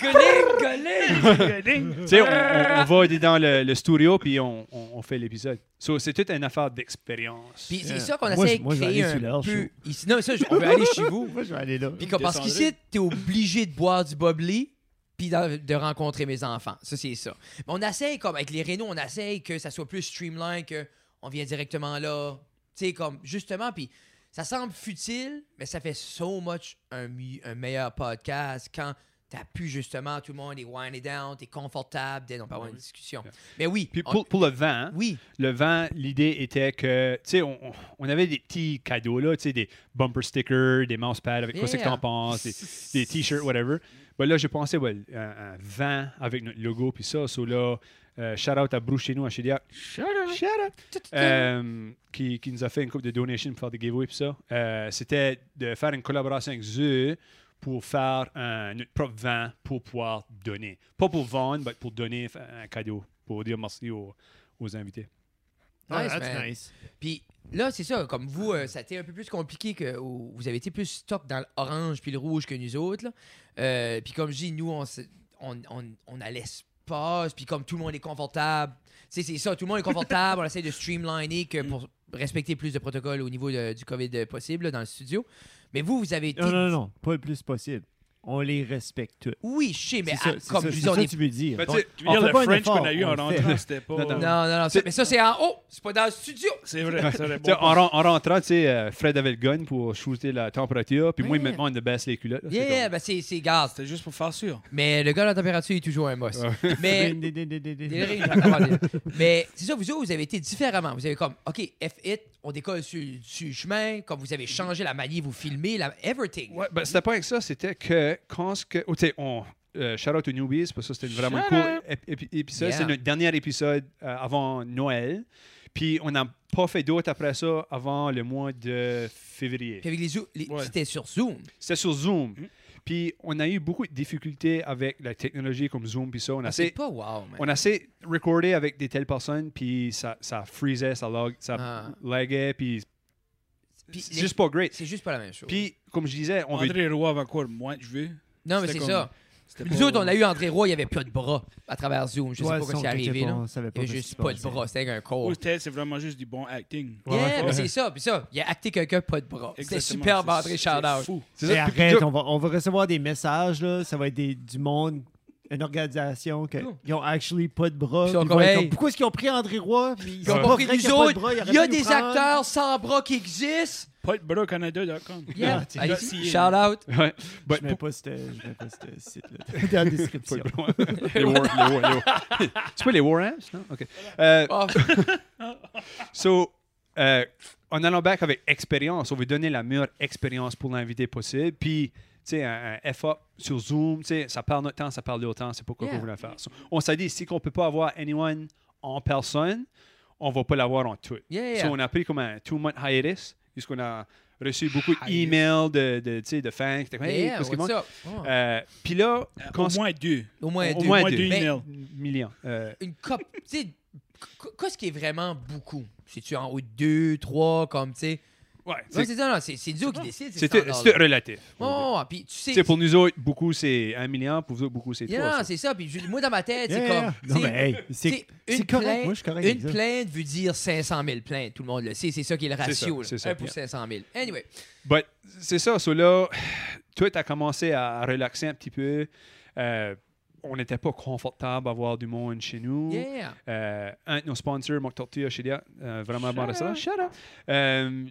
[SPEAKER 1] Gueuling, gueuling!
[SPEAKER 3] Tu sais, on, on- on va aller dans le, le studio puis on, on- on fait l'épisode. So, c'est toute une affaire d'expérience.
[SPEAKER 1] Puis c'est
[SPEAKER 2] Yeah.
[SPEAKER 1] ça qu'on
[SPEAKER 2] Moi,
[SPEAKER 1] essaie
[SPEAKER 2] je-
[SPEAKER 1] de
[SPEAKER 2] moi, je vais
[SPEAKER 1] créer
[SPEAKER 2] aller sous
[SPEAKER 1] un
[SPEAKER 2] l'herbe,
[SPEAKER 1] peu... Ici. Non, mais ça, je- on veut aller chez vous.
[SPEAKER 2] Moi, je vais aller là.
[SPEAKER 1] Puis comme- parce
[SPEAKER 4] Descendez.
[SPEAKER 1] qu'ici, t'es obligé de boire du Bob Lee puis de, de rencontrer mes enfants. Ça, c'est ça. Mais on essaye, comme avec les rénaux, on essaye que ça soit plus streamline, que on vient directement là. Tu sais, comme, justement, puis ça semble futile, mais ça fait so much un, mi- un meilleur podcast quand t'as pu, justement, tout le monde est winded down, t'es confortable, then on peut avoir une discussion. Mais oui,
[SPEAKER 3] Puis
[SPEAKER 1] on-
[SPEAKER 3] pour, pour le vent,
[SPEAKER 1] oui,
[SPEAKER 3] le vent, l'idée était que, tu sais, on, on- on avait des petits cadeaux, là, tu sais, des bumper stickers, des mousepads, avec quoi Ah, c'est que
[SPEAKER 1] Yeah.
[SPEAKER 3] t'en penses, des, des t-shirts, whatever. Ben là, j'ai pensé, ouais, un, un vent avec notre logo, puis ça. So là, euh, shout out à Bruce chez nous, à Chidiac. Shout out! Euh, qui, qui nous a fait une coupe de donations pour faire des giveaways, puis ça. Euh, C'était de faire une collaboration avec eux pour faire un, notre propre vent pour pouvoir donner. Pas pour vendre, mais pour donner un cadeau, pour dire merci aux, aux invités.
[SPEAKER 2] Ah,
[SPEAKER 1] Nice,
[SPEAKER 2] that's
[SPEAKER 1] man.
[SPEAKER 2] nice.
[SPEAKER 1] Puis là, c'est ça, comme vous, euh, ça a été un peu plus compliqué que ou- vous avez été plus stock dans l'orange puis le rouge que nous autres. là. Euh, puis comme je dis, nous, on, se- on, on, on a l'espace, puis comme tout le monde est confortable, tu sais, c'est ça, tout le monde est confortable, on essaie de streamliner que pour respecter plus de protocoles au niveau de- du COVID possible là, dans le studio. Mais vous, vous avez été...
[SPEAKER 2] Non, non, non, pas le plus possible. On les respecte tous.
[SPEAKER 1] Oui, je sais, mais
[SPEAKER 2] C'est ça,
[SPEAKER 1] à-
[SPEAKER 2] c'est
[SPEAKER 1] comme
[SPEAKER 2] ça,
[SPEAKER 1] je
[SPEAKER 2] c'est
[SPEAKER 1] dis, on
[SPEAKER 2] ça que
[SPEAKER 1] est...
[SPEAKER 2] tu veux dire.
[SPEAKER 3] Ben, tu
[SPEAKER 2] On-
[SPEAKER 3] sais,
[SPEAKER 4] Je
[SPEAKER 2] on
[SPEAKER 4] veux dire,
[SPEAKER 2] fait
[SPEAKER 4] le
[SPEAKER 2] pas un
[SPEAKER 4] French qu'on
[SPEAKER 2] effort,
[SPEAKER 4] a eu
[SPEAKER 2] on
[SPEAKER 4] en
[SPEAKER 2] le
[SPEAKER 4] rentrant,
[SPEAKER 2] fait.
[SPEAKER 4] c'était pas.
[SPEAKER 3] Non,
[SPEAKER 1] Non, non, non, ça-
[SPEAKER 3] C'est-
[SPEAKER 1] mais ça, c'est en haut, c'est pas dans le studio.
[SPEAKER 4] C'est vrai, c'est vrai.
[SPEAKER 3] Tu sais,
[SPEAKER 4] bon
[SPEAKER 3] en, ren- en rentrant, tu sais, euh, Fred avait le gun pour shooter la température, puis moi, il me
[SPEAKER 1] Ouais.
[SPEAKER 3] demande de baisser les culottes. là, c'est
[SPEAKER 1] Yeah,
[SPEAKER 3] comme-
[SPEAKER 1] ben c'est, c'est gaz.
[SPEAKER 4] C'était juste pour faire sûr.
[SPEAKER 1] Mais le gars à la température est toujours un boss. Mais...
[SPEAKER 2] Ding, ding, ding, ding, ding, ding.
[SPEAKER 1] Des règles, j'entends pas dire. Mais c'est ça, vous autres, vous avez été différemment. Vous avez comme, OK, F-It, on décolle sur, sur le chemin, comme vous avez changé la manière, vous filmez, la, everything.
[SPEAKER 3] Ouais, ben, c'était pas avec ça, c'était que quand ce que. oh, tu sais, on. euh, shout out aux newbies, parce que ça, c'était vraiment
[SPEAKER 4] Shout
[SPEAKER 3] cool
[SPEAKER 4] out.
[SPEAKER 3] ép- ép- épisode.
[SPEAKER 1] Yeah.
[SPEAKER 3] C'est notre dernier épisode euh, avant Noël. Puis on n'a pas fait d'autres après ça avant le mois de février.
[SPEAKER 1] Puis avec les, zo- les-
[SPEAKER 4] Ouais.
[SPEAKER 1] c'était sur Zoom.
[SPEAKER 3] C'était sur Zoom.
[SPEAKER 1] Hmm.
[SPEAKER 3] Puis on a eu beaucoup de difficultés avec la technologie comme Zoom, puis ça. On a
[SPEAKER 1] Ah, C'est
[SPEAKER 3] essayé-
[SPEAKER 1] pas wow, man.
[SPEAKER 3] On a essayé de recorder avec des telles personnes, puis ça, ça freezait, ça, lag, ça
[SPEAKER 1] Ah.
[SPEAKER 3] laguait, puis
[SPEAKER 1] Puis
[SPEAKER 3] c'est
[SPEAKER 1] les-
[SPEAKER 3] juste pas great.
[SPEAKER 1] C'est juste pas la même chose.
[SPEAKER 3] Puis, comme je disais, on veut...
[SPEAKER 4] André Roy avait encore moins de cheveux.
[SPEAKER 1] non, mais c'est
[SPEAKER 4] c'était
[SPEAKER 1] ça.
[SPEAKER 4] C'était
[SPEAKER 1] Nous
[SPEAKER 4] pas-
[SPEAKER 1] autres, on a eu André Roy, il n'y avait pas de bras à travers Zoom. Je sais
[SPEAKER 2] Ouais,
[SPEAKER 1] pas
[SPEAKER 2] ça,
[SPEAKER 1] quand
[SPEAKER 2] on
[SPEAKER 1] c'est arrivé.
[SPEAKER 2] checkait pas,
[SPEAKER 1] Là.
[SPEAKER 2] on savait
[SPEAKER 1] Il y
[SPEAKER 2] pas
[SPEAKER 1] avait
[SPEAKER 2] ce qui
[SPEAKER 1] juste
[SPEAKER 2] se
[SPEAKER 1] pas de
[SPEAKER 2] passait.
[SPEAKER 1] bras, c'était avec un corps.
[SPEAKER 4] Ou peut-être c'est vraiment juste du bon acting.
[SPEAKER 1] Yeah, mais c'est ça. Puis ça, il a acté quelqu'un, pas de bras. C'était
[SPEAKER 4] Exactement,
[SPEAKER 1] superbe,
[SPEAKER 4] c'est-
[SPEAKER 1] André
[SPEAKER 4] c'est
[SPEAKER 1] Shout out.
[SPEAKER 4] fou.
[SPEAKER 3] C'est
[SPEAKER 2] Mais
[SPEAKER 3] ça, puis-
[SPEAKER 2] Eh, arrête,
[SPEAKER 3] puis-
[SPEAKER 2] on va, on va recevoir des messages, là. Ça va être des- du monde une organisation que,
[SPEAKER 1] Non.
[SPEAKER 2] ils ont actually pas de bras.
[SPEAKER 1] Ils sont
[SPEAKER 2] puis
[SPEAKER 1] comme,
[SPEAKER 2] ils vont être
[SPEAKER 1] hey.
[SPEAKER 2] pourquoi est-ce qu'ils ont pris André Roy? Puis
[SPEAKER 1] Ils
[SPEAKER 2] sont
[SPEAKER 1] ont
[SPEAKER 2] pas
[SPEAKER 1] pas pris
[SPEAKER 2] vrais qu'il
[SPEAKER 1] nous
[SPEAKER 2] y a pas de
[SPEAKER 1] autres.
[SPEAKER 2] bras, ils auraient
[SPEAKER 1] Il y a
[SPEAKER 2] dû nous
[SPEAKER 1] des
[SPEAKER 2] prendre.
[SPEAKER 1] acteurs sans bras qui existent.
[SPEAKER 4] Podbracanada.com.
[SPEAKER 1] Yeah.
[SPEAKER 2] t'es
[SPEAKER 1] Allez,
[SPEAKER 4] gentil.
[SPEAKER 1] Shout out.
[SPEAKER 3] Ouais.
[SPEAKER 2] Je
[SPEAKER 3] But-
[SPEAKER 2] mets pas ce je mets pas ce site-là dans la description.
[SPEAKER 3] les war, les war, les war. C'est pas les War Ants, non? OK. Euh,
[SPEAKER 1] Oh,
[SPEAKER 3] so, euh, en allant back avec expérience, on veut donner la meilleure expérience pour l'invité possible. Puis, tu sais, un, un F-up sur Zoom, tu sais, ça parle notre temps, ça parle leur temps, c'est pourquoi
[SPEAKER 1] Yeah.
[SPEAKER 3] qu'on voulait faire. So, on s'est dit, si qu'on peut pas avoir anyone en personne, on va pas l'avoir en tout.
[SPEAKER 1] yeah, yeah.
[SPEAKER 3] So, on a pris comme un two-month hiatus, puisqu'on a reçu beaucoup
[SPEAKER 1] Hiatus.
[SPEAKER 3] d'emails de, de, tu sais, de fans qui étaient comme, Hey,
[SPEAKER 1] Yeah,
[SPEAKER 3] qu'est-ce qu'il
[SPEAKER 1] what's
[SPEAKER 3] manque?
[SPEAKER 1] up? Oh.
[SPEAKER 3] Euh, Puis là, quand
[SPEAKER 4] Au moins deux.
[SPEAKER 1] Au moins
[SPEAKER 3] au
[SPEAKER 1] deux.
[SPEAKER 3] moins
[SPEAKER 4] Au moins
[SPEAKER 3] deux.
[SPEAKER 4] deux
[SPEAKER 1] Mais-
[SPEAKER 4] emails.
[SPEAKER 3] millions. Euh,
[SPEAKER 1] une cop. tu sais, qu- qu'est-ce qui est vraiment beaucoup? C'est-tu en haut de 2, 3, comme, tu sais?
[SPEAKER 3] ouais,
[SPEAKER 1] Non,
[SPEAKER 3] c'est-
[SPEAKER 1] c'est ça, non, c'est c'est Dieu qui décide. ces
[SPEAKER 3] c'était
[SPEAKER 1] standards-là.
[SPEAKER 3] c'était relatif.
[SPEAKER 1] Ouais, ouais, ouais, Puis tu sais.
[SPEAKER 3] Tu sais, pour nous autres, beaucoup c'est un million, pour vous autres, beaucoup c'est
[SPEAKER 1] Yeah,
[SPEAKER 3] trois.
[SPEAKER 1] non,
[SPEAKER 3] ça.
[SPEAKER 1] c'est ça. Puis je- moi, dans ma tête,
[SPEAKER 2] Yeah,
[SPEAKER 1] c'est
[SPEAKER 2] yeah.
[SPEAKER 1] comme.
[SPEAKER 2] Non,
[SPEAKER 1] tu sais,
[SPEAKER 2] mais hey,
[SPEAKER 1] tu
[SPEAKER 2] c'est
[SPEAKER 1] sais, une
[SPEAKER 2] c'est correct.
[SPEAKER 1] plainte-
[SPEAKER 2] Moi, je suis correct.
[SPEAKER 1] Une
[SPEAKER 2] avec ça.
[SPEAKER 1] plainte veut dire 500 000 plaintes. Tout le monde le sait. C'est ça qui est le
[SPEAKER 3] C'est ça,
[SPEAKER 1] ratio. là.
[SPEAKER 3] c'est ça,
[SPEAKER 1] Un pour
[SPEAKER 3] yeah.
[SPEAKER 1] 500 000. Anyway.
[SPEAKER 3] But c'est ça, so là, toi, t'as commencé à relaxer un petit peu. Euh, on n'était pas confortable à avoir du monde chez nous.
[SPEAKER 1] Yeah.
[SPEAKER 3] Euh, un de nos sponsors, Mock Tortilla chez Dia, euh, vraiment bon
[SPEAKER 4] Shout
[SPEAKER 3] restaurant.
[SPEAKER 4] out.
[SPEAKER 3] Shout out. Euh,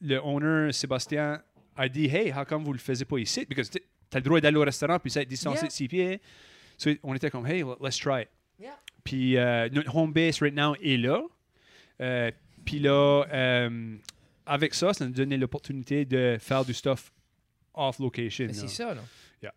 [SPEAKER 3] le owner, Sébastien, a dit Hey, how come vous le faisiez pas ici Parce que tu as le droit d'aller au restaurant puis ça être distancé
[SPEAKER 1] Yeah.
[SPEAKER 3] de six pieds. So, on était comme Hey, let's try it.
[SPEAKER 1] Yeah.
[SPEAKER 3] Puis euh, notre home base right now est là. Euh, puis là, euh, avec ça, ça nous donnait l'opportunité de faire du stuff off location.
[SPEAKER 1] Ben, c'est
[SPEAKER 3] là.
[SPEAKER 1] ça, là.
[SPEAKER 3] Yeah.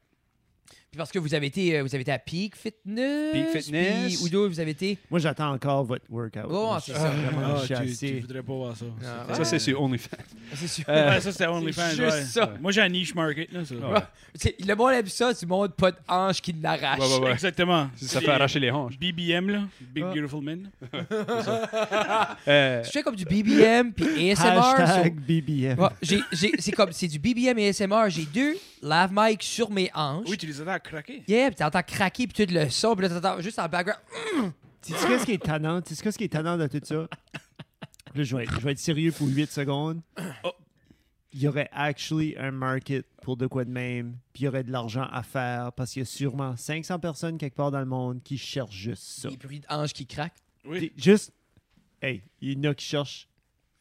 [SPEAKER 1] Puis parce que vous avez été, euh, vous avez été à Peak Fitness.
[SPEAKER 3] Peak Fitness.
[SPEAKER 1] Puis Udo, vous avez été.
[SPEAKER 2] Moi, j'attends encore votre workout.
[SPEAKER 1] Oh,
[SPEAKER 2] Moi,
[SPEAKER 1] c'est
[SPEAKER 2] je-
[SPEAKER 1] ça.
[SPEAKER 2] vraiment,
[SPEAKER 4] Ah,
[SPEAKER 2] je suis
[SPEAKER 4] tu-
[SPEAKER 2] assez-
[SPEAKER 4] Tu voudrais pas voir ça.
[SPEAKER 1] Ah,
[SPEAKER 4] Ça,
[SPEAKER 3] Ça, c'est sur OnlyFans.
[SPEAKER 1] C'est sûr.
[SPEAKER 3] Euh,
[SPEAKER 4] Ouais, ça, c'était OnlyFans.
[SPEAKER 1] juste
[SPEAKER 4] ouais.
[SPEAKER 1] ça.
[SPEAKER 4] Moi, j'ai un niche market. Là, ça.
[SPEAKER 3] Ouais.
[SPEAKER 1] C'est- Le bon épisode, c'est mon pas de hanche qui l'arrache.
[SPEAKER 3] Ouais, ouais, ouais.
[SPEAKER 4] Exactement.
[SPEAKER 3] Ça
[SPEAKER 4] C'est
[SPEAKER 3] fait arracher les hanches.
[SPEAKER 4] BBM, là. Big
[SPEAKER 1] Ah.
[SPEAKER 4] Beautiful Men.
[SPEAKER 3] Euh,
[SPEAKER 1] Je fais comme du BBM puis ASMR.
[SPEAKER 2] Hashtag BBM.
[SPEAKER 1] sur- Ouais, j'ai- j'ai- c'est comme c'est du BBM et ASMR. J'ai deux lave mic sur mes hanches.
[SPEAKER 4] Oui, tu les as à craquer.
[SPEAKER 1] Yeah, puis t'entends craquer puis tout le son, puis là t'entends juste en background.
[SPEAKER 2] Tu sais qu'est-ce qui est tannant? Tu sais qu'est-ce qui est tannant de tout ça? Là, je vais être, je vais être sérieux pour 8 secondes.
[SPEAKER 4] Oh.
[SPEAKER 2] Il y aurait actually un market pour de quoi de même, puis il y aurait de l'argent à faire parce qu'il y a sûrement 500 personnes quelque part dans le monde qui cherchent juste ça.
[SPEAKER 1] Des bruits de hanches qui craquent.
[SPEAKER 4] Oui.
[SPEAKER 2] T'es Juste, hey, il y en a qui cherchent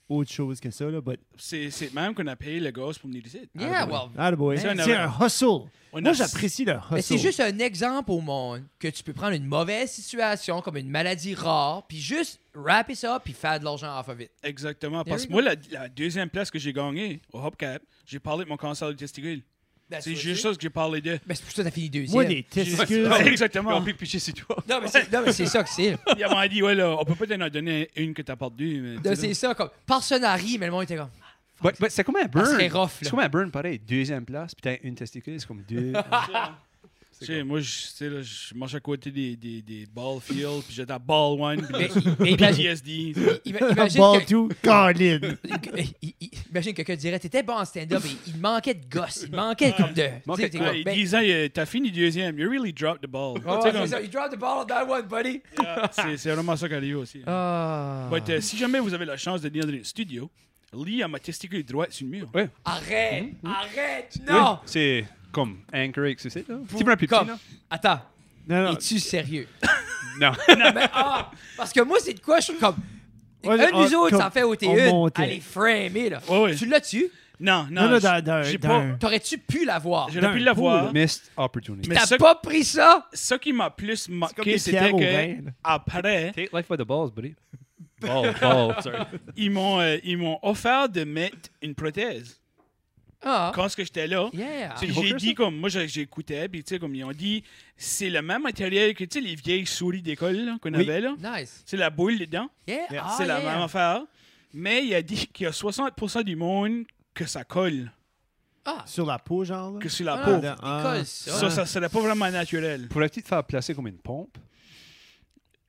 [SPEAKER 2] autre chose que ça, là, but
[SPEAKER 4] C'est c'est même qu'on a payé le gosse pour venir ici.
[SPEAKER 3] Ah,
[SPEAKER 1] Yeah, well.
[SPEAKER 2] attaboy.
[SPEAKER 4] Ça, on
[SPEAKER 2] C'est
[SPEAKER 4] a-
[SPEAKER 2] un hustle.
[SPEAKER 4] On
[SPEAKER 2] Moi,
[SPEAKER 4] a-
[SPEAKER 2] j'apprécie le hustle.
[SPEAKER 1] Mais c'est juste un exemple au monde que tu peux prendre une mauvaise situation comme une maladie rare, puis juste rapper ça, puis faire de l'argent off of it.
[SPEAKER 4] Exactement.
[SPEAKER 1] There
[SPEAKER 4] Parce
[SPEAKER 1] you
[SPEAKER 4] que moi, la, la deuxième place que j'ai gagnée au Hopcat, j'ai parlé de mon cancer du testicule.
[SPEAKER 1] That's
[SPEAKER 4] C'est
[SPEAKER 1] what
[SPEAKER 4] juste
[SPEAKER 1] it
[SPEAKER 4] ça que j'ai parlé de.
[SPEAKER 1] is. Mais c'est pour ça que t'as fini deuxième.
[SPEAKER 2] Moi, des testicules.
[SPEAKER 4] Ouais,
[SPEAKER 3] On
[SPEAKER 4] Exactement.
[SPEAKER 3] peut picher sur toi.
[SPEAKER 1] Non, mais c'est, non, mais c'est ça que c'est.
[SPEAKER 4] Il m'a dit, ouais, là, on peut peut-être en donner une que t'as perdue. mais
[SPEAKER 1] Non,
[SPEAKER 4] tu sais,
[SPEAKER 1] c'est ça, comme. Parsonari, mais le monde était comme.
[SPEAKER 3] But, but c'est comme un burn.
[SPEAKER 1] serait rough, là.
[SPEAKER 3] C'est comme un burn pareil. Deuxième place, puis t'as une testicule, c'est comme deux.
[SPEAKER 4] Tu sais, moi, je tu sais, là, je marche à côté des, des, des ball fields, puis j'étais à ball one, puis
[SPEAKER 1] Mais,
[SPEAKER 4] là,
[SPEAKER 1] mais imagine,
[SPEAKER 4] PTSD.
[SPEAKER 1] ima- imagine
[SPEAKER 2] Ball
[SPEAKER 1] que-
[SPEAKER 2] to Colin.
[SPEAKER 1] que- i- i- imagine que quelqu'un dirait T'étais bon en stand-up, et il manquait de gosses. Il manquait comme de. tu sais,
[SPEAKER 3] Manquait de
[SPEAKER 1] t'es
[SPEAKER 4] Ouais,
[SPEAKER 1] comme,
[SPEAKER 4] il
[SPEAKER 1] ben-
[SPEAKER 4] disait, euh, t'as fini deuxième, you really dropped the ball.
[SPEAKER 1] Oh,
[SPEAKER 4] Tu sais,
[SPEAKER 1] c'est
[SPEAKER 4] comme-
[SPEAKER 1] ça, you dropped the ball on that one, buddy.
[SPEAKER 4] c'est c'est vraiment ça qu'elle a eu aussi.
[SPEAKER 1] Ah.
[SPEAKER 4] But, euh, si jamais vous avez la chance de venir dans le studio, Lee a ma testicule droite sur le mur.
[SPEAKER 3] Ouais.
[SPEAKER 1] Arrête,
[SPEAKER 2] Mmh.
[SPEAKER 1] arrête, non.
[SPEAKER 3] Oui, c'est comme anchor exercise, là. Petit peu un peu petit,
[SPEAKER 1] Comme-
[SPEAKER 3] là.
[SPEAKER 1] Attends,
[SPEAKER 2] Non, non.
[SPEAKER 1] es-tu sérieux?
[SPEAKER 3] Non.
[SPEAKER 1] Ben, ah, parce que moi, c'est de quoi je suis comme.
[SPEAKER 2] Ouais,
[SPEAKER 1] un de nous
[SPEAKER 2] on-
[SPEAKER 1] autres,
[SPEAKER 2] comme-
[SPEAKER 1] ça fait
[SPEAKER 2] on
[SPEAKER 1] OT1.
[SPEAKER 2] montait.
[SPEAKER 1] Allez, framer, là.
[SPEAKER 4] Ouais, ouais.
[SPEAKER 1] Tu l'as-tu?
[SPEAKER 4] Non, non,
[SPEAKER 2] Non, non,
[SPEAKER 4] j-
[SPEAKER 2] dans- dans-
[SPEAKER 4] j'ai
[SPEAKER 2] dans
[SPEAKER 4] pas.
[SPEAKER 2] un-
[SPEAKER 1] T'aurais-tu pu l'avoir?
[SPEAKER 4] J'aurais pu
[SPEAKER 2] Dans un
[SPEAKER 4] l'avoir. Mais
[SPEAKER 3] Missed opportunity.
[SPEAKER 4] Mais
[SPEAKER 1] T'as
[SPEAKER 4] ça-
[SPEAKER 1] pas pris ça?
[SPEAKER 4] ce qui m'a plus
[SPEAKER 2] comme des
[SPEAKER 4] marqué, c'était
[SPEAKER 2] pierres au rein,
[SPEAKER 4] que
[SPEAKER 2] là.
[SPEAKER 4] après,
[SPEAKER 3] Take life by the balls, buddy. Ball, ball, sorry.
[SPEAKER 4] ils m'ont euh, ils m'ont offert de mettre une prothèse.
[SPEAKER 1] Ah,
[SPEAKER 4] Quand ce que j'étais là,
[SPEAKER 1] yeah.
[SPEAKER 4] Puis
[SPEAKER 3] Hooker,
[SPEAKER 4] j'ai
[SPEAKER 3] ça?
[SPEAKER 4] dit comme moi j'ai- j'écoutais puis tu sais comme ils ont dit c'est le même matériel que tu sais les vieilles souris d'école là, qu'on
[SPEAKER 2] Oui.
[SPEAKER 4] avait là
[SPEAKER 1] Nice.
[SPEAKER 4] c'est la boule dedans
[SPEAKER 1] Yeah.
[SPEAKER 2] Yeah,
[SPEAKER 1] ah,
[SPEAKER 4] c'est la
[SPEAKER 1] yeah.
[SPEAKER 4] même affaire mais il a dit qu'il y a 60% du monde que ça colle
[SPEAKER 1] Ah,
[SPEAKER 2] Sur la peau, genre. là?
[SPEAKER 4] que sur la
[SPEAKER 1] Ah,
[SPEAKER 4] peau
[SPEAKER 1] non. colle, ça.
[SPEAKER 4] ça ça serait pas vraiment naturel
[SPEAKER 3] Pourrais-tu te faire placer comme une pompe?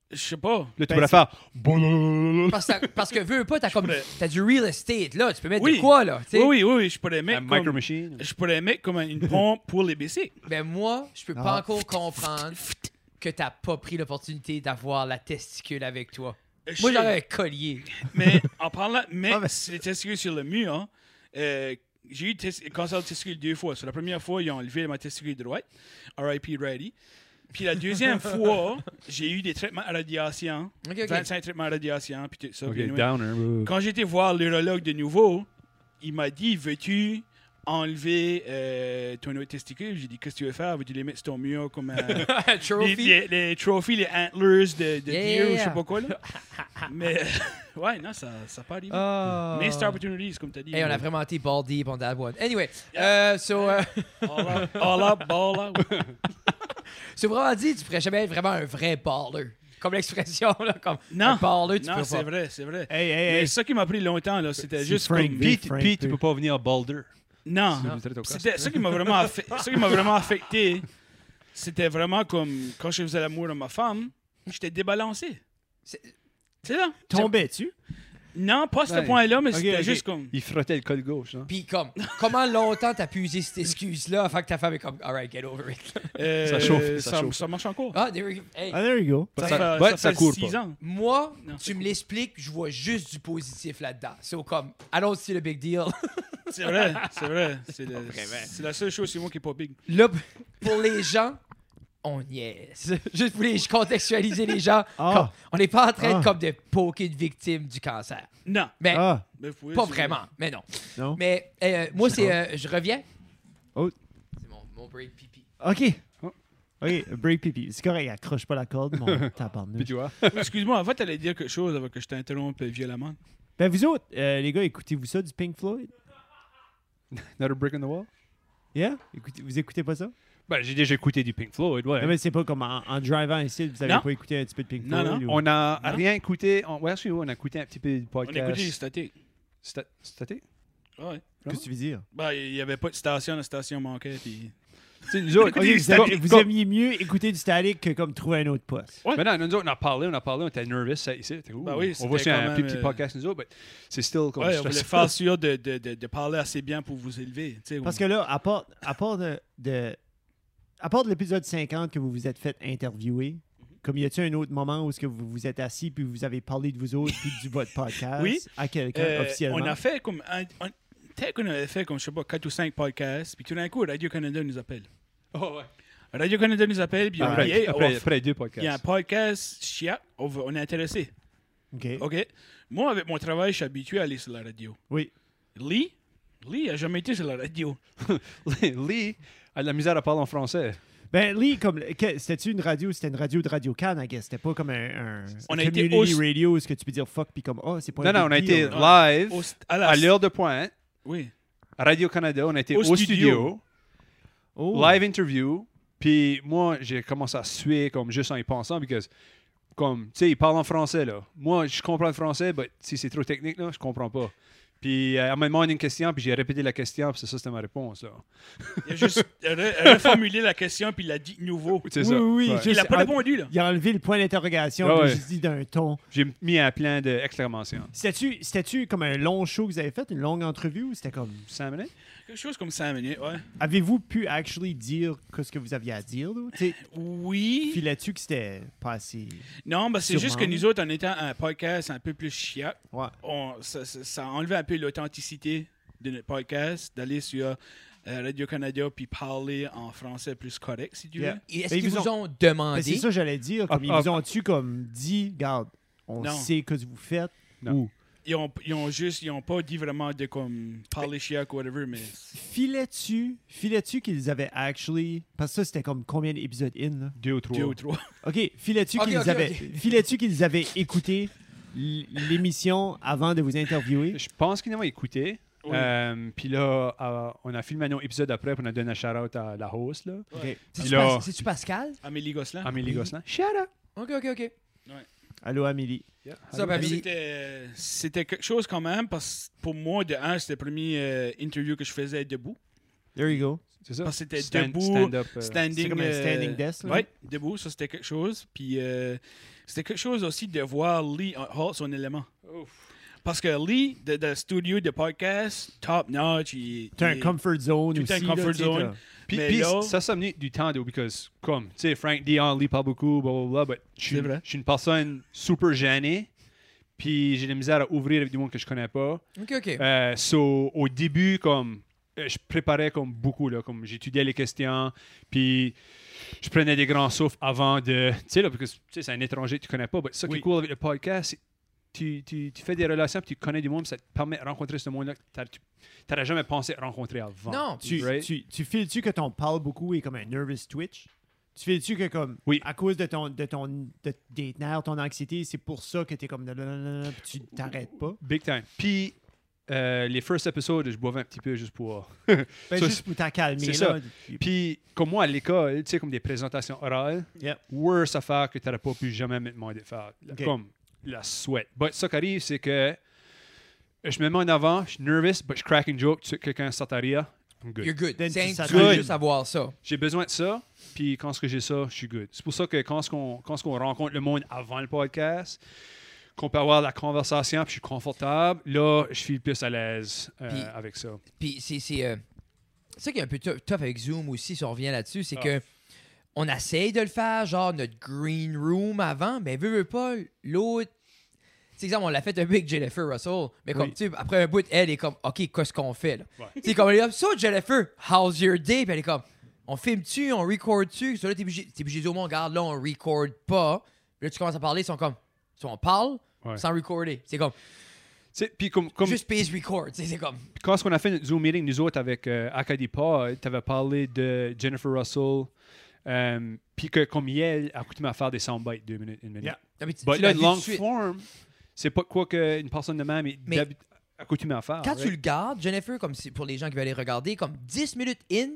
[SPEAKER 4] je sais pas
[SPEAKER 3] Là, tu
[SPEAKER 2] Ben,
[SPEAKER 3] pourrais
[SPEAKER 2] c'est-
[SPEAKER 3] faire. boulou-
[SPEAKER 1] parce, que- parce que veux pas, t'as comme.
[SPEAKER 4] pourrais-
[SPEAKER 1] T'as du real estate, là. Tu peux mettre de
[SPEAKER 4] Oui.
[SPEAKER 1] quoi, là? tu sais?
[SPEAKER 4] oui oui oui, oui je pourrais
[SPEAKER 3] Un
[SPEAKER 4] mettre
[SPEAKER 3] micro
[SPEAKER 4] comme,
[SPEAKER 3] machine.
[SPEAKER 4] je pourrais mettre comme une pompe pour les baisser
[SPEAKER 1] Ben moi, je peux
[SPEAKER 2] Ah.
[SPEAKER 1] pas encore comprendre que t'as pas pris l'opportunité d'avoir la testicule avec toi. Moi, j'aurais un collier.
[SPEAKER 4] mais en parlant mais
[SPEAKER 2] Ah, mais-
[SPEAKER 4] c'est testicule sur le mur hein, euh, j'ai eu tes- cancer du testicule deux fois. Sur la première fois, ils ont enlevé ma testicule droite, RIP Ready. Puis la deuxième fois, j'ai eu des traitements à radiation.
[SPEAKER 1] Ok, ok.
[SPEAKER 4] 25 traitements à radiation, puis tout ça.
[SPEAKER 3] Ok,
[SPEAKER 4] puis anyway.
[SPEAKER 3] downer. euh,
[SPEAKER 4] Quand j'étais voir l'urologue de nouveau, il m'a dit Veux-tu enlever euh, ton autre testicule J'ai dit Qu'est-ce que tu veux faire Veux-tu les mettre sur ton mur comme euh, les,
[SPEAKER 1] Trophy.
[SPEAKER 4] les, les trophies, les antlers de, de
[SPEAKER 1] Yeah,
[SPEAKER 4] deer
[SPEAKER 1] yeah,
[SPEAKER 4] ou je sais
[SPEAKER 1] yeah.
[SPEAKER 4] pas quoi là Mais ouais, non, ça ça pas arrivé.
[SPEAKER 1] Oh.
[SPEAKER 4] Missed opportunities, comme t'as dit.
[SPEAKER 1] Hey, on a vraiment été ball deep on that one. Anyway, euh, so, euh,
[SPEAKER 4] All up, all up, ball out.
[SPEAKER 1] so vraiment dit, tu pourrais jamais être vraiment un vrai baller. Comme l'expression, là, comme un
[SPEAKER 4] Non,
[SPEAKER 1] baller, tu
[SPEAKER 4] non
[SPEAKER 1] peux
[SPEAKER 4] c'est
[SPEAKER 1] pas.
[SPEAKER 4] vrai, c'est vrai.
[SPEAKER 2] Hey,
[SPEAKER 4] Mais
[SPEAKER 2] hey, hey.
[SPEAKER 4] ça qui m'a pris longtemps, là, c'était
[SPEAKER 2] C'est
[SPEAKER 4] juste
[SPEAKER 2] Frank
[SPEAKER 4] comme...
[SPEAKER 2] Vic.
[SPEAKER 3] Pete,
[SPEAKER 2] Frank
[SPEAKER 3] Pete,
[SPEAKER 2] P.
[SPEAKER 3] tu peux pas venir à Boulder.
[SPEAKER 1] Ah.
[SPEAKER 4] Non,
[SPEAKER 3] Si vous êtes au casque.
[SPEAKER 4] c'était ça qui m'a vraiment, affa- ça qui m'a vraiment affecté. C'était vraiment comme quand je faisais l'amour à ma femme, j'étais débalancé.
[SPEAKER 1] C'est-
[SPEAKER 4] C'est là.
[SPEAKER 2] Tombais-tu?
[SPEAKER 4] Non, pas à ce
[SPEAKER 3] Ouais.
[SPEAKER 4] point-là, mais
[SPEAKER 2] Ok,
[SPEAKER 4] c'était
[SPEAKER 2] ok.
[SPEAKER 4] juste comme...
[SPEAKER 3] Il frottait le col gauche. Hein?
[SPEAKER 1] Puis comme, comment longtemps t'as pu user cette excuse-là afin que ta femme est comme, alright, get over it.
[SPEAKER 4] euh,
[SPEAKER 3] Ça chauffe, ça
[SPEAKER 4] Ça,
[SPEAKER 3] chauffe.
[SPEAKER 4] ça marche encore.
[SPEAKER 1] Ah, there we go. Hey,
[SPEAKER 2] Ah, there you go.
[SPEAKER 4] Ça,
[SPEAKER 3] Ça-
[SPEAKER 4] fait,
[SPEAKER 3] ouais,
[SPEAKER 4] ça
[SPEAKER 3] ça
[SPEAKER 4] fait
[SPEAKER 3] court
[SPEAKER 4] six
[SPEAKER 3] pas.
[SPEAKER 4] ans.
[SPEAKER 1] moi,
[SPEAKER 4] Hein? Non, c'est
[SPEAKER 1] tu me l'expliques, je vois juste du positif là-dedans. C'est comme, allons see le big deal.
[SPEAKER 4] C'est vrai, c'est vrai. C'est le- c'est la seule chose, c'est moi qui est pas big.
[SPEAKER 1] Là, pour les gens, on niaise. Juste pour les contextualiser les gens.
[SPEAKER 2] Ah.
[SPEAKER 1] comme- on n'est pas en train
[SPEAKER 2] Ah.
[SPEAKER 1] de, comme de poker une victime du cancer.
[SPEAKER 4] Non.
[SPEAKER 1] Mais
[SPEAKER 2] Ah,
[SPEAKER 4] mais vous pouvez-
[SPEAKER 1] pas
[SPEAKER 4] c'est-
[SPEAKER 1] vraiment, mais non.
[SPEAKER 2] non.
[SPEAKER 1] Mais euh, moi, c'est. euh, je reviens.
[SPEAKER 2] Oh.
[SPEAKER 1] C'est mon, mon break pipi.
[SPEAKER 2] OK.
[SPEAKER 3] Oh.
[SPEAKER 2] OK, break pipi. C'est correct, accroche pas la corde, mon tabarnouche.
[SPEAKER 3] Puis tu vois.
[SPEAKER 4] Excuse-moi, avant, t'allais dire quelque chose avant que je t'interrompe violemment.
[SPEAKER 2] Ben, vous autres, euh, les gars, écoutez-vous ça du Pink Floyd?
[SPEAKER 3] Another brick in the wall.
[SPEAKER 2] Yeah? Écoutez, vous écoutez pas ça?
[SPEAKER 3] Ben, j'ai déjà écouté du Pink Floyd, ouais.
[SPEAKER 2] Non, mais c'est pas comme en, en drivant ici, vous avez
[SPEAKER 4] Non.
[SPEAKER 2] pas écouté un petit peu de Pink
[SPEAKER 4] Non,
[SPEAKER 2] Floyd? ou-
[SPEAKER 3] on n'a
[SPEAKER 4] Non.
[SPEAKER 3] rien écouté. On... Ouais, excusez-moi, on a écouté un petit peu du
[SPEAKER 4] On
[SPEAKER 3] podcast.
[SPEAKER 4] écoutait les statiques.
[SPEAKER 3] Sta- Staté?
[SPEAKER 4] Ouais.
[SPEAKER 2] Qu'est-ce que tu veux dire?
[SPEAKER 4] Bah, il n'y avait pas de station, la station manquait. Puis...
[SPEAKER 3] Tu sais, nous autres,
[SPEAKER 2] Ok, vous,
[SPEAKER 3] comme-
[SPEAKER 2] aimiez, vous
[SPEAKER 3] comme-
[SPEAKER 2] aimiez mieux écouter du static que comme trouver un autre poste.
[SPEAKER 4] Ouais.
[SPEAKER 3] Mais non, nous autres, on a parlé, on a parlé, on était nervous ça, ici. on était, ouh,
[SPEAKER 4] Ben oui,
[SPEAKER 3] on va
[SPEAKER 4] c'était
[SPEAKER 3] sur un
[SPEAKER 4] quand
[SPEAKER 3] petit,
[SPEAKER 4] même,
[SPEAKER 3] petit
[SPEAKER 4] euh,
[SPEAKER 3] podcast, nous autres, mais c'est still comme
[SPEAKER 4] Ouais, on
[SPEAKER 3] stressant.
[SPEAKER 4] voulait faire sûr de, de, de, de parler assez bien pour vous élever. tu sais,
[SPEAKER 2] Parce
[SPEAKER 4] on-
[SPEAKER 2] que là, à part, à part de, de- à part de l'épisode 50 que vous vous êtes fait interviewer, comme y a-t-il un autre moment où est-ce que vous vous êtes assis puis vous avez parlé de vous autres puis du votre podcast
[SPEAKER 4] Oui.
[SPEAKER 2] à quelqu'un
[SPEAKER 4] Euh,
[SPEAKER 2] officiellement?
[SPEAKER 4] on a fait comme. un- on- Peut-être qu'on avait fait comme, je sais pas, 4 ou 5 podcasts, puis tout d'un coup, Radio-Canada nous appelle.
[SPEAKER 3] Oh, ouais.
[SPEAKER 4] Radio-Canada nous appelle, puis on dit,
[SPEAKER 3] Après,
[SPEAKER 4] hey, on va
[SPEAKER 3] Ah, après,
[SPEAKER 4] f-
[SPEAKER 3] après deux
[SPEAKER 4] il y a un
[SPEAKER 3] podcasts.
[SPEAKER 4] podcast, chiac, on, va- on est intéressé.
[SPEAKER 2] OK.
[SPEAKER 4] OK? Moi, avec mon travail, je suis habitué à aller sur la radio.
[SPEAKER 2] Oui.
[SPEAKER 4] Lee, Lee a jamais été sur la radio.
[SPEAKER 3] Lee a de la misère à parler en français.
[SPEAKER 2] Ben, Lee, comme, que- c'était-tu une radio? C'était une radio de Radio-Can, I guess. C'était pas comme un, un
[SPEAKER 4] On a été
[SPEAKER 2] community
[SPEAKER 4] aussi-
[SPEAKER 2] radio où est-ce que tu peux dire fuck puis comme, oh, c'est pas
[SPEAKER 3] Non,
[SPEAKER 2] un
[SPEAKER 3] non, on
[SPEAKER 2] big
[SPEAKER 3] a été
[SPEAKER 2] deal.
[SPEAKER 3] live,
[SPEAKER 4] Au st- à la-
[SPEAKER 3] à l'heure de pointe,
[SPEAKER 4] Oui.
[SPEAKER 3] à Radio-Canada, on a été
[SPEAKER 4] Au
[SPEAKER 3] au,
[SPEAKER 4] studio.
[SPEAKER 3] studio,
[SPEAKER 2] Oh.
[SPEAKER 3] live interview, puis moi, j'ai commencé à suer comme juste en y pensant, parce que, comme, tu sais, il parle en français, là. Moi, je comprends le français, mais si c'est trop technique, là, je comprends pas. Puis, euh, elle m'a demandé une question, puis j'ai répété la question, puis c'est ça, c'était ma réponse, là.
[SPEAKER 4] Il a juste re- reformulé la question, puis il l'a dit de nouveau.
[SPEAKER 3] C'est
[SPEAKER 2] Oui,
[SPEAKER 3] ça.
[SPEAKER 2] oui,
[SPEAKER 3] Ouais.
[SPEAKER 2] je-
[SPEAKER 4] Il n'a pas
[SPEAKER 2] Ah,
[SPEAKER 4] répondu, là.
[SPEAKER 2] Il a enlevé le point d'interrogation,
[SPEAKER 3] Ah
[SPEAKER 2] puis
[SPEAKER 3] ouais.
[SPEAKER 2] il a juste dit d'un ton.
[SPEAKER 3] J'ai mis un plein d'exclamations.
[SPEAKER 2] C'était-tu c'était-tu comme un long show que vous avez fait, une longue entrevue, ou c'était comme...
[SPEAKER 3] Cinq minutes?
[SPEAKER 4] Quelque chose comme 5 minutes, ouais.
[SPEAKER 2] Avez-vous pu actually dire que ce que vous aviez à dire, là? Tu sais,
[SPEAKER 4] Oui.
[SPEAKER 2] puis là-dessus que c'était pas assez...
[SPEAKER 4] Non, ben, c'est
[SPEAKER 2] Sûrement.
[SPEAKER 4] juste que nous autres, en étant un podcast un peu plus chiant,
[SPEAKER 2] Ouais.
[SPEAKER 4] on, ça, ça, ça a enlevé un peu l'authenticité de notre podcast, d'aller sur euh, Radio-Canada puis parler en français plus correct, si tu veux.
[SPEAKER 2] Yeah.
[SPEAKER 1] Et Est-ce
[SPEAKER 2] Mais
[SPEAKER 1] qu'ils
[SPEAKER 2] ils
[SPEAKER 1] vous
[SPEAKER 2] vous
[SPEAKER 1] ont
[SPEAKER 2] Ben, c'est
[SPEAKER 1] demandé?
[SPEAKER 2] ça que j'allais dire. Comme,
[SPEAKER 3] Hop,
[SPEAKER 2] ils
[SPEAKER 3] hop.
[SPEAKER 2] vous ont-tu comme dit, garde, on
[SPEAKER 4] Non.
[SPEAKER 2] sait que vous faites,
[SPEAKER 3] Non.
[SPEAKER 2] ou...
[SPEAKER 4] Ils, ont, ils ont juste, ils ont pas dit vraiment de comme parler chiant ou whatever, mais
[SPEAKER 2] Filais-tu, filais-tu qu'ils avaient actually... Parce que ça, c'était comme combien d'épisodes in, là?
[SPEAKER 3] Deux ou trois.
[SPEAKER 4] deux ou trois.
[SPEAKER 2] OK, filais-tu
[SPEAKER 1] Ok,
[SPEAKER 2] qu'ils
[SPEAKER 1] ok,
[SPEAKER 2] avaient...
[SPEAKER 1] ok.
[SPEAKER 2] filais-tu qu'ils avaient écouté l- l'émission avant de vous interviewer?
[SPEAKER 3] Je pense qu'ils l'ont écouté.
[SPEAKER 4] Oui.
[SPEAKER 3] Euh, puis là, euh, on a filmé un autre épisode après, puis on a donné un shout-out à la host, là,
[SPEAKER 2] OK.
[SPEAKER 1] C'est-tu
[SPEAKER 3] Là-
[SPEAKER 1] Pas- c'est-tu Pascal?
[SPEAKER 4] Amélie Gosselin.
[SPEAKER 3] Amélie Gosselin. Shout-out!
[SPEAKER 1] Ok, ok, ok.
[SPEAKER 2] Allô, Amélie.
[SPEAKER 3] Yeah.
[SPEAKER 1] Ça,
[SPEAKER 3] Allô?
[SPEAKER 1] ben, Amélie.
[SPEAKER 4] C'était euh, c'était quelque chose quand même, parce que pour moi, de un, c'était la première euh, interview que je faisais debout.
[SPEAKER 2] There you go.
[SPEAKER 3] C'est ça.
[SPEAKER 4] Parce que c'était
[SPEAKER 3] Stand-
[SPEAKER 4] debout,
[SPEAKER 3] stand-up, euh,
[SPEAKER 4] Standing,
[SPEAKER 2] C'est comme un
[SPEAKER 4] euh,
[SPEAKER 2] standing desk, là.
[SPEAKER 4] Oui, debout, ça c'était quelque chose. Puis euh, c'était quelque chose aussi de voir Lee Hall, son élément. Parce que Lee, de, de studio de podcast, top notch. il-
[SPEAKER 2] T'as un
[SPEAKER 4] il-
[SPEAKER 2] comfort zone
[SPEAKER 4] Tout
[SPEAKER 2] aussi.
[SPEAKER 4] un comfort
[SPEAKER 2] là, tu sais,
[SPEAKER 4] zone.
[SPEAKER 2] t'as-
[SPEAKER 3] Puis,
[SPEAKER 4] Mais
[SPEAKER 3] puis
[SPEAKER 4] là-
[SPEAKER 3] ça, ça venait du temps, though, because, comme, tu sais, Frank Dion lit pas beaucoup, blablabla, but je suis-
[SPEAKER 4] C'est vrai.
[SPEAKER 3] je suis une personne super gênée, puis j'ai de la misère à ouvrir avec du monde que je connais pas.
[SPEAKER 1] Ok, ok.
[SPEAKER 3] Euh, so, au Euh, début, comme, euh, je préparais comme beaucoup, là, comme j'étudiais les questions, puis je prenais des grands souffles avant de. Tu sais, là, parce que tu sais, c'est un étranger que tu connais pas. Mais ça qui
[SPEAKER 4] Oui.
[SPEAKER 3] est cool avec le podcast, c'est tu, tu, tu fais des relations, puis tu connais du monde, puis ça te permet de rencontrer ce monde-là que t'as- tu n'aurais jamais pensé rencontrer avant.
[SPEAKER 1] Non,
[SPEAKER 2] Tu,
[SPEAKER 3] Right.
[SPEAKER 2] tu, tu files-tu que ton parle beaucoup est comme un nervous twitch? Tu files-tu que comme
[SPEAKER 3] Oui.
[SPEAKER 2] à cause de ton de ton de des nerfs, ton anxiété, c'est pour ça que t'es comme blablabla, puis tu t'arrêtes pas?
[SPEAKER 3] Big time. Puis euh, les first episodes, je boivais un petit peu juste pour.
[SPEAKER 2] Ben,
[SPEAKER 3] Ça,
[SPEAKER 2] juste pour t'accalmer là.
[SPEAKER 3] c'est ça.
[SPEAKER 2] Puis-
[SPEAKER 3] Puis, comme moi à l'école, tu sais, comme des présentations orales,
[SPEAKER 2] Yep.
[SPEAKER 3] worst affaire que tu n'aurais pas pu jamais me demander de faire.
[SPEAKER 2] Ok.
[SPEAKER 3] Comme la sweat. But ça qui arrive, c'est que je me mets en avant, je suis nervous, but je crack une joke, tu sais, quelqu'un sort à rire, I'm good.
[SPEAKER 1] You're good.
[SPEAKER 2] Then
[SPEAKER 1] C'est
[SPEAKER 2] ça
[SPEAKER 1] tu veux
[SPEAKER 3] donne-
[SPEAKER 1] juste avoir ça.
[SPEAKER 3] J'ai besoin de ça, puis quand ce que j'ai ça, je suis good. C'est pour ça que quand ce qu'on quand ce qu'on rencontre le monde avant le podcast, qu'on peut avoir la conversation, puis je suis confortable, là, je suis plus à l'aise euh,
[SPEAKER 1] Puis-
[SPEAKER 3] avec ça.
[SPEAKER 1] Puis c'est c'est euh, ça qui est un peu tou- tough avec Zoom aussi, si on revient là-dessus, c'est
[SPEAKER 3] Ah.
[SPEAKER 1] que on essaye de le faire, genre notre green room avant, mais veut, veut pas, l'autre. C'est exemple, on l'a fait un peu avec Jennifer Russell, mais comme
[SPEAKER 2] Oui.
[SPEAKER 1] tu sais, après un bout, elle est comme, OK, qu'est-ce qu'on fait là?
[SPEAKER 3] Ouais.
[SPEAKER 1] C'est comme, elle est comme, So Jennifer, how's your day? Puis elle est comme, on filme-tu, on record-tu? Ça là, t'es obligé t'es obligé de dire au monde, regarde, là, on record pas. Puis là, tu commences à parler, ils sont comme, soit on parle,
[SPEAKER 3] Ouais.
[SPEAKER 1] sans recorder. C'est comme,
[SPEAKER 3] Tu sais, Puis comme, comme
[SPEAKER 1] juste pays record. tu sais, C'est comme,
[SPEAKER 3] Puis quand on a fait notre Zoom meeting, nous autres, avec euh, Acadie Pod, tu avais parlé de Jennifer Russell, euh, puis que comme elle a coutume à faire des soundbites deux minutes, une minute.
[SPEAKER 2] Yeah.
[SPEAKER 1] Non, mais tu-
[SPEAKER 3] But
[SPEAKER 1] tu l'as
[SPEAKER 3] le
[SPEAKER 1] vu
[SPEAKER 3] long
[SPEAKER 1] tout de suite.
[SPEAKER 3] form, c'est pas quoi qu'une personne de même est
[SPEAKER 1] Mais-
[SPEAKER 3] d'habi- accoutumée à faire.
[SPEAKER 1] Quand
[SPEAKER 3] right?
[SPEAKER 1] tu le gardes, Jennifer, comme si- pour les gens qui veulent aller regarder, comme 10 minutes in,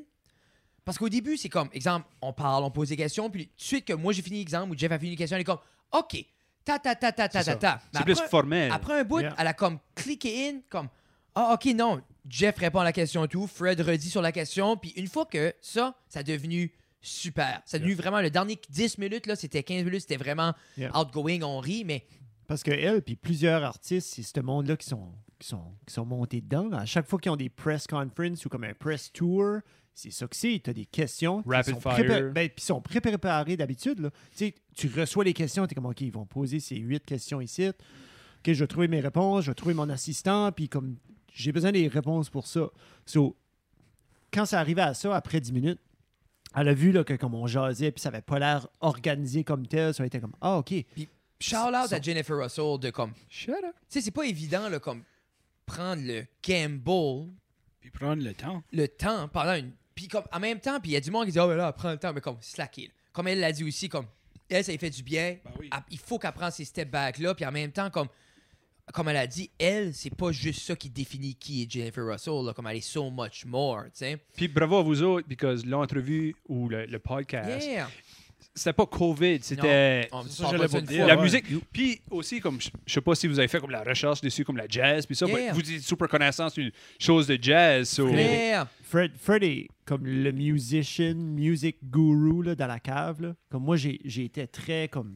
[SPEAKER 1] parce qu'au début, c'est comme, exemple, on parle, on pose des questions, puis tout de suite que moi j'ai fini l'exemple ou Jeff a fini une question, elle est comme, OK, ta ta ta ta ta
[SPEAKER 3] C'est
[SPEAKER 1] ta
[SPEAKER 3] ça.
[SPEAKER 1] ta. Mais
[SPEAKER 3] C'est plus
[SPEAKER 1] après-
[SPEAKER 3] formel.
[SPEAKER 1] Après un bout,
[SPEAKER 2] Yeah.
[SPEAKER 1] elle a comme cliqué in, comme, ah, OK, non, Jeff répond à la question et tout, Fred redit sur la question, puis une fois que ça, ça a devenu super. Ça a devenu vraiment, le dernier 10 minutes, là, c'était 15 minutes, c'était vraiment
[SPEAKER 2] Yeah.
[SPEAKER 1] outgoing, on rit, mais
[SPEAKER 2] Parce que elle, puis plusieurs artistes, c'est ce monde-là qui sont, qui, sont, qui sont montés dedans. là. À chaque fois qu'ils ont des press conferences ou comme un press tour, c'est ça que c'est. Tu as des questions. qui
[SPEAKER 3] Rapid
[SPEAKER 2] sont prépa-
[SPEAKER 3] fire.
[SPEAKER 2] Ben, puis ils sont pré-préparés d'habitude. là. Tu sais, tu reçois les questions, tu es comme, OK, ils vont poser ces huit questions ici. OK, je vais trouver mes réponses, je vais trouver mon assistant, puis comme j'ai besoin des réponses pour ça. So, quand ça arrivait à ça, après 10 minutes, elle a vu là, que comme on jasait, puis ça avait pas l'air organisé comme tel, ça était comme, ah, OK.
[SPEAKER 1] shout out
[SPEAKER 2] Son-
[SPEAKER 1] à Jennifer Russell de comme,
[SPEAKER 3] Shut up.
[SPEAKER 1] Tu sais, c'est pas évident, là, comme prendre le Campbell,
[SPEAKER 4] Puis prendre le temps.
[SPEAKER 1] le temps, pendant une. Puis comme, en même temps, puis il y a du monde qui dit, oh, mais là, prends le temps, mais comme, slacker. là. Comme elle l'a dit aussi, comme, elle, ça lui fait du bien.
[SPEAKER 4] Ben oui.
[SPEAKER 1] Elle- Il faut qu'elle prenne ses step back-là, puis en même temps, comme, comme elle a dit, elle, c'est pas juste ça qui définit qui est Jennifer Russell, là, comme elle est so much more, tu sais.
[SPEAKER 3] Puis bravo à vous autres, parce que l'entrevue ou le, le podcast,
[SPEAKER 1] Yeah!
[SPEAKER 3] c'était pas COVID, c'était.
[SPEAKER 1] On
[SPEAKER 4] C'est
[SPEAKER 1] se
[SPEAKER 4] ça,
[SPEAKER 1] parle
[SPEAKER 4] j'allais
[SPEAKER 1] pas ça
[SPEAKER 4] vous
[SPEAKER 1] une
[SPEAKER 4] dire.
[SPEAKER 1] fois.
[SPEAKER 3] La
[SPEAKER 4] Ouais.
[SPEAKER 3] musique. Puis aussi, comme je je sais pas si vous avez fait comme la recherche dessus, comme la jazz, puis ça,
[SPEAKER 1] Yeah.
[SPEAKER 3] but vous êtes super connaissant sur une chose de jazz. so-
[SPEAKER 1] Yeah!
[SPEAKER 2] Fred, Fred est comme le musician, music guru là, dans la cave. là. Comme moi, j'ai j'ai été très comme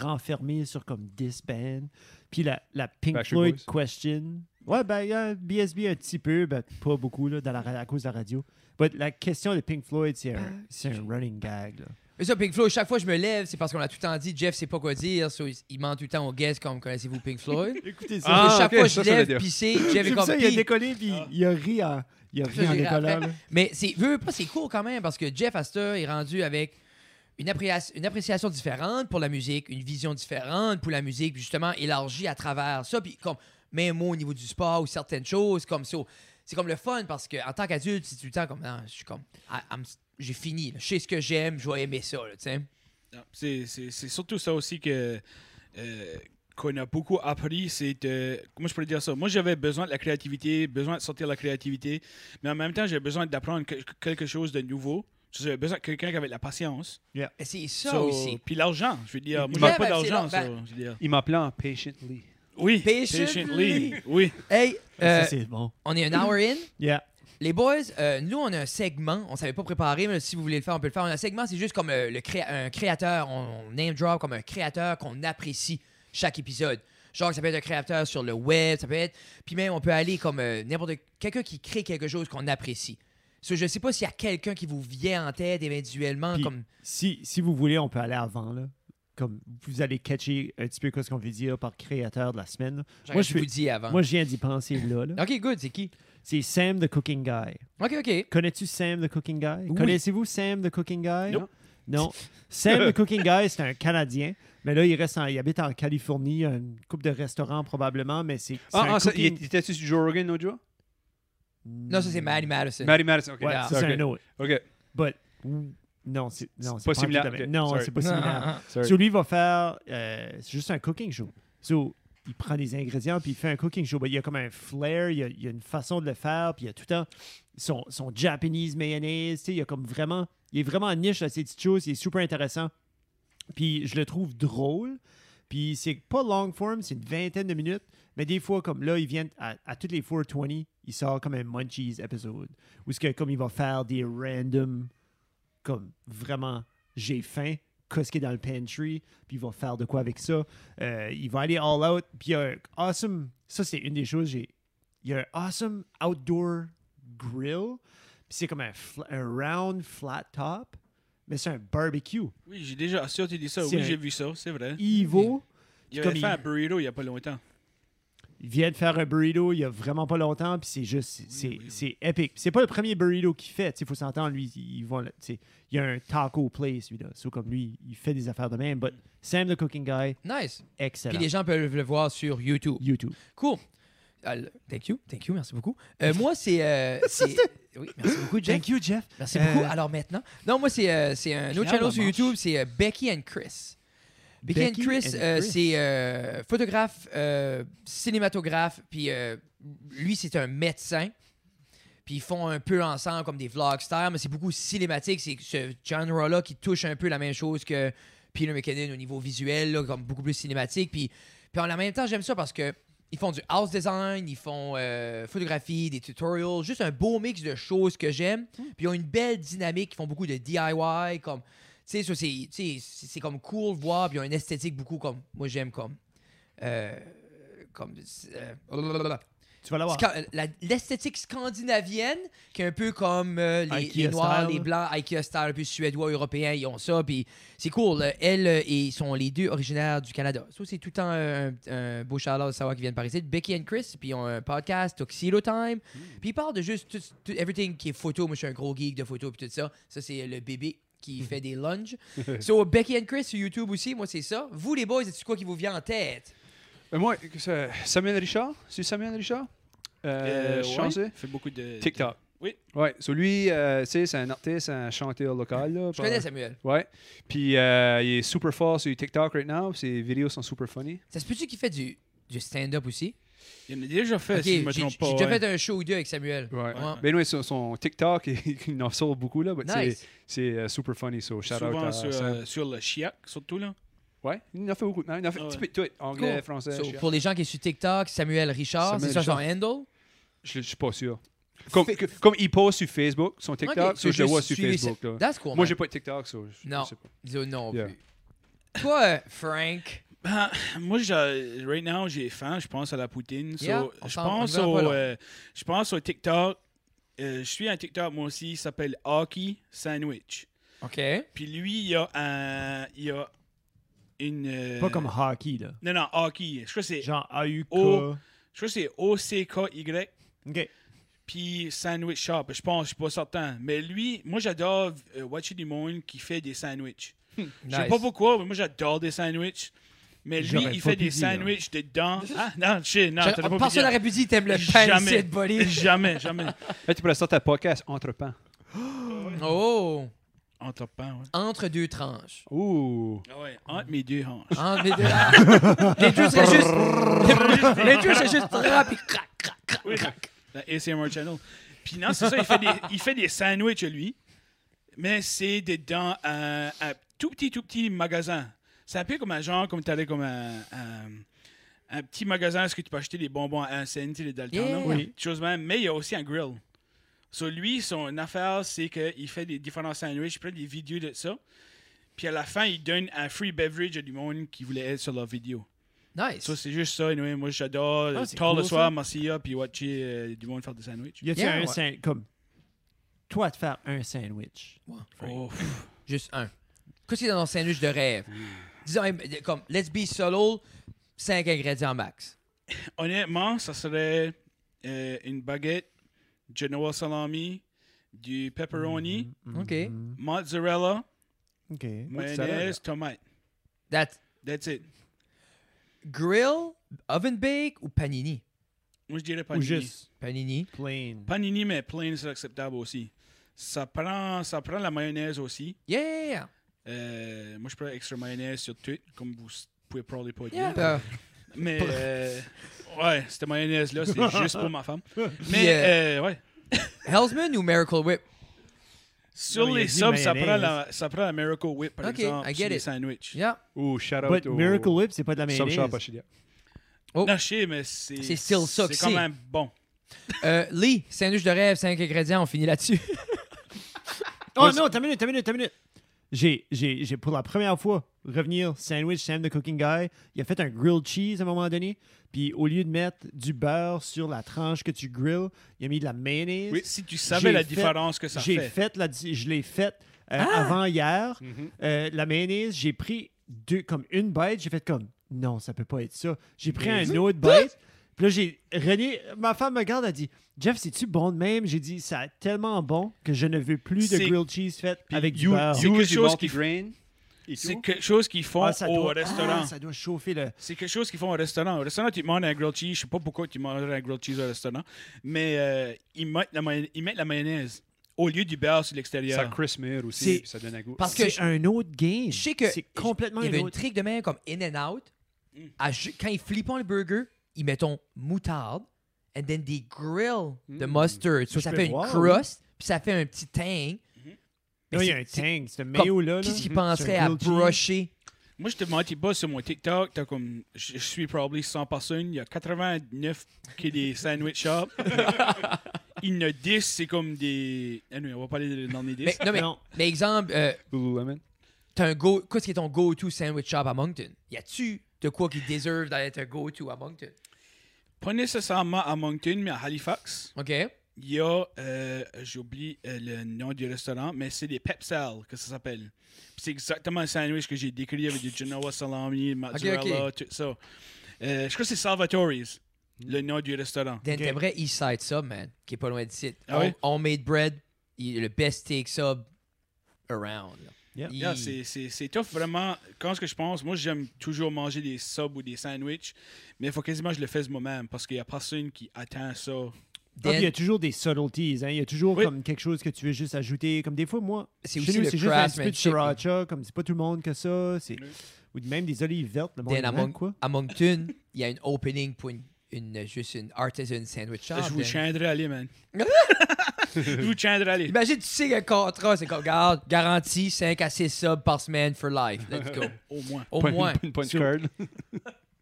[SPEAKER 2] renfermé sur comme this band. Puis la, la Pink
[SPEAKER 3] Backstreet
[SPEAKER 2] Floyd
[SPEAKER 3] Boys.
[SPEAKER 2] question. Ouais, ben, euh, BSB un petit peu, ben, pas beaucoup là, dans la, ra- à cause de la radio. Mais la question de Pink Floyd, c'est un, c'est un running gag. là.
[SPEAKER 1] Mais ça, Pink Floyd, chaque fois que je me lève, c'est parce qu'on a tout le temps dit, Jeff sait pas quoi dire, so il- il ment tout le temps aux guests, comme, connaissez-vous Pink Floyd?
[SPEAKER 2] Écoutez ça.
[SPEAKER 3] Ah,
[SPEAKER 1] Mais chaque
[SPEAKER 3] ok,
[SPEAKER 1] fois que
[SPEAKER 3] ça,
[SPEAKER 1] je
[SPEAKER 3] ça veut
[SPEAKER 1] lève
[SPEAKER 3] dire.
[SPEAKER 1] pisser, Jeff est
[SPEAKER 2] J'aime
[SPEAKER 1] comme
[SPEAKER 2] ça, il a
[SPEAKER 1] Pete.
[SPEAKER 2] décollé, puis il a ri en, il a
[SPEAKER 1] Ça,
[SPEAKER 2] ri en
[SPEAKER 1] j'irai
[SPEAKER 2] décollant.
[SPEAKER 1] après.
[SPEAKER 2] là.
[SPEAKER 1] Mais c'est veut, veut pas c'est cool quand même parce que Jeff Astor est rendu avec une, apprécia- une appréciation différente pour la musique, une vision différente pour la musique, puis justement élargie à travers ça, puis comme même au niveau du sport ou certaines choses comme ça. C'est comme le fun parce que en tant qu'adulte, si tu le temps comme non, je suis comme I- I'm- j'ai fini, là. je sais ce que j'aime, je vais aimer ça, là, tu sais.
[SPEAKER 4] Non, C'est c'est- c'est surtout ça aussi que euh, qu'on a beaucoup appris, c'est de... Comment je pourrais dire ça? Moi, j'avais besoin de la créativité, besoin de sortir la créativité, mais en même temps, j'avais besoin d'apprendre que- quelque chose de nouveau. J'avais besoin de quelqu'un qui avait de la patience.
[SPEAKER 1] Mais C'est ça
[SPEAKER 4] So,
[SPEAKER 1] aussi.
[SPEAKER 4] Puis l'argent, je veux dire.
[SPEAKER 1] Ben,
[SPEAKER 4] Moi, j'avais pas
[SPEAKER 1] ben, c'est
[SPEAKER 4] d'argent,
[SPEAKER 1] là,
[SPEAKER 4] ça,
[SPEAKER 1] ben-
[SPEAKER 4] je veux dire.
[SPEAKER 3] Il m'appelait en patiently.
[SPEAKER 4] Oui,
[SPEAKER 1] Patiently.
[SPEAKER 4] Oui.
[SPEAKER 1] Hey, euh,
[SPEAKER 2] Ça, c'est bon.
[SPEAKER 1] on est un hour in.
[SPEAKER 2] Yeah.
[SPEAKER 1] Les boys, euh, nous, on a un segment. On savait pas préparer, mais si vous voulez le faire, on peut le faire. On a un segment, c'est juste comme euh, le créa- un créateur. On, on name drop comme un créateur qu'on apprécie chaque épisode. Genre, ça peut être un créateur sur le web, ça peut être. Puis même, on peut aller comme euh, n'importe. Quelqu'un qui crée quelque chose qu'on apprécie. So, je sais pas s'il y a quelqu'un qui vous vient en tête éventuellement.
[SPEAKER 2] Puis-
[SPEAKER 1] comme
[SPEAKER 2] Si, si vous voulez, on peut aller avant. Là. comme vous allez catcher un petit peu quoi ce qu'on veut dire par créateur de la semaine. là.
[SPEAKER 1] J'aurais
[SPEAKER 2] Moi,
[SPEAKER 1] dû
[SPEAKER 2] je
[SPEAKER 1] vous
[SPEAKER 2] suis-
[SPEAKER 1] dis avant.
[SPEAKER 2] Moi, je viens d'y penser là. là.
[SPEAKER 1] OK, good, c'est qui?
[SPEAKER 2] C'est Sam the Cooking Guy.
[SPEAKER 1] OK, OK.
[SPEAKER 2] Connais-tu Sam the Cooking Guy?
[SPEAKER 1] Oui.
[SPEAKER 2] Connaissez-vous Sam the Cooking Guy?
[SPEAKER 3] Non.
[SPEAKER 2] Non. Sam the Cooking Guy, c'est un Canadien, mais là, il, reste en- il habite en Californie, il a une coupe de restaurants probablement, mais c'est. c'est
[SPEAKER 3] Ah,
[SPEAKER 2] un
[SPEAKER 3] ah, ça, il
[SPEAKER 2] cooking-
[SPEAKER 3] il était-tu sur Joe Rogan l'autre jour?
[SPEAKER 1] Non, ça, c'est Maddie Madison.
[SPEAKER 3] Mary Madison, ok.
[SPEAKER 2] Ouais,
[SPEAKER 1] Yeah.
[SPEAKER 2] ça, c'est un autre.
[SPEAKER 3] Ok,
[SPEAKER 2] But, non, c'est non,
[SPEAKER 3] C'est
[SPEAKER 2] c'est
[SPEAKER 3] pas
[SPEAKER 2] pas,
[SPEAKER 3] similaire,
[SPEAKER 2] en tout à fait-
[SPEAKER 3] ok,
[SPEAKER 2] Non,
[SPEAKER 3] sorry.
[SPEAKER 2] c'est pas
[SPEAKER 1] Non,
[SPEAKER 2] similaire.
[SPEAKER 1] non, non.
[SPEAKER 3] sorry.
[SPEAKER 2] So, lui, il va faire. euh, c'est juste un cooking show. So, il prend des ingrédients, puis il fait un cooking show. Ben, il y a comme un flair, il y a, il y a une façon de le faire, puis il y a tout le temps son, son Japanese mayonnaise. tu sais, Il y a comme vraiment. Il est vraiment niche à ces petites choses. Il est super intéressant. Puis je le trouve drôle. Puis c'est pas long form, c'est une vingtaine de minutes. Mais des fois, comme là, ils viennent à, à toutes les 420, il sort comme un Munchies épisode. Où ce que, comme il va faire des random, comme vraiment, j'ai faim, qu'est-ce qui est dans le pantry, puis il va faire de quoi avec ça. Euh, il va aller all out. Puis il y a un awesome, ça c'est une des choses, j'ai. Il y a un awesome outdoor grill. Puis c'est comme un, fl- un round flat top, mais c'est un barbecue.
[SPEAKER 4] Oui, j'ai déjà. sûr tu dis ça.
[SPEAKER 2] C'est
[SPEAKER 4] Oui,
[SPEAKER 2] un-
[SPEAKER 4] j'ai vu ça, c'est vrai.
[SPEAKER 2] Il vaut.
[SPEAKER 4] Il
[SPEAKER 2] comme
[SPEAKER 4] avait
[SPEAKER 2] il-
[SPEAKER 4] fait un burrito il n'y a pas longtemps.
[SPEAKER 2] Il vient de faire un burrito il y a vraiment pas longtemps, puis c'est juste, c'est- c'est
[SPEAKER 4] oui, oui.
[SPEAKER 2] c'est épique. Puis C'est pas le premier burrito qu'il fait, il faut s'entendre, lui, il, va, là, tu sais, il y a un taco place, lui, là. So, comme lui, il fait des affaires de même, but Sam the Cooking Guy,
[SPEAKER 1] Nice. Puis
[SPEAKER 2] excellent.
[SPEAKER 1] les gens peuvent le voir sur YouTube.
[SPEAKER 2] YouTube.
[SPEAKER 1] Cool. Ah, le- Thank you, thank you, merci beaucoup. Euh, moi, c'est. euh, c'est- oui, merci beaucoup, Jeff.
[SPEAKER 2] Thank you, Jeff.
[SPEAKER 1] Merci
[SPEAKER 2] Euh,
[SPEAKER 1] beaucoup. Alors maintenant, non, moi, c'est euh, c'est un autre
[SPEAKER 2] Pierre
[SPEAKER 1] channel sur
[SPEAKER 2] Lamarche.
[SPEAKER 1] YouTube, c'est euh, Becky and Chris. Becky, and Chris,
[SPEAKER 2] and
[SPEAKER 1] euh,
[SPEAKER 2] Chris.
[SPEAKER 1] c'est euh, photographe, euh, cinématographe, puis euh, lui, c'est un médecin. Puis ils font un peu ensemble comme des vlogs stars, mais c'est beaucoup cinématique. C'est ce genre-là qui touche un peu la même chose que Peter McKinnon au niveau visuel, là, comme beaucoup plus cinématique. Puis, puis en même temps, j'aime ça parce que ils font du house design, ils font euh, photographie, des tutorials, juste un beau mix de choses que j'aime.
[SPEAKER 2] Mm.
[SPEAKER 1] Puis ils ont une belle dynamique, ils font beaucoup de DIY, comme tu sais, ça, c'est- tu sais, c'est c'est comme cool de voir, puis ils ont une esthétique beaucoup comme moi j'aime comme euh, comme euh, blablabla.
[SPEAKER 2] Tu vas l'avoir.
[SPEAKER 1] Sca- la- l'esthétique scandinavienne, qui est un peu comme euh, les,
[SPEAKER 2] Ikea
[SPEAKER 1] les noirs,
[SPEAKER 2] style.
[SPEAKER 1] les blancs, IKEA style, un peu suédois, européens, ils ont ça. Puis c'est cool. Euh, Elle euh, et ils sont les deux originaires du Canada. Ça, c'est tout le temps euh, un, un beau charlotte de savoir qu'ils viennent par ici. Becky and Chris, puis ils ont un podcast, Tuxedo Time.
[SPEAKER 2] Hmm.
[SPEAKER 1] Puis ils parlent de juste tout, tout- everything qui est photo. Moi, je suis un gros geek de photo, puis tout ça. Ça, c'est le bébé qui
[SPEAKER 2] Hmm.
[SPEAKER 1] fait des lunges. so, Becky and Chris sur YouTube aussi, moi, c'est ça. Vous, les boys, c'est quoi qui vous vient en tête?
[SPEAKER 3] Euh, moi, que ça- Samuel Richard, c'est Samuel Richard? Euh,
[SPEAKER 4] Euh,
[SPEAKER 1] hein.
[SPEAKER 3] chanceux?
[SPEAKER 4] ouais, fait beaucoup de.
[SPEAKER 3] TikTok.
[SPEAKER 4] Oui.
[SPEAKER 3] Ouais, so lui, euh, tu sais, c'est un artiste, un chanteur local. Là,
[SPEAKER 1] Je connais Samuel.
[SPEAKER 3] Ouais. Puis euh, il est super fort sur TikTok right now. Ses vidéos sont super funny.
[SPEAKER 1] Ça se peut-tu qu'il fait du- du stand-up aussi?
[SPEAKER 4] Il en a déjà fait,
[SPEAKER 1] Ok,
[SPEAKER 4] si je me
[SPEAKER 1] j'ai-
[SPEAKER 4] trompe pas. hein.
[SPEAKER 1] J'ai
[SPEAKER 4] ouais.
[SPEAKER 1] déjà fait un show ou deux avec Samuel.
[SPEAKER 3] Ouais.
[SPEAKER 1] Ouais.
[SPEAKER 3] Ben ouais, son, son TikTok, il en sort beaucoup là, mais
[SPEAKER 1] Nice.
[SPEAKER 3] c'est, c'est euh, super funny. So shout out
[SPEAKER 4] Souvent
[SPEAKER 3] à
[SPEAKER 4] sur,
[SPEAKER 3] Sam.
[SPEAKER 4] euh, sur le chiac, surtout là.
[SPEAKER 3] Ouais, il en a fait beaucoup. Non, il en a fait un
[SPEAKER 4] Ah
[SPEAKER 3] petit
[SPEAKER 4] ouais.
[SPEAKER 3] peu de tout. Anglais,
[SPEAKER 1] Cool.
[SPEAKER 3] français.
[SPEAKER 1] So,
[SPEAKER 3] chien.
[SPEAKER 1] pour les gens qui sont sur TikTok, Samuel Richard,
[SPEAKER 3] Samuel
[SPEAKER 1] c'est ça son
[SPEAKER 3] Richard.
[SPEAKER 1] handle?
[SPEAKER 3] Je, je suis pas sûr. Comme, que- comme il poste sur Facebook, son TikTok,
[SPEAKER 1] Ok,
[SPEAKER 3] so je le
[SPEAKER 1] juste
[SPEAKER 3] vois sur
[SPEAKER 1] suivez
[SPEAKER 3] Facebook. là.
[SPEAKER 1] ça. That's cool,
[SPEAKER 3] Moi,
[SPEAKER 1] man.
[SPEAKER 3] j'ai pas de TikTok, so je, je
[SPEAKER 1] Non.
[SPEAKER 3] sais pas.
[SPEAKER 1] Dis- non
[SPEAKER 3] Yeah.
[SPEAKER 1] plus. Toi, euh, Frank,
[SPEAKER 4] Ben, moi, je- right now, j'ai faim. Je pense à la poutine. So,
[SPEAKER 1] Yeah, on
[SPEAKER 4] je,
[SPEAKER 1] s'en- on y
[SPEAKER 4] pense
[SPEAKER 1] va pas
[SPEAKER 4] au,
[SPEAKER 1] long.
[SPEAKER 4] euh, je pense au TikTok. Euh, je suis un TikTok, moi aussi. Il s'appelle Hockey Sandwich.
[SPEAKER 1] OK.
[SPEAKER 4] Puis lui, il y a un. Il y a une. euh,
[SPEAKER 2] Pas comme hockey, là.
[SPEAKER 4] Non, non, Hockey. Je crois que c'est-
[SPEAKER 2] Genre AUK.
[SPEAKER 4] Oh. je crois que c'est O-C-K-Y.
[SPEAKER 2] OK.
[SPEAKER 4] puis Sandwich Shop. Je pense, je suis pas certain. Mais lui, moi j'adore euh, watcher du monde qui fait des sandwichs. Je sais
[SPEAKER 1] Nice.
[SPEAKER 4] pas pourquoi, mais moi j'adore des sandwichs. Mais lui,
[SPEAKER 2] J'aurais
[SPEAKER 4] il
[SPEAKER 2] pas
[SPEAKER 4] fait
[SPEAKER 2] pu
[SPEAKER 4] des
[SPEAKER 2] dire.
[SPEAKER 4] sandwichs dedans. Ah non, shit, non,
[SPEAKER 1] Je-
[SPEAKER 4] t'aurais pas pu
[SPEAKER 1] Personne
[SPEAKER 4] dire.
[SPEAKER 1] n'aurait pu dire t'aimes le pain
[SPEAKER 4] Jamais.
[SPEAKER 1] ici de body.
[SPEAKER 4] Jamais, jamais.
[SPEAKER 3] Là, tu pourrais sortir ta podcast entre temps.
[SPEAKER 1] Oh!
[SPEAKER 4] En top un, ouais.
[SPEAKER 1] Entre deux tranches.
[SPEAKER 3] Ouh.
[SPEAKER 4] Ah ouais, entre mes deux hanches.
[SPEAKER 1] Entre les deux Les deux seraient juste... les deux seraient juste... rap et crac, crac, crac.
[SPEAKER 4] Oui, la ASMR Channel. Puis non, c'est ça, il fait des, il fait des sandwichs, lui. Mais c'est dedans un, un tout petit, tout petit magasin. C'est un peu comme un genre, comme t'allais comme un, un- un petit magasin, est-ce que tu peux acheter des bonbons à un cent, tu sais, les Dalton,
[SPEAKER 1] Yeah.
[SPEAKER 4] là?
[SPEAKER 2] Oui.
[SPEAKER 4] Des choses même. Mais il y a aussi un grill. So, lui, son affaire, c'est qu'il fait des différents sandwichs, il prend des vidéos de ça. Puis à la fin, il donne un free beverage à du monde qui voulait être sur leur vidéo.
[SPEAKER 1] Nice.
[SPEAKER 4] Ça, c'est juste ça. anyway. moi, j'adore.
[SPEAKER 1] Ah,
[SPEAKER 4] euh,
[SPEAKER 1] c'est
[SPEAKER 4] tard le
[SPEAKER 1] cool,
[SPEAKER 4] soir, Marcia, puis watcher euh, du monde faire des sandwichs.
[SPEAKER 2] Y a-tu
[SPEAKER 1] Yeah,
[SPEAKER 2] un
[SPEAKER 1] ouais.
[SPEAKER 2] sand- Comme. Toi, de faire un sandwich.
[SPEAKER 1] Ouais.
[SPEAKER 4] Oh,
[SPEAKER 1] Juste un. Qu'est-ce qu'il y a dans ton sandwich de rêve? disons, eh, comme Let's Be Solo, 5 ingrédients max.
[SPEAKER 4] Honnêtement, ça serait euh, une baguette, Genoa salami, du pepperoni,
[SPEAKER 1] OK.
[SPEAKER 4] mozzarella,
[SPEAKER 2] OK.
[SPEAKER 4] mayonnaise, tomate.
[SPEAKER 1] That's
[SPEAKER 4] That's it.
[SPEAKER 1] grill, oven bake ou panini?
[SPEAKER 4] Moi, je dirais
[SPEAKER 2] Ou
[SPEAKER 4] panini.
[SPEAKER 2] juste
[SPEAKER 1] Panini.
[SPEAKER 2] plain.
[SPEAKER 4] Panini, mais plain, c'est acceptable aussi. Ça prend, ça prend la mayonnaise aussi.
[SPEAKER 1] Yeah, yeah, yeah.
[SPEAKER 4] Euh, moi, je prends extra mayonnaise sur tout, comme vous s- pouvez probablement pas dire.
[SPEAKER 1] Yeah, euh,
[SPEAKER 4] Mais, euh, ouais, cette mayonnaise-là, c'est juste pour ma femme. Mais,
[SPEAKER 1] euh,
[SPEAKER 4] euh, ouais.
[SPEAKER 1] Hellsman ou Miracle Whip?
[SPEAKER 4] Sur
[SPEAKER 2] Non, mais il
[SPEAKER 4] les
[SPEAKER 2] a dit
[SPEAKER 4] subs,
[SPEAKER 2] mayonnaise.
[SPEAKER 4] ça prend, la, ça prend la Miracle Whip, par
[SPEAKER 1] Ok,
[SPEAKER 4] exemple,
[SPEAKER 1] I
[SPEAKER 4] sur
[SPEAKER 1] get
[SPEAKER 4] les
[SPEAKER 1] it.
[SPEAKER 4] sandwichs.
[SPEAKER 1] Yeah.
[SPEAKER 3] Ou shout
[SPEAKER 2] But
[SPEAKER 3] out au.
[SPEAKER 2] Miracle Whip, c'est pas de la
[SPEAKER 3] Sub
[SPEAKER 2] mayonnaise.
[SPEAKER 3] Shop à Chidia.
[SPEAKER 4] Non, je sais, mais c'est...
[SPEAKER 1] C'est still ça que
[SPEAKER 4] C'est quand
[SPEAKER 1] c'est.
[SPEAKER 4] même bon.
[SPEAKER 1] Euh, Lee, sandwich de rêve, 5 ingrédients, on finit là-dessus.
[SPEAKER 2] Oh non, t'as une minute, t'as une minute, t'as une minute. J'ai, j'ai, j'ai pour la première fois revenir Sandwich Sam the Cooking Guy. Il a fait un grilled cheese à un moment donné. Puis au lieu de mettre du beurre sur la tranche que tu grilles, il a mis de la mayonnaise.
[SPEAKER 4] Si tu
[SPEAKER 2] J'ai
[SPEAKER 4] savais la
[SPEAKER 2] fait-
[SPEAKER 4] différence que ça
[SPEAKER 2] j'ai
[SPEAKER 4] fait.
[SPEAKER 2] fait la, di- je l'ai faite euh,
[SPEAKER 1] Ah!
[SPEAKER 2] avant hier.
[SPEAKER 1] Mm-hmm.
[SPEAKER 2] Euh, la mayonnaise, j'ai pris deux, comme une bite. J'ai fait comme non, ça peut pas être ça. J'ai pris un autre bite. Puis là, j'ai. René, ma femme me regarde, elle dit Jeff, c'est-tu bon de même J'ai dit, ça tellement bon que je ne veux plus de
[SPEAKER 4] C'est-
[SPEAKER 2] grilled cheese fait
[SPEAKER 3] Puis
[SPEAKER 2] avec du
[SPEAKER 3] you-
[SPEAKER 2] beurre.
[SPEAKER 4] C'est
[SPEAKER 3] you
[SPEAKER 4] quelque
[SPEAKER 3] is du
[SPEAKER 4] chose qui-
[SPEAKER 3] multigrain et
[SPEAKER 4] C'est
[SPEAKER 3] tout.
[SPEAKER 4] quelque chose qu'ils font
[SPEAKER 2] Ah, ça
[SPEAKER 4] au
[SPEAKER 2] doit-
[SPEAKER 4] restaurant.
[SPEAKER 2] ah, ça doit chauffer le.
[SPEAKER 4] C'est quelque chose qu'ils font au restaurant. Au restaurant, tu demandes un grilled cheese. Je sais pas pourquoi tu manges un grilled cheese au restaurant, mais euh, ils, mettent la mayo- ils mettent la mayonnaise au lieu du beurre sur
[SPEAKER 3] Ça
[SPEAKER 4] l'extérieur.
[SPEAKER 3] crispire aussi,
[SPEAKER 2] C'est-
[SPEAKER 3] puis ça donne un goût.
[SPEAKER 1] Parce que
[SPEAKER 2] C'est
[SPEAKER 1] je-
[SPEAKER 2] un autre game.
[SPEAKER 1] Je sais que
[SPEAKER 2] C'est complètement Mm.
[SPEAKER 1] il y
[SPEAKER 2] un
[SPEAKER 1] avait une
[SPEAKER 2] autre.
[SPEAKER 1] trick de main comme In and Out. À ju- quand ils flippent le burger, ils mettent moutarde and then des grills de mustard. So,
[SPEAKER 2] Mm. Je
[SPEAKER 1] ça
[SPEAKER 2] peux
[SPEAKER 1] fait une
[SPEAKER 2] voir,
[SPEAKER 1] crust, puis ça fait un petit tang. Mais
[SPEAKER 2] Non, il y
[SPEAKER 1] c'est-
[SPEAKER 2] a un
[SPEAKER 1] c'est
[SPEAKER 2] tang, ce
[SPEAKER 1] comme-
[SPEAKER 2] mayo-là. là,
[SPEAKER 1] Qu'est-ce qu'ils
[SPEAKER 2] sur
[SPEAKER 1] penserait à
[SPEAKER 2] grilled cheese.
[SPEAKER 1] brocher?
[SPEAKER 4] Moi, je te mentis pas sur mon TikTok. T'as comme, je, je suis probably 100 personnes. Il y a 89 qui est des sandwich shops. Il y en a 10, c'est comme des. Anyway, on va parler dans les 10.
[SPEAKER 1] Mais, non, mais,
[SPEAKER 2] Non.
[SPEAKER 1] mais exemple, euh,
[SPEAKER 3] Lululemon.
[SPEAKER 1] t'as un go, qu'est-ce qui est ton go-to sandwich shop à Moncton? Y a-tu de quoi qui deserve d'être un go-to à Moncton?
[SPEAKER 4] Pas nécessairement à Moncton, mais à Halifax.
[SPEAKER 1] OK.
[SPEAKER 4] Il y a, euh, j'oublie euh, le nom du restaurant, mais c'est des Pepsal que ça s'appelle. Puis C'est exactement le sandwich que j'ai décrit avec du Genoa salami, mozzarella, tout ça. Euh, je crois que c'est Salvatore's, le nom du restaurant.
[SPEAKER 1] Dan, t'aimerais East Side Sub, man, qui est pas loin d'ici.
[SPEAKER 4] Ah ouais?
[SPEAKER 1] Home- Homemade bread, il- le best steak sub around. là.
[SPEAKER 2] Yeah.
[SPEAKER 1] Il-
[SPEAKER 4] Yeah, c'est- c'est c'est tough, vraiment. Quand ce que je pense, moi j'aime toujours manger des subs ou des sandwichs, mais il faut quasiment que je le fasse moi-même parce qu'il n'y a personne qui attend ça.
[SPEAKER 2] Ah, puis il y
[SPEAKER 1] Dan,
[SPEAKER 2] a toujours des subtleties. Hein. Il y a toujours
[SPEAKER 4] Oui.
[SPEAKER 2] comme quelque chose que tu veux juste ajouter. Comme des fois, moi,
[SPEAKER 1] C'est
[SPEAKER 2] chez
[SPEAKER 1] aussi
[SPEAKER 2] nous,
[SPEAKER 1] le
[SPEAKER 2] c'est juste un petit peu de
[SPEAKER 1] craftsmanship, là.
[SPEAKER 2] sriracha. Comme c'est pas tout le monde que ça. c'est-
[SPEAKER 4] Oui.
[SPEAKER 2] Ou même des olives vertes. Le monde
[SPEAKER 1] Dan, à,
[SPEAKER 2] aime,
[SPEAKER 1] Mon-
[SPEAKER 2] quoi.
[SPEAKER 1] à Moncton, il y a une opening pour une, une- juste une artisan sandwich shop.
[SPEAKER 4] je vous
[SPEAKER 1] Dan.
[SPEAKER 4] tiendrai aller, man. je vous tiendrai aller.
[SPEAKER 1] Imagine, tu signes un contrat, c'est comme, regarde, garantie 5 à 6 subs par semaine for life. Let's go.
[SPEAKER 4] Au moins.
[SPEAKER 1] Au
[SPEAKER 3] Pas une-
[SPEAKER 1] moins.
[SPEAKER 3] pas Une punch
[SPEAKER 2] Sur-
[SPEAKER 3] card.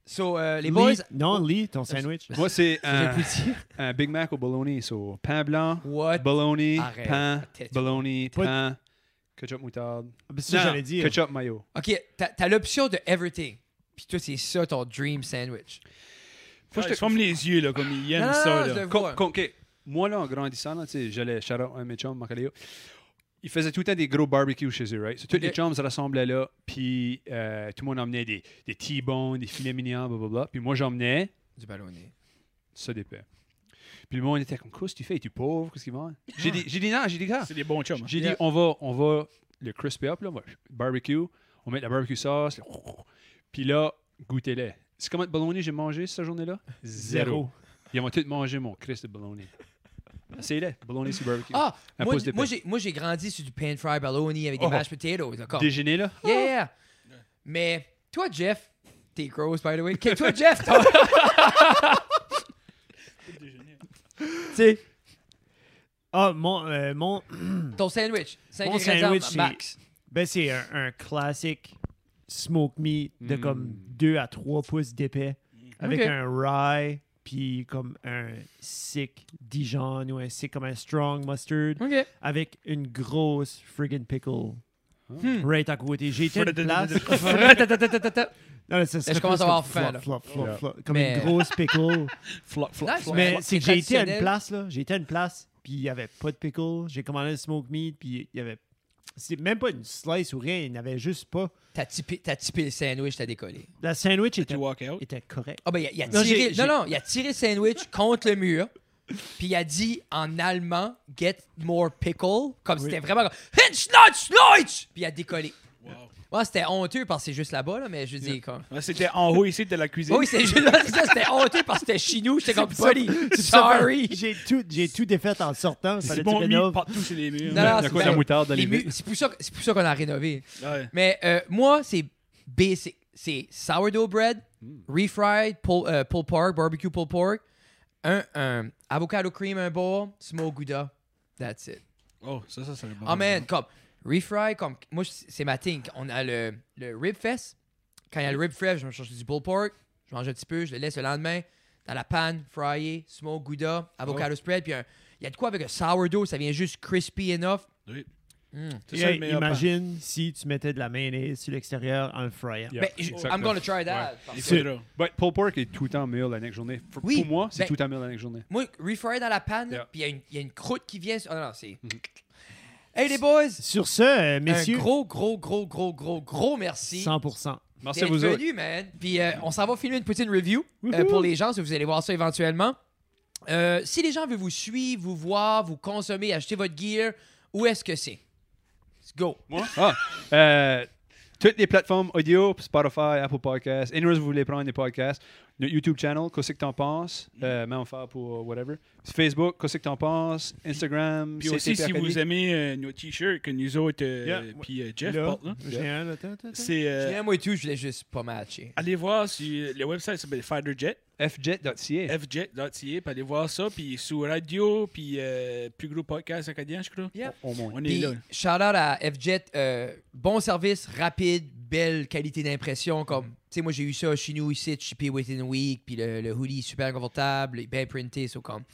[SPEAKER 1] So, euh, les
[SPEAKER 2] Lee-
[SPEAKER 1] boys,
[SPEAKER 2] Non, Lee, ton sandwich.
[SPEAKER 3] Moi, c'est un,
[SPEAKER 1] j'ai plus dit.
[SPEAKER 3] un Big Mac au bologna. So, pain blanc,
[SPEAKER 1] What?
[SPEAKER 3] bologna,
[SPEAKER 1] Arrête.
[SPEAKER 3] pain,
[SPEAKER 1] Tais-toi.
[SPEAKER 3] bologna,
[SPEAKER 2] Pas de-
[SPEAKER 3] pain, ketchup moutarde.
[SPEAKER 2] Ah, ben, C'est ça que
[SPEAKER 3] Non,
[SPEAKER 2] j'allais dire.
[SPEAKER 3] Ketchup mayo.
[SPEAKER 1] OK, t'as t'as l'option de everything. Puis toi, c'est ça ton dream sandwich.
[SPEAKER 4] Faut que je te ferme les yeux, là, comme il aime
[SPEAKER 1] Non, non,
[SPEAKER 4] ça.
[SPEAKER 1] non,
[SPEAKER 4] là.
[SPEAKER 1] je le
[SPEAKER 3] Com-
[SPEAKER 1] vois.
[SPEAKER 3] com- OK. Moi, là, en grandissant, là, tu sais, j'allais shout out un de mes chums, Macaleo. Ils faisaient tout le temps des gros barbecues chez eux, right? So, tous
[SPEAKER 1] Ok.
[SPEAKER 3] les chums se rassemblaient là, puis euh, tout le monde emmenait des, des T-bones, des filets mignons, blablabla. Puis moi, j'emmenais
[SPEAKER 1] Du ballonné.
[SPEAKER 3] ça d'épais. Puis le monde était comme, qu'est-ce que tu fais? Es-tu pauvre? Qu'est-ce qu'il vend? J'ai dit, j'ai dit, non, j'ai dit, gars,
[SPEAKER 4] C'est des bons chums. hein.
[SPEAKER 3] J'ai
[SPEAKER 1] Yeah.
[SPEAKER 3] dit, on va, on va le crispy up, là, on va- barbecue, on met de la barbecue sauce, le- puis là, goûtez-les. C'est comment de bologna j'ai mangé cette journée-là? Ils ont tous mangé mon Christ de bologna. Essayez-les, bologna sur barbecue.
[SPEAKER 1] Ah,
[SPEAKER 3] Un
[SPEAKER 1] moi,
[SPEAKER 3] pouce d'épais.
[SPEAKER 1] moi, j'ai- moi, j'ai grandi sur du pan fry baloney avec des
[SPEAKER 3] Oh.
[SPEAKER 1] mashed potatoes. D'accord.
[SPEAKER 3] Déjeuner, là?
[SPEAKER 1] Yeah. Mais toi, Jeff, t'es gross, by the way. Que- Toi, Jeff, t'as- tu sais,
[SPEAKER 2] Ah, mon, euh, mon,
[SPEAKER 1] ton sandwich. Cinq
[SPEAKER 2] Mon
[SPEAKER 1] ingrédients
[SPEAKER 2] sandwich, c'est-
[SPEAKER 1] max.
[SPEAKER 2] ben, c'est un, un classique smoke meat de
[SPEAKER 3] Mm.
[SPEAKER 2] comme 2 à 3 pouces d'épais avec
[SPEAKER 1] Ok.
[SPEAKER 2] un rye puis comme un sick Dijon ou un sick comme un strong mustard
[SPEAKER 1] OK.
[SPEAKER 2] avec une grosse friggin' pickle.
[SPEAKER 4] Ah.
[SPEAKER 1] Hmm.
[SPEAKER 2] Right à côté. J'ai été à une place.
[SPEAKER 1] Tatatatatatata.
[SPEAKER 2] Non, mais ça serait
[SPEAKER 1] je commence
[SPEAKER 2] plus
[SPEAKER 1] à avoir
[SPEAKER 2] comme
[SPEAKER 1] faim,
[SPEAKER 2] flop,
[SPEAKER 1] là.
[SPEAKER 2] flop, flop,
[SPEAKER 3] Yeah.
[SPEAKER 2] flop, Comme
[SPEAKER 1] Mais-
[SPEAKER 2] une grosse pickle.
[SPEAKER 4] Flop, flop,
[SPEAKER 1] Nice,
[SPEAKER 4] flop.
[SPEAKER 1] man.
[SPEAKER 2] Mais
[SPEAKER 1] Ouais,
[SPEAKER 2] c'est que
[SPEAKER 1] c'est
[SPEAKER 2] j'ai été à une
[SPEAKER 1] traditionnel.
[SPEAKER 2] place, là. J'ai été à une place, puis il n'y avait pas de pickle. J'ai commandé le smoke meat, puis il y avait. C'est même pas une slice ou rien. Il n'avait juste pas.
[SPEAKER 1] T'as typé, t'as typé le sandwich, t'as décollé.
[SPEAKER 2] La sandwich
[SPEAKER 4] Ah, Tu
[SPEAKER 2] était,
[SPEAKER 4] walk out.
[SPEAKER 2] était correcte.
[SPEAKER 1] Ah ben, il a, il a
[SPEAKER 2] Non,
[SPEAKER 1] tiré...
[SPEAKER 2] j'ai- j'ai-
[SPEAKER 1] Non, non, il a tiré le sandwich contre le mur, puis il a dit en allemand « Get more pickle », comme
[SPEAKER 2] Oui.
[SPEAKER 1] c'était vraiment... comme « Hinch, notch, notch », puis il a décollé.
[SPEAKER 4] Wow.
[SPEAKER 1] Ouais, c'était honteux parce que c'est juste là-bas, là, mais je dis comme...
[SPEAKER 4] Ouais, C'était en haut ici de la cuisine.
[SPEAKER 1] Oui, c'est juste c'est ça, c'était honteux parce que c'était chez nous, j'étais comme « Buddy,
[SPEAKER 2] C'est ça,
[SPEAKER 1] sorry
[SPEAKER 2] fait- » J'ai tout, j'ai tout défait en sortant.
[SPEAKER 4] C'est
[SPEAKER 2] Fallait
[SPEAKER 4] bon
[SPEAKER 2] que tu
[SPEAKER 4] mis
[SPEAKER 2] rénoves.
[SPEAKER 4] partout sur les murs.
[SPEAKER 1] Non, non,
[SPEAKER 3] Il y a
[SPEAKER 1] c'est
[SPEAKER 3] quoi de
[SPEAKER 1] bien.
[SPEAKER 3] la moutarde dans les
[SPEAKER 1] Les mu-
[SPEAKER 3] murs?
[SPEAKER 1] C'est pour ça, que- c'est pour ça qu'on a rénové.
[SPEAKER 4] Ouais.
[SPEAKER 1] Mais euh, moi, c'est basic. C'est sourdough bread,
[SPEAKER 3] Mm.
[SPEAKER 1] refried pulled, euh, pulled pork, barbecue pulled pork, un, un avocado cream, un bowl, smoked gouda. That's it.
[SPEAKER 4] Oh, ça, ça, c'est un bon.
[SPEAKER 3] Mm-hmm.
[SPEAKER 1] Ah man, comme refried, comme moi, c'est c'est ma thing. On a le, le rib fest. Quand il y a le rib fest, je me cherche du pulled pork. Je mange un petit peu, je le laisse le lendemain dans la panne, fryé, smoked gouda, avocado spread, puis un- il y a de quoi avec un sourdough, ça vient juste crispy enough.
[SPEAKER 4] Oui.
[SPEAKER 1] Mm.
[SPEAKER 4] C'est
[SPEAKER 2] Et,
[SPEAKER 4] ça
[SPEAKER 2] hey,
[SPEAKER 4] le meilleur part.
[SPEAKER 2] imagine si tu mettais de la mayonnaise sur l'extérieur en le fryant.
[SPEAKER 3] Yeah,
[SPEAKER 1] Ben, je-
[SPEAKER 3] exactement.
[SPEAKER 1] I'm gonna try that.
[SPEAKER 3] Ouais.
[SPEAKER 1] parce
[SPEAKER 4] Il
[SPEAKER 1] que-
[SPEAKER 4] faudra.
[SPEAKER 3] But pulled pork est tout le temps meilleur la next journée. Pour,
[SPEAKER 1] Oui,
[SPEAKER 3] pour moi, c'est
[SPEAKER 1] ben-
[SPEAKER 3] tout le temps meilleur la next journée.
[SPEAKER 1] Moi, refried dans la panne,
[SPEAKER 3] Yeah. Mhm.
[SPEAKER 1] puis il y a une- il y, a une croûte qui vient. sur- Oh non, non, c'est. Hey les boys!
[SPEAKER 2] Sur ce, euh,
[SPEAKER 1] Un
[SPEAKER 2] messieurs,
[SPEAKER 1] gros, gros, gros, gros, gros, gros merci.
[SPEAKER 2] 100%.
[SPEAKER 3] Merci à vous autres.
[SPEAKER 1] Bienvenue, man. Puis euh, on s'en va filmer une petite review euh, pour les gens, si vous allez voir ça éventuellement. Euh, si les gens veulent vous suivre, vous voir, vous consommer, acheter votre gear, où est-ce que c'est? Let's go.
[SPEAKER 3] Moi? Ah, euh, toutes les plateformes audio, Spotify, Apple Podcasts, anywhere où vous voulez prendre des podcasts, notre YouTube channel, Qu'est-ce que t'en penses,
[SPEAKER 1] Mm.
[SPEAKER 3] euh, même faire pour whatever, Facebook, Qu'est-ce que t'en penses, Instagram,
[SPEAKER 4] Puis aussi, si
[SPEAKER 3] CTP Acadie.
[SPEAKER 4] vous aimez euh, nos t-shirts que nous autres, euh,
[SPEAKER 2] Yeah.
[SPEAKER 4] puis euh, Jeff
[SPEAKER 2] Là,
[SPEAKER 4] porte, là,
[SPEAKER 2] j'ai un, là, attends, attends, attends.
[SPEAKER 4] c'est. euh,
[SPEAKER 1] J'ai un mot et tout, je voulais juste pas matcher.
[SPEAKER 4] allez voir sur le website s'appelle Fighterjet,
[SPEAKER 3] fjet.ca.
[SPEAKER 4] fjet.ca, puis allez voir ça, puis sous radio, puis euh, plus gros podcast acadien, je crois.
[SPEAKER 1] Yeah.
[SPEAKER 3] Au moins.
[SPEAKER 4] On est
[SPEAKER 1] Puis,
[SPEAKER 4] là.
[SPEAKER 1] shout out à FJet. euh, bon service, rapide, belle qualité d'impression. Comme,
[SPEAKER 2] Mm.
[SPEAKER 1] tu sais, moi, j'ai eu ça chez nous ici, shippé within a week. Puis le, le hoodie est super confortable, il est bien printé. So, comme,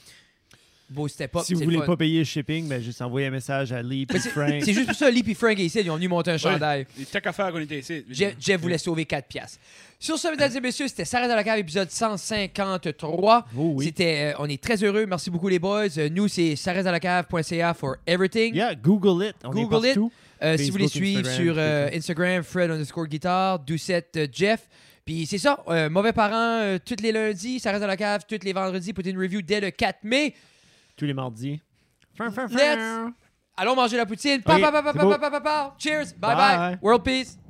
[SPEAKER 1] beau step up.
[SPEAKER 2] Si vous
[SPEAKER 1] c'est
[SPEAKER 2] voulez
[SPEAKER 1] le fun.
[SPEAKER 2] pas payer le shipping, ben juste envoyez un message à Lee et
[SPEAKER 1] Mais c'est-
[SPEAKER 2] Frank.
[SPEAKER 1] C'est juste pour ça, Lee et Frank et ici, ils ont venu monter un chandail.
[SPEAKER 4] Les tech affaires qu'on était ici.
[SPEAKER 1] Jeff, Jeff voulait sauver 4 piastres. Sur ce, mesdames et messieurs, c'était Sarah dans la cave, épisode 153.
[SPEAKER 2] Oh oui.
[SPEAKER 1] C'était, euh, on est très heureux. Merci beaucoup, les boys. Euh, nous, c'est sarahdaslacave.ca for everything.
[SPEAKER 2] Yeah, Google it. On
[SPEAKER 1] Google
[SPEAKER 2] est
[SPEAKER 1] it.
[SPEAKER 2] partout.
[SPEAKER 1] Euh, si vous voulez
[SPEAKER 2] Facebook,
[SPEAKER 1] suivre
[SPEAKER 2] Instagram,
[SPEAKER 1] sur euh, Instagram, Fred underscore guitare, Doucette euh, Jeff. Puis c'est ça, euh, Mauvais Parents, euh, tous les lundis, ça reste dans la cave, tous les vendredis, pour une review dès le 4 mai.
[SPEAKER 2] Tous les mardis. Frun, frun,
[SPEAKER 1] Let's-
[SPEAKER 2] frun.
[SPEAKER 1] Allons manger la poutine. Pa,
[SPEAKER 2] Ok,
[SPEAKER 1] pa, pa, pa,
[SPEAKER 2] c'est
[SPEAKER 1] pa,
[SPEAKER 2] beau.
[SPEAKER 1] pa, pa, pa, pa. Cheers, bye
[SPEAKER 2] Bye.
[SPEAKER 1] bye. World peace.